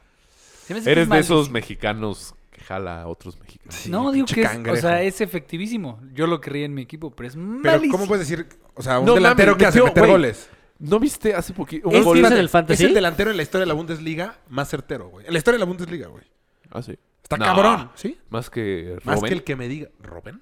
Speaker 1: Se me hace que
Speaker 4: Eres
Speaker 1: es
Speaker 4: de esos
Speaker 1: malísimo.
Speaker 4: mexicanos que jala a otros mexicanos.
Speaker 5: Sí,
Speaker 1: no, digo
Speaker 5: pinche
Speaker 1: que es, o
Speaker 5: cangrejo.
Speaker 1: sea, es efectivísimo. Yo lo querría en mi equipo, pero es malísimo.
Speaker 5: Pero ¿cómo puedes decir, o sea, un
Speaker 4: No
Speaker 5: delantero
Speaker 4: mames,
Speaker 5: que hace
Speaker 4: metió,
Speaker 5: meter
Speaker 4: güey.
Speaker 5: goles?
Speaker 4: ¿No viste hace poquito
Speaker 3: ¿Es
Speaker 5: Gol-
Speaker 3: que en
Speaker 5: Espérate,
Speaker 3: el fantasy?
Speaker 5: Es el delantero en la historia de la Bundesliga más certero, güey. En la historia de la Bundesliga, güey.
Speaker 4: Ah, sí.
Speaker 5: Está
Speaker 4: No.
Speaker 5: cabrón, ¿sí?
Speaker 4: Más que
Speaker 5: Más
Speaker 4: Robben,
Speaker 5: que el que me diga, ¿Robben?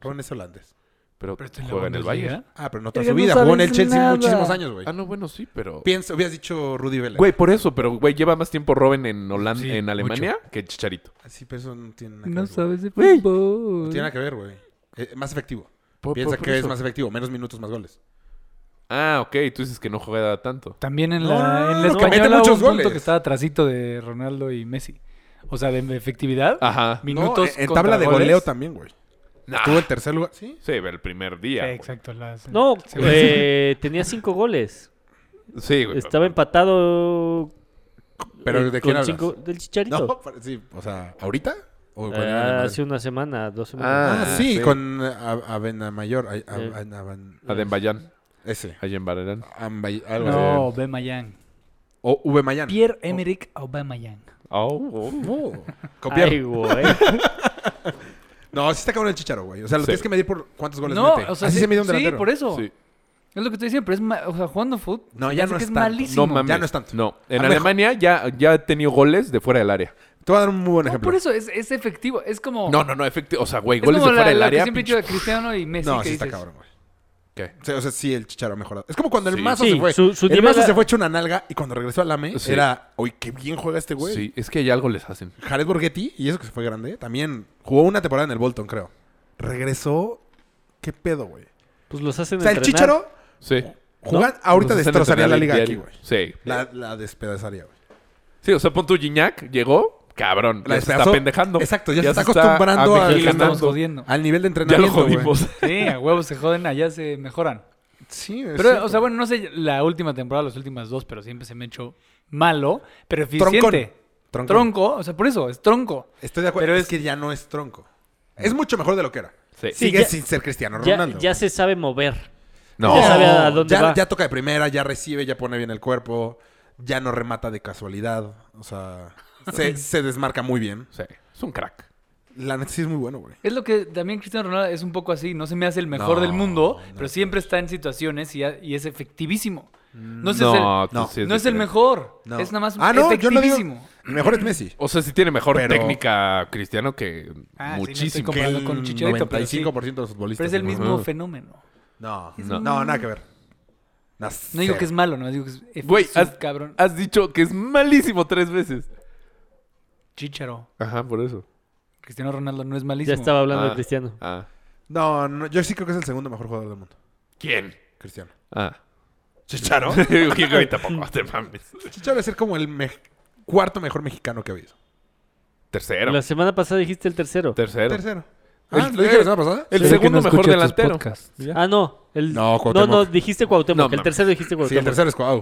Speaker 5: Robben es holandés.
Speaker 4: pero,
Speaker 1: Pero está en la
Speaker 4: juega en el
Speaker 1: Bundesliga.
Speaker 4: Bayern.
Speaker 5: Ah, pero no toda
Speaker 1: Oiga,
Speaker 5: su
Speaker 1: no
Speaker 5: vida. Jugó en
Speaker 1: sabes
Speaker 5: el Chelsea
Speaker 1: nada.
Speaker 5: muchísimos años, güey.
Speaker 4: Ah, no, bueno, sí, pero...
Speaker 5: Pienso, hubieras dicho Rudy Vela.
Speaker 4: Güey, por eso, pero güey, lleva más tiempo Robben en Holanda,
Speaker 1: Sí,
Speaker 4: en
Speaker 1: mucho.
Speaker 4: Alemania que Chicharito.
Speaker 5: Ah, Sí, pero eso no tiene nada que
Speaker 1: No
Speaker 5: ver. güey.
Speaker 1: sabes de fútbol.
Speaker 5: No tiene nada que ver, güey. Eh, más efectivo.
Speaker 4: Por-
Speaker 5: Piensa
Speaker 4: por- por
Speaker 5: que es
Speaker 4: eso.
Speaker 5: más efectivo. Menos minutos, más goles.
Speaker 4: Ah, ok. Tú dices que no juega tanto.
Speaker 1: También en
Speaker 5: No,
Speaker 1: la,
Speaker 5: no,
Speaker 1: en
Speaker 5: Ah, no,
Speaker 1: la
Speaker 5: no, que mete
Speaker 1: española hubo
Speaker 5: muchos
Speaker 1: un punto
Speaker 5: goles.
Speaker 1: que estaba trasito de Ronaldo y Messi. O sea, de efectividad,
Speaker 4: Ajá.
Speaker 1: minutos
Speaker 5: No, en- en
Speaker 1: contra
Speaker 5: tabla de
Speaker 1: goles.
Speaker 5: goleo también, güey.
Speaker 4: Nah.
Speaker 5: Estuvo en tercer lugar. Sí.
Speaker 4: Sí, el primer
Speaker 1: Sí,
Speaker 4: día. Ah, güey.
Speaker 1: exacto. las-
Speaker 3: No,
Speaker 1: Sí.
Speaker 3: eh, tenía cinco goles.
Speaker 4: Sí, güey.
Speaker 3: Estaba empatado.
Speaker 5: Pero
Speaker 3: eh, con
Speaker 5: ¿de quién hablas?
Speaker 3: cinco- Del chicharito.
Speaker 5: No, pues, para- sí, o sea, ¿ahorita? ¿O cuando era
Speaker 3: Ah,
Speaker 5: menor?
Speaker 3: hace una semana, dos
Speaker 5: Ah,
Speaker 3: semanas.
Speaker 4: Ah,
Speaker 5: sí,
Speaker 4: sí.
Speaker 5: con eh, Ab- Abenamayor. ay, Ab-
Speaker 3: Eh.
Speaker 5: Anaban-
Speaker 4: Adembayán.
Speaker 5: Ese.
Speaker 4: Ayembarerán.
Speaker 5: Ambay- algo así.
Speaker 1: No, Aubameyang.
Speaker 5: O Oh. Ubemayán.
Speaker 1: Pierre-Emerick Aubameyang.
Speaker 4: Oh, oh.
Speaker 5: Copiar.
Speaker 3: Ay, güey.
Speaker 5: No, sí está cabrón el chicharo, güey. O sea, lo
Speaker 4: Sí.
Speaker 5: tienes que medir por cuántos goles
Speaker 1: No,
Speaker 5: mete.
Speaker 1: o sea,
Speaker 5: Así
Speaker 1: sí,
Speaker 5: se mide un
Speaker 1: sí,
Speaker 5: delantero.
Speaker 1: por e- eso.
Speaker 4: Sí.
Speaker 1: Es lo que estoy diciendo, pero es ma- o sea, jugando fútbol.
Speaker 5: No,
Speaker 1: se
Speaker 5: ya
Speaker 1: me hace
Speaker 5: no
Speaker 1: que
Speaker 5: es
Speaker 1: es
Speaker 5: tanto.
Speaker 1: malísimo.
Speaker 4: No mames.
Speaker 5: Ya no es tanto.
Speaker 4: No. En
Speaker 5: A lo mejor-
Speaker 4: Alemania ya, ya ha tenido goles de fuera del área.
Speaker 5: Te voy a dar un muy buen
Speaker 1: No,
Speaker 5: ejemplo.
Speaker 1: por eso es, es efectivo. Es como.
Speaker 4: No, no, no. Efectivo. O sea, güey,
Speaker 1: Oh. es
Speaker 4: goles de
Speaker 1: como la-
Speaker 4: fuera del
Speaker 1: la que
Speaker 4: área.
Speaker 1: siempre he dicho de Cristiano y Messi.
Speaker 5: no,
Speaker 1: que
Speaker 5: sí está
Speaker 1: dices,
Speaker 5: cabrón, güey.
Speaker 4: ¿Qué?
Speaker 5: O sea, o sea, sí el chicharo ha mejorado. Es como cuando el
Speaker 4: Sí.
Speaker 5: mazo
Speaker 3: Sí,
Speaker 5: se fue.
Speaker 3: su- su
Speaker 5: el
Speaker 3: nivel
Speaker 5: mazo
Speaker 3: a-
Speaker 5: se fue hecho una nalga y cuando regresó a Lame
Speaker 4: Sí.
Speaker 5: era, uy, qué bien juega este güey.
Speaker 4: Sí, es que ya algo les hacen.
Speaker 5: Jared Borghetti, y eso que se fue grande, también jugó una temporada en el Bolton, creo. Regresó, qué pedo, güey.
Speaker 3: Pues los hacen
Speaker 5: O sea, el
Speaker 3: entrenar.
Speaker 5: chicharo,
Speaker 4: Sí.
Speaker 5: jugar, ahorita
Speaker 4: Entonces,
Speaker 5: destrozaría la liga aquí,
Speaker 4: diario.
Speaker 5: güey.
Speaker 4: Sí.
Speaker 5: La, la despedazaría, güey.
Speaker 4: Sí, o sea, pon tu Gignac, llegó, cabrón.
Speaker 5: La
Speaker 4: ya se está
Speaker 5: despedazó.
Speaker 4: pendejando.
Speaker 5: Exacto, ya se está
Speaker 4: está
Speaker 5: acostumbrando a-
Speaker 1: Y lo
Speaker 4: amejicando.
Speaker 1: "Ah, estamos jodiendo.
Speaker 5: Al nivel
Speaker 4: Ya lo
Speaker 5: de entrenamiento, güey.
Speaker 4: jodimos.
Speaker 1: Sí, a huevos se joden, allá se mejoran.
Speaker 5: Sí, es
Speaker 1: Pero,
Speaker 5: cierto.
Speaker 1: o sea, bueno, no sé la última temporada, las últimas dos, pero siempre se me ha hecho malo, pero eficiente.
Speaker 5: Troncón.
Speaker 1: Tronco, o sea, por eso, es tronco.
Speaker 5: Estoy de acuerdo.
Speaker 1: Pero
Speaker 5: es,
Speaker 1: es-
Speaker 5: que ya no es tronco. Es mucho mejor de lo que era.
Speaker 4: Sí.
Speaker 3: Sí,
Speaker 5: Sigue
Speaker 3: ya-
Speaker 5: sin ser Cristiano
Speaker 3: Ya,
Speaker 5: Ronaldo.
Speaker 3: ya se sabe mover.
Speaker 4: No.
Speaker 3: Ya sabe a dónde
Speaker 5: ya,
Speaker 3: va.
Speaker 5: ya toca de primera, ya recibe, ya pone bien el cuerpo, ya no remata de casualidad. O sea, se, se desmarca muy bien.
Speaker 4: Sí. Es un crack.
Speaker 5: La neta sí es muy bueno, güey.
Speaker 1: Es lo que también Cristiano Ronaldo es un poco así, no se me hace el mejor
Speaker 5: No,
Speaker 1: del mundo,
Speaker 5: no.
Speaker 1: pero siempre está en situaciones y, ha- y es efectivísimo. No, es,
Speaker 4: No,
Speaker 1: el,
Speaker 4: tú sí
Speaker 1: no es el
Speaker 4: diferente.
Speaker 1: mejor,
Speaker 5: No.
Speaker 1: es nada más
Speaker 5: Ah, no, yo no digo-
Speaker 1: efectivísimo.
Speaker 5: Mejor es Messi.
Speaker 4: O sea, sí tiene mejor
Speaker 5: Pero-
Speaker 4: técnica cristiano que
Speaker 1: Ah, sí, no estoy
Speaker 4: muchísimo.
Speaker 1: comparando. Comparado con Chicharito, pero sí.
Speaker 5: 95% de los futbolistas.
Speaker 1: Pero es el
Speaker 5: ¿no?
Speaker 1: mismo fenómeno.
Speaker 5: No,
Speaker 4: Es
Speaker 5: no,
Speaker 4: un-
Speaker 5: no, nada que ver. No,
Speaker 1: No digo
Speaker 5: cero.
Speaker 1: que es malo, no digo que es efe-
Speaker 4: Güey,
Speaker 1: sub-
Speaker 4: has,
Speaker 1: cabrón.
Speaker 4: has dicho que es malísimo tres veces.
Speaker 1: Chicharo.
Speaker 4: Ajá, por eso.
Speaker 1: Cristiano Ronaldo no es
Speaker 3: Ya
Speaker 1: malísimo.
Speaker 3: estaba hablando
Speaker 4: Ah.
Speaker 3: de Cristiano.
Speaker 4: Ah.
Speaker 5: No, no, yo sí creo que es el segundo mejor jugador del mundo.
Speaker 4: ¿Quién?
Speaker 5: Cristiano.
Speaker 4: Ah.
Speaker 5: Chicharo.
Speaker 4: Yo güey, tampoco te mames.
Speaker 5: Chicharo es ser como el me- cuarto mejor mexicano que ha habido.
Speaker 4: Tercero.
Speaker 3: La semana pasada dijiste el tercero.
Speaker 4: Tercero.
Speaker 5: Tercero.
Speaker 4: El-
Speaker 5: Ah, ¿Lo dije la semana pasada?
Speaker 4: El
Speaker 1: Creo que
Speaker 4: segundo
Speaker 1: no
Speaker 4: mejor
Speaker 1: escucha tus
Speaker 4: delantero.
Speaker 1: podcasts.
Speaker 3: Ah, no. El...
Speaker 5: No,
Speaker 3: No,
Speaker 5: Cuauhtémoc.
Speaker 3: no, dijiste
Speaker 4: No,
Speaker 3: Cuauhtémoc. el
Speaker 4: mames.
Speaker 3: tercero dijiste
Speaker 5: Sí, el
Speaker 3: Cuauhtémoc.
Speaker 5: tercero es Coau.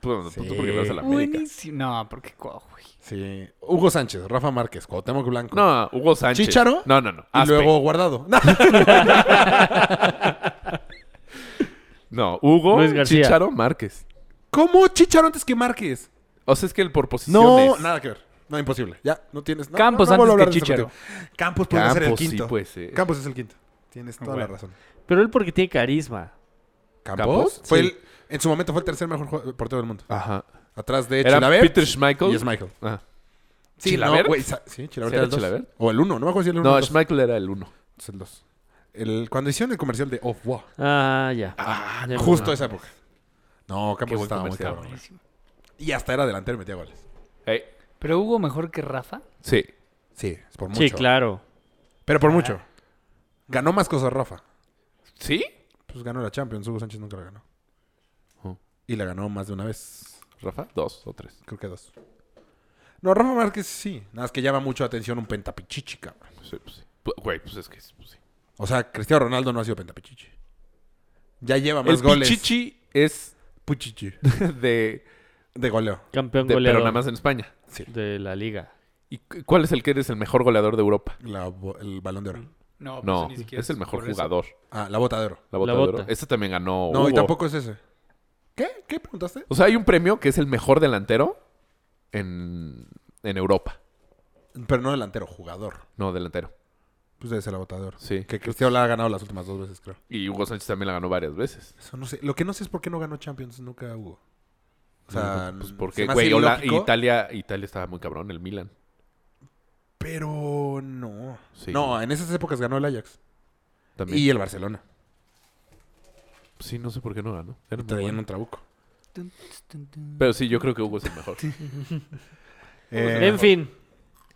Speaker 4: Tú, tú
Speaker 5: Sí.
Speaker 4: porque le vas a la América.
Speaker 1: Buenísimo. No, porque cuau, güey.
Speaker 5: Sí. Hugo Sánchez, Rafa Márquez, Cuauhtémoc Blanco.
Speaker 4: No, Hugo Sánchez.
Speaker 5: ¿Chícharo?
Speaker 4: No, no, no.
Speaker 5: Y
Speaker 4: Aspe.
Speaker 5: luego Guardado.
Speaker 4: No,
Speaker 5: No.
Speaker 4: Hugo,
Speaker 3: Luis García.
Speaker 4: Chicharo, Márquez.
Speaker 5: ¿Cómo Chicharo antes que Márquez?
Speaker 4: O sea, es que el por
Speaker 5: No,
Speaker 4: posiciones.
Speaker 5: nada que ver. No, imposible. Ya, no tienes... No,
Speaker 1: Campos
Speaker 5: no, no vuelvo
Speaker 1: antes
Speaker 5: a hablar
Speaker 1: que
Speaker 5: de esto
Speaker 1: Chicharo.
Speaker 5: contigo. Campos puede ser el
Speaker 4: Campos sí
Speaker 5: quinto.
Speaker 4: puede ser.
Speaker 5: Campos es el quinto. Tienes toda la razón.
Speaker 3: Pero él porque tiene carisma.
Speaker 5: ¿Campos?
Speaker 4: ¿Campos?
Speaker 5: Fue
Speaker 4: Sí.
Speaker 5: el, en su momento fue el tercer mejor jue- portero del mundo.
Speaker 4: Ajá.
Speaker 5: Atrás de
Speaker 4: Era
Speaker 5: Chilaver.
Speaker 4: Peter Schmeichel.
Speaker 5: Y Schmeichel.
Speaker 4: Ah.
Speaker 5: Sí,
Speaker 4: ¿Chilavert?
Speaker 5: no, güey, sa- sí, Chilavert
Speaker 4: ¿Sí
Speaker 5: era
Speaker 4: era
Speaker 5: el dos.
Speaker 4: Chilavert?
Speaker 5: O el uno. No pues. me acuerdo si era el uno o
Speaker 4: No,
Speaker 5: el dos.
Speaker 4: Schmeichel era el uno.
Speaker 5: Es el dos. El- cuando hicieron el comercial de Off War.
Speaker 3: Ah, ya. Ya me
Speaker 5: Justo
Speaker 3: acordé.
Speaker 5: esa época. No,
Speaker 4: Qué
Speaker 5: Campos
Speaker 4: buen
Speaker 5: estaba muy
Speaker 4: comercial.
Speaker 5: cabrón.
Speaker 1: Buenísimo.
Speaker 5: Y hasta era delantero y metía goles.
Speaker 4: Ey,
Speaker 1: Pero Hugo mejor que Rafa.
Speaker 4: Sí.
Speaker 5: Sí, es por mucho.
Speaker 3: Sí, claro.
Speaker 5: Pero por mucho. Ganó más cosas Rafa.
Speaker 4: ¿Sí?
Speaker 5: Pues ganó la Champions. Hugo Sánchez nunca la ganó.
Speaker 4: Ujú.
Speaker 5: Y la ganó más de una vez.
Speaker 4: Rafa, dos o tres.
Speaker 5: Creo que dos. No, Rafa Márquez sí. Nada, es que llama mucho la atención un pentapichichi, cabrón.
Speaker 4: Sí, pues sí. Pu- Güey, pues es que sí, pues sí.
Speaker 5: O sea, Cristiano Ronaldo no ha sido pentapichichi. Ya lleva más
Speaker 4: El
Speaker 5: goles.
Speaker 4: Pichichi es
Speaker 5: Puchichi.
Speaker 4: de,
Speaker 5: De goleo.
Speaker 3: Campeón
Speaker 4: de- pero
Speaker 3: goleador
Speaker 4: nada más en España.
Speaker 5: Sí.
Speaker 3: de la liga.
Speaker 4: ¿Y cu- cuál es el que eres el mejor goleador de Europa?
Speaker 5: La bo- el balón de oro.
Speaker 1: No, pues
Speaker 4: No,
Speaker 1: ni siquiera
Speaker 4: es el mejor
Speaker 1: por eso.
Speaker 4: jugador.
Speaker 5: Ah, la bota de oro.
Speaker 4: La bota,
Speaker 3: La
Speaker 4: de oro.
Speaker 3: bota.
Speaker 4: Este también ganó
Speaker 5: No, y
Speaker 4: Hugo.
Speaker 5: tampoco es ese. ¿Qué? ¿Qué preguntaste?
Speaker 4: O sea, hay un premio que es el mejor delantero en, en Europa.
Speaker 5: Pero no delantero, jugador.
Speaker 4: No, delantero.
Speaker 5: Pues debe ser la bota de oro.
Speaker 4: Sí.
Speaker 5: Que Cristiano la ha ganado las últimas dos veces, creo.
Speaker 4: Y Hugo Sánchez también la ganó varias veces.
Speaker 5: Eso no sé. Lo que no sé es por qué no ganó Champions nunca Hugo. O sea,
Speaker 4: pues
Speaker 5: n-
Speaker 4: porque,
Speaker 5: se me hace
Speaker 4: güey, Hola-
Speaker 5: ilógico,
Speaker 4: Italia, Italia estaba muy cabrón, el Milan.
Speaker 5: Pero no.
Speaker 4: Sí.
Speaker 5: No, en esas épocas ganó el Ajax.
Speaker 4: También.
Speaker 5: Y el Barcelona.
Speaker 4: Sí, no sé por qué no ganó. Era muy
Speaker 5: Traían
Speaker 4: bueno.
Speaker 5: un trabuco.
Speaker 1: Tun, tss, tun, tun.
Speaker 4: Pero sí, yo creo que Hugo es el mejor.
Speaker 5: Eh,
Speaker 3: en fin.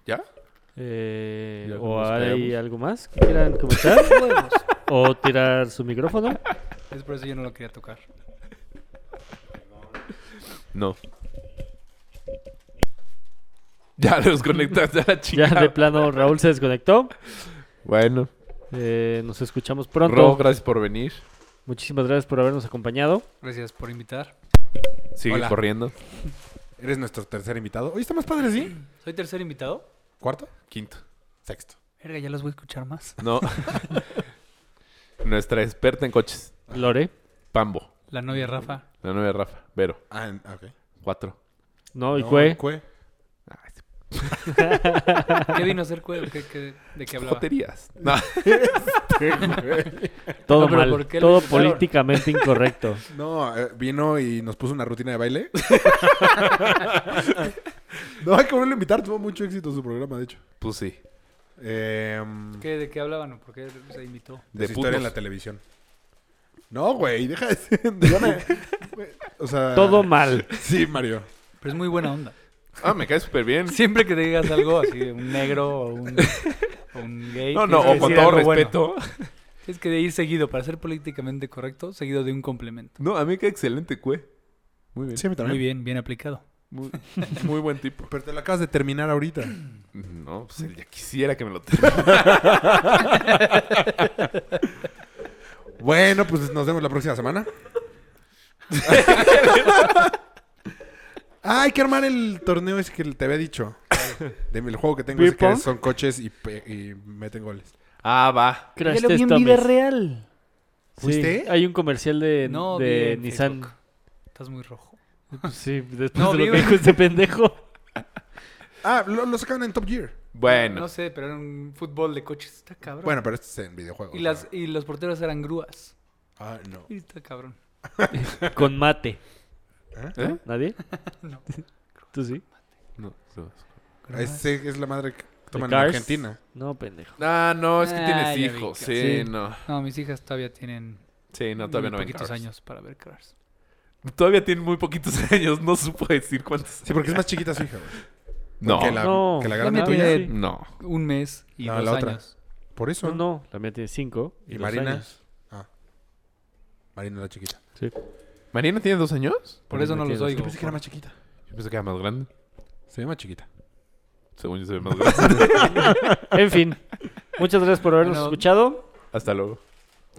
Speaker 4: ¿Ya?
Speaker 3: Eh,
Speaker 4: Ya
Speaker 3: ¿O
Speaker 4: nos
Speaker 3: hay
Speaker 4: callamos.
Speaker 3: algo más que quieran comentar? ¿O tirar su micrófono?
Speaker 1: Es por eso yo no lo quería tocar.
Speaker 4: No. Ya los conectaste a la
Speaker 3: Ya
Speaker 4: chingada.
Speaker 3: de plano Raúl se desconectó.
Speaker 4: Bueno,
Speaker 3: Eh, nos escuchamos
Speaker 4: Rob,
Speaker 3: pronto.
Speaker 4: gracias por venir.
Speaker 3: Muchísimas gracias por habernos acompañado.
Speaker 1: Gracias por invitar.
Speaker 4: Sigue
Speaker 5: Hola.
Speaker 4: corriendo.
Speaker 5: Eres nuestro tercer invitado. Oye, está más padre, ¿sí?
Speaker 1: ¿Soy tercer invitado?
Speaker 5: ¿Cuarto?
Speaker 4: Quinto.
Speaker 5: Sexto.
Speaker 1: Verga, ya los voy a escuchar más.
Speaker 4: No. Nuestra experta en coches,
Speaker 3: Lore.
Speaker 4: Pambo.
Speaker 1: La novia de Rafa.
Speaker 4: La novia de Rafa. Vero.
Speaker 5: Ah, en- ah, ok.
Speaker 4: Cuatro.
Speaker 3: No, y
Speaker 5: No,
Speaker 3: fue.
Speaker 5: Cue.
Speaker 4: Ah, este-
Speaker 1: ¿Qué vino a hacer cuero? ¿Qué, qué- de qué hablaba? Este,
Speaker 4: Joterías. No.
Speaker 3: Todo
Speaker 1: No, pero
Speaker 3: mal.
Speaker 1: ¿por qué lo
Speaker 3: Todo
Speaker 1: invitaron?
Speaker 3: políticamente incorrecto.
Speaker 5: No, eh, vino y nos puso una rutina de baile. no, hay que volverlo a invitar. Tuvo mucho éxito su programa, de hecho.
Speaker 4: Pues sí.
Speaker 5: Em,
Speaker 1: ¿Qué- ¿De qué hablaban o por qué se invitó?
Speaker 5: de
Speaker 4: De
Speaker 5: su historia
Speaker 4: putos.
Speaker 5: en la televisión. No, güey, deja de ser- ya me- güey, O sea...
Speaker 3: Todo mal.
Speaker 5: Sí, Mario.
Speaker 1: Pero es muy buena onda.
Speaker 4: Ah, me cae súper bien.
Speaker 1: Siempre que te digas algo así de un negro o un, o un gay.
Speaker 4: No,
Speaker 1: tienes
Speaker 4: no,
Speaker 1: que
Speaker 4: o con
Speaker 1: decir
Speaker 4: todo
Speaker 1: algo bueno.
Speaker 4: respeto.
Speaker 1: Tienes que ir seguido, para ser políticamente correcto, seguido de un complemento.
Speaker 4: No, a mí qué excelente, cue. Muy bien.
Speaker 5: Sí, a mí también.
Speaker 1: Muy bien, bien aplicado.
Speaker 4: Muy, muy buen tipo.
Speaker 5: Pero te lo acabas de terminar ahorita.
Speaker 4: No, pues él ya quisiera que me lo tenga.
Speaker 5: Bueno, pues nos vemos la próxima semana. Ah, hay que armar el torneo ese que te había dicho. Del juego que tengo
Speaker 3: ¿Beer
Speaker 5: ese que
Speaker 3: pong?
Speaker 5: son coches y, pe- y meten goles.
Speaker 4: Ah, va.
Speaker 3: Crash
Speaker 1: Ya lo vi
Speaker 3: Test
Speaker 1: en vida
Speaker 3: Dummies.
Speaker 1: real.
Speaker 3: Sí,
Speaker 5: ¿Fuiste?
Speaker 3: hay un comercial de,
Speaker 1: No, vi
Speaker 3: de
Speaker 1: en
Speaker 3: Nissan.
Speaker 1: Facebook. Estás muy rojo.
Speaker 3: Pues Sí, después
Speaker 1: No,
Speaker 3: de
Speaker 1: vi
Speaker 3: lo que
Speaker 1: un-
Speaker 3: dijo este pendejo.
Speaker 5: Ah, lo, lo sacaron en Top Gear.
Speaker 4: Bueno.
Speaker 1: No sé, pero era un fútbol de coches. Está cabrón.
Speaker 5: Bueno, pero este es en videojuegos.
Speaker 1: y, las, y los porteros eran grúas.
Speaker 5: Ah, no.
Speaker 1: Y está cabrón.
Speaker 3: Con mate.
Speaker 4: ¿Eh?
Speaker 3: ¿Nadie?
Speaker 1: No.
Speaker 3: ¿Tú sí?
Speaker 4: No, no.
Speaker 5: Ese es la madre que toman en
Speaker 3: Cars?
Speaker 5: Argentina.
Speaker 3: No, pendejo.
Speaker 4: Ah, no, es que
Speaker 1: Ah,
Speaker 4: tienes
Speaker 1: ya vi
Speaker 4: hijos.
Speaker 1: que-
Speaker 4: Sí,
Speaker 3: Sí.
Speaker 4: no.
Speaker 1: No, mis hijas todavía tienen
Speaker 4: Sí, no, todavía
Speaker 1: muy
Speaker 4: no ven
Speaker 1: Mm, poquitos
Speaker 4: Cars.
Speaker 1: años para ver Cars.
Speaker 4: Todavía tienen muy poquitos años. No supo decir cuántos.
Speaker 5: Sí, porque es más chiquita su hija, güey.
Speaker 4: No.
Speaker 5: Que la,
Speaker 3: No.
Speaker 5: que la
Speaker 1: La
Speaker 5: grande
Speaker 1: mía
Speaker 5: tuya.
Speaker 1: tiene
Speaker 3: Sí.
Speaker 4: No.
Speaker 1: Un mes y
Speaker 5: No,
Speaker 1: dos
Speaker 5: la otra.
Speaker 1: años.
Speaker 5: Por eso.
Speaker 3: No, no, la mía tiene cinco.
Speaker 5: ¿Y
Speaker 3: dos
Speaker 5: Marina?
Speaker 3: años.
Speaker 5: Ah. Marina la chiquita.
Speaker 3: Sí.
Speaker 4: ¿Mariana tiene dos años?
Speaker 1: Por
Speaker 3: También
Speaker 1: eso
Speaker 3: me
Speaker 1: no los
Speaker 3: tienes.
Speaker 1: oigo.
Speaker 5: Yo pensé que era más chiquita.
Speaker 4: Yo pensé que era más grande.
Speaker 5: Se ve más chiquita.
Speaker 4: Según yo se ve más grande.
Speaker 3: En fin, muchas gracias por habernos
Speaker 1: Bueno.
Speaker 3: escuchado.
Speaker 4: Hasta luego.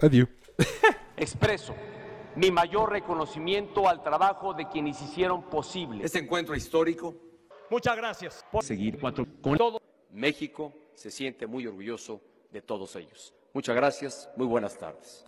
Speaker 5: Adiós.
Speaker 6: expreso mi mayor reconocimiento al trabajo de quienes hicieron posible
Speaker 7: Este encuentro histórico. Muchas gracias por seguir con todo. México se siente muy orgulloso de todos ellos. Muchas gracias, muy buenas tardes.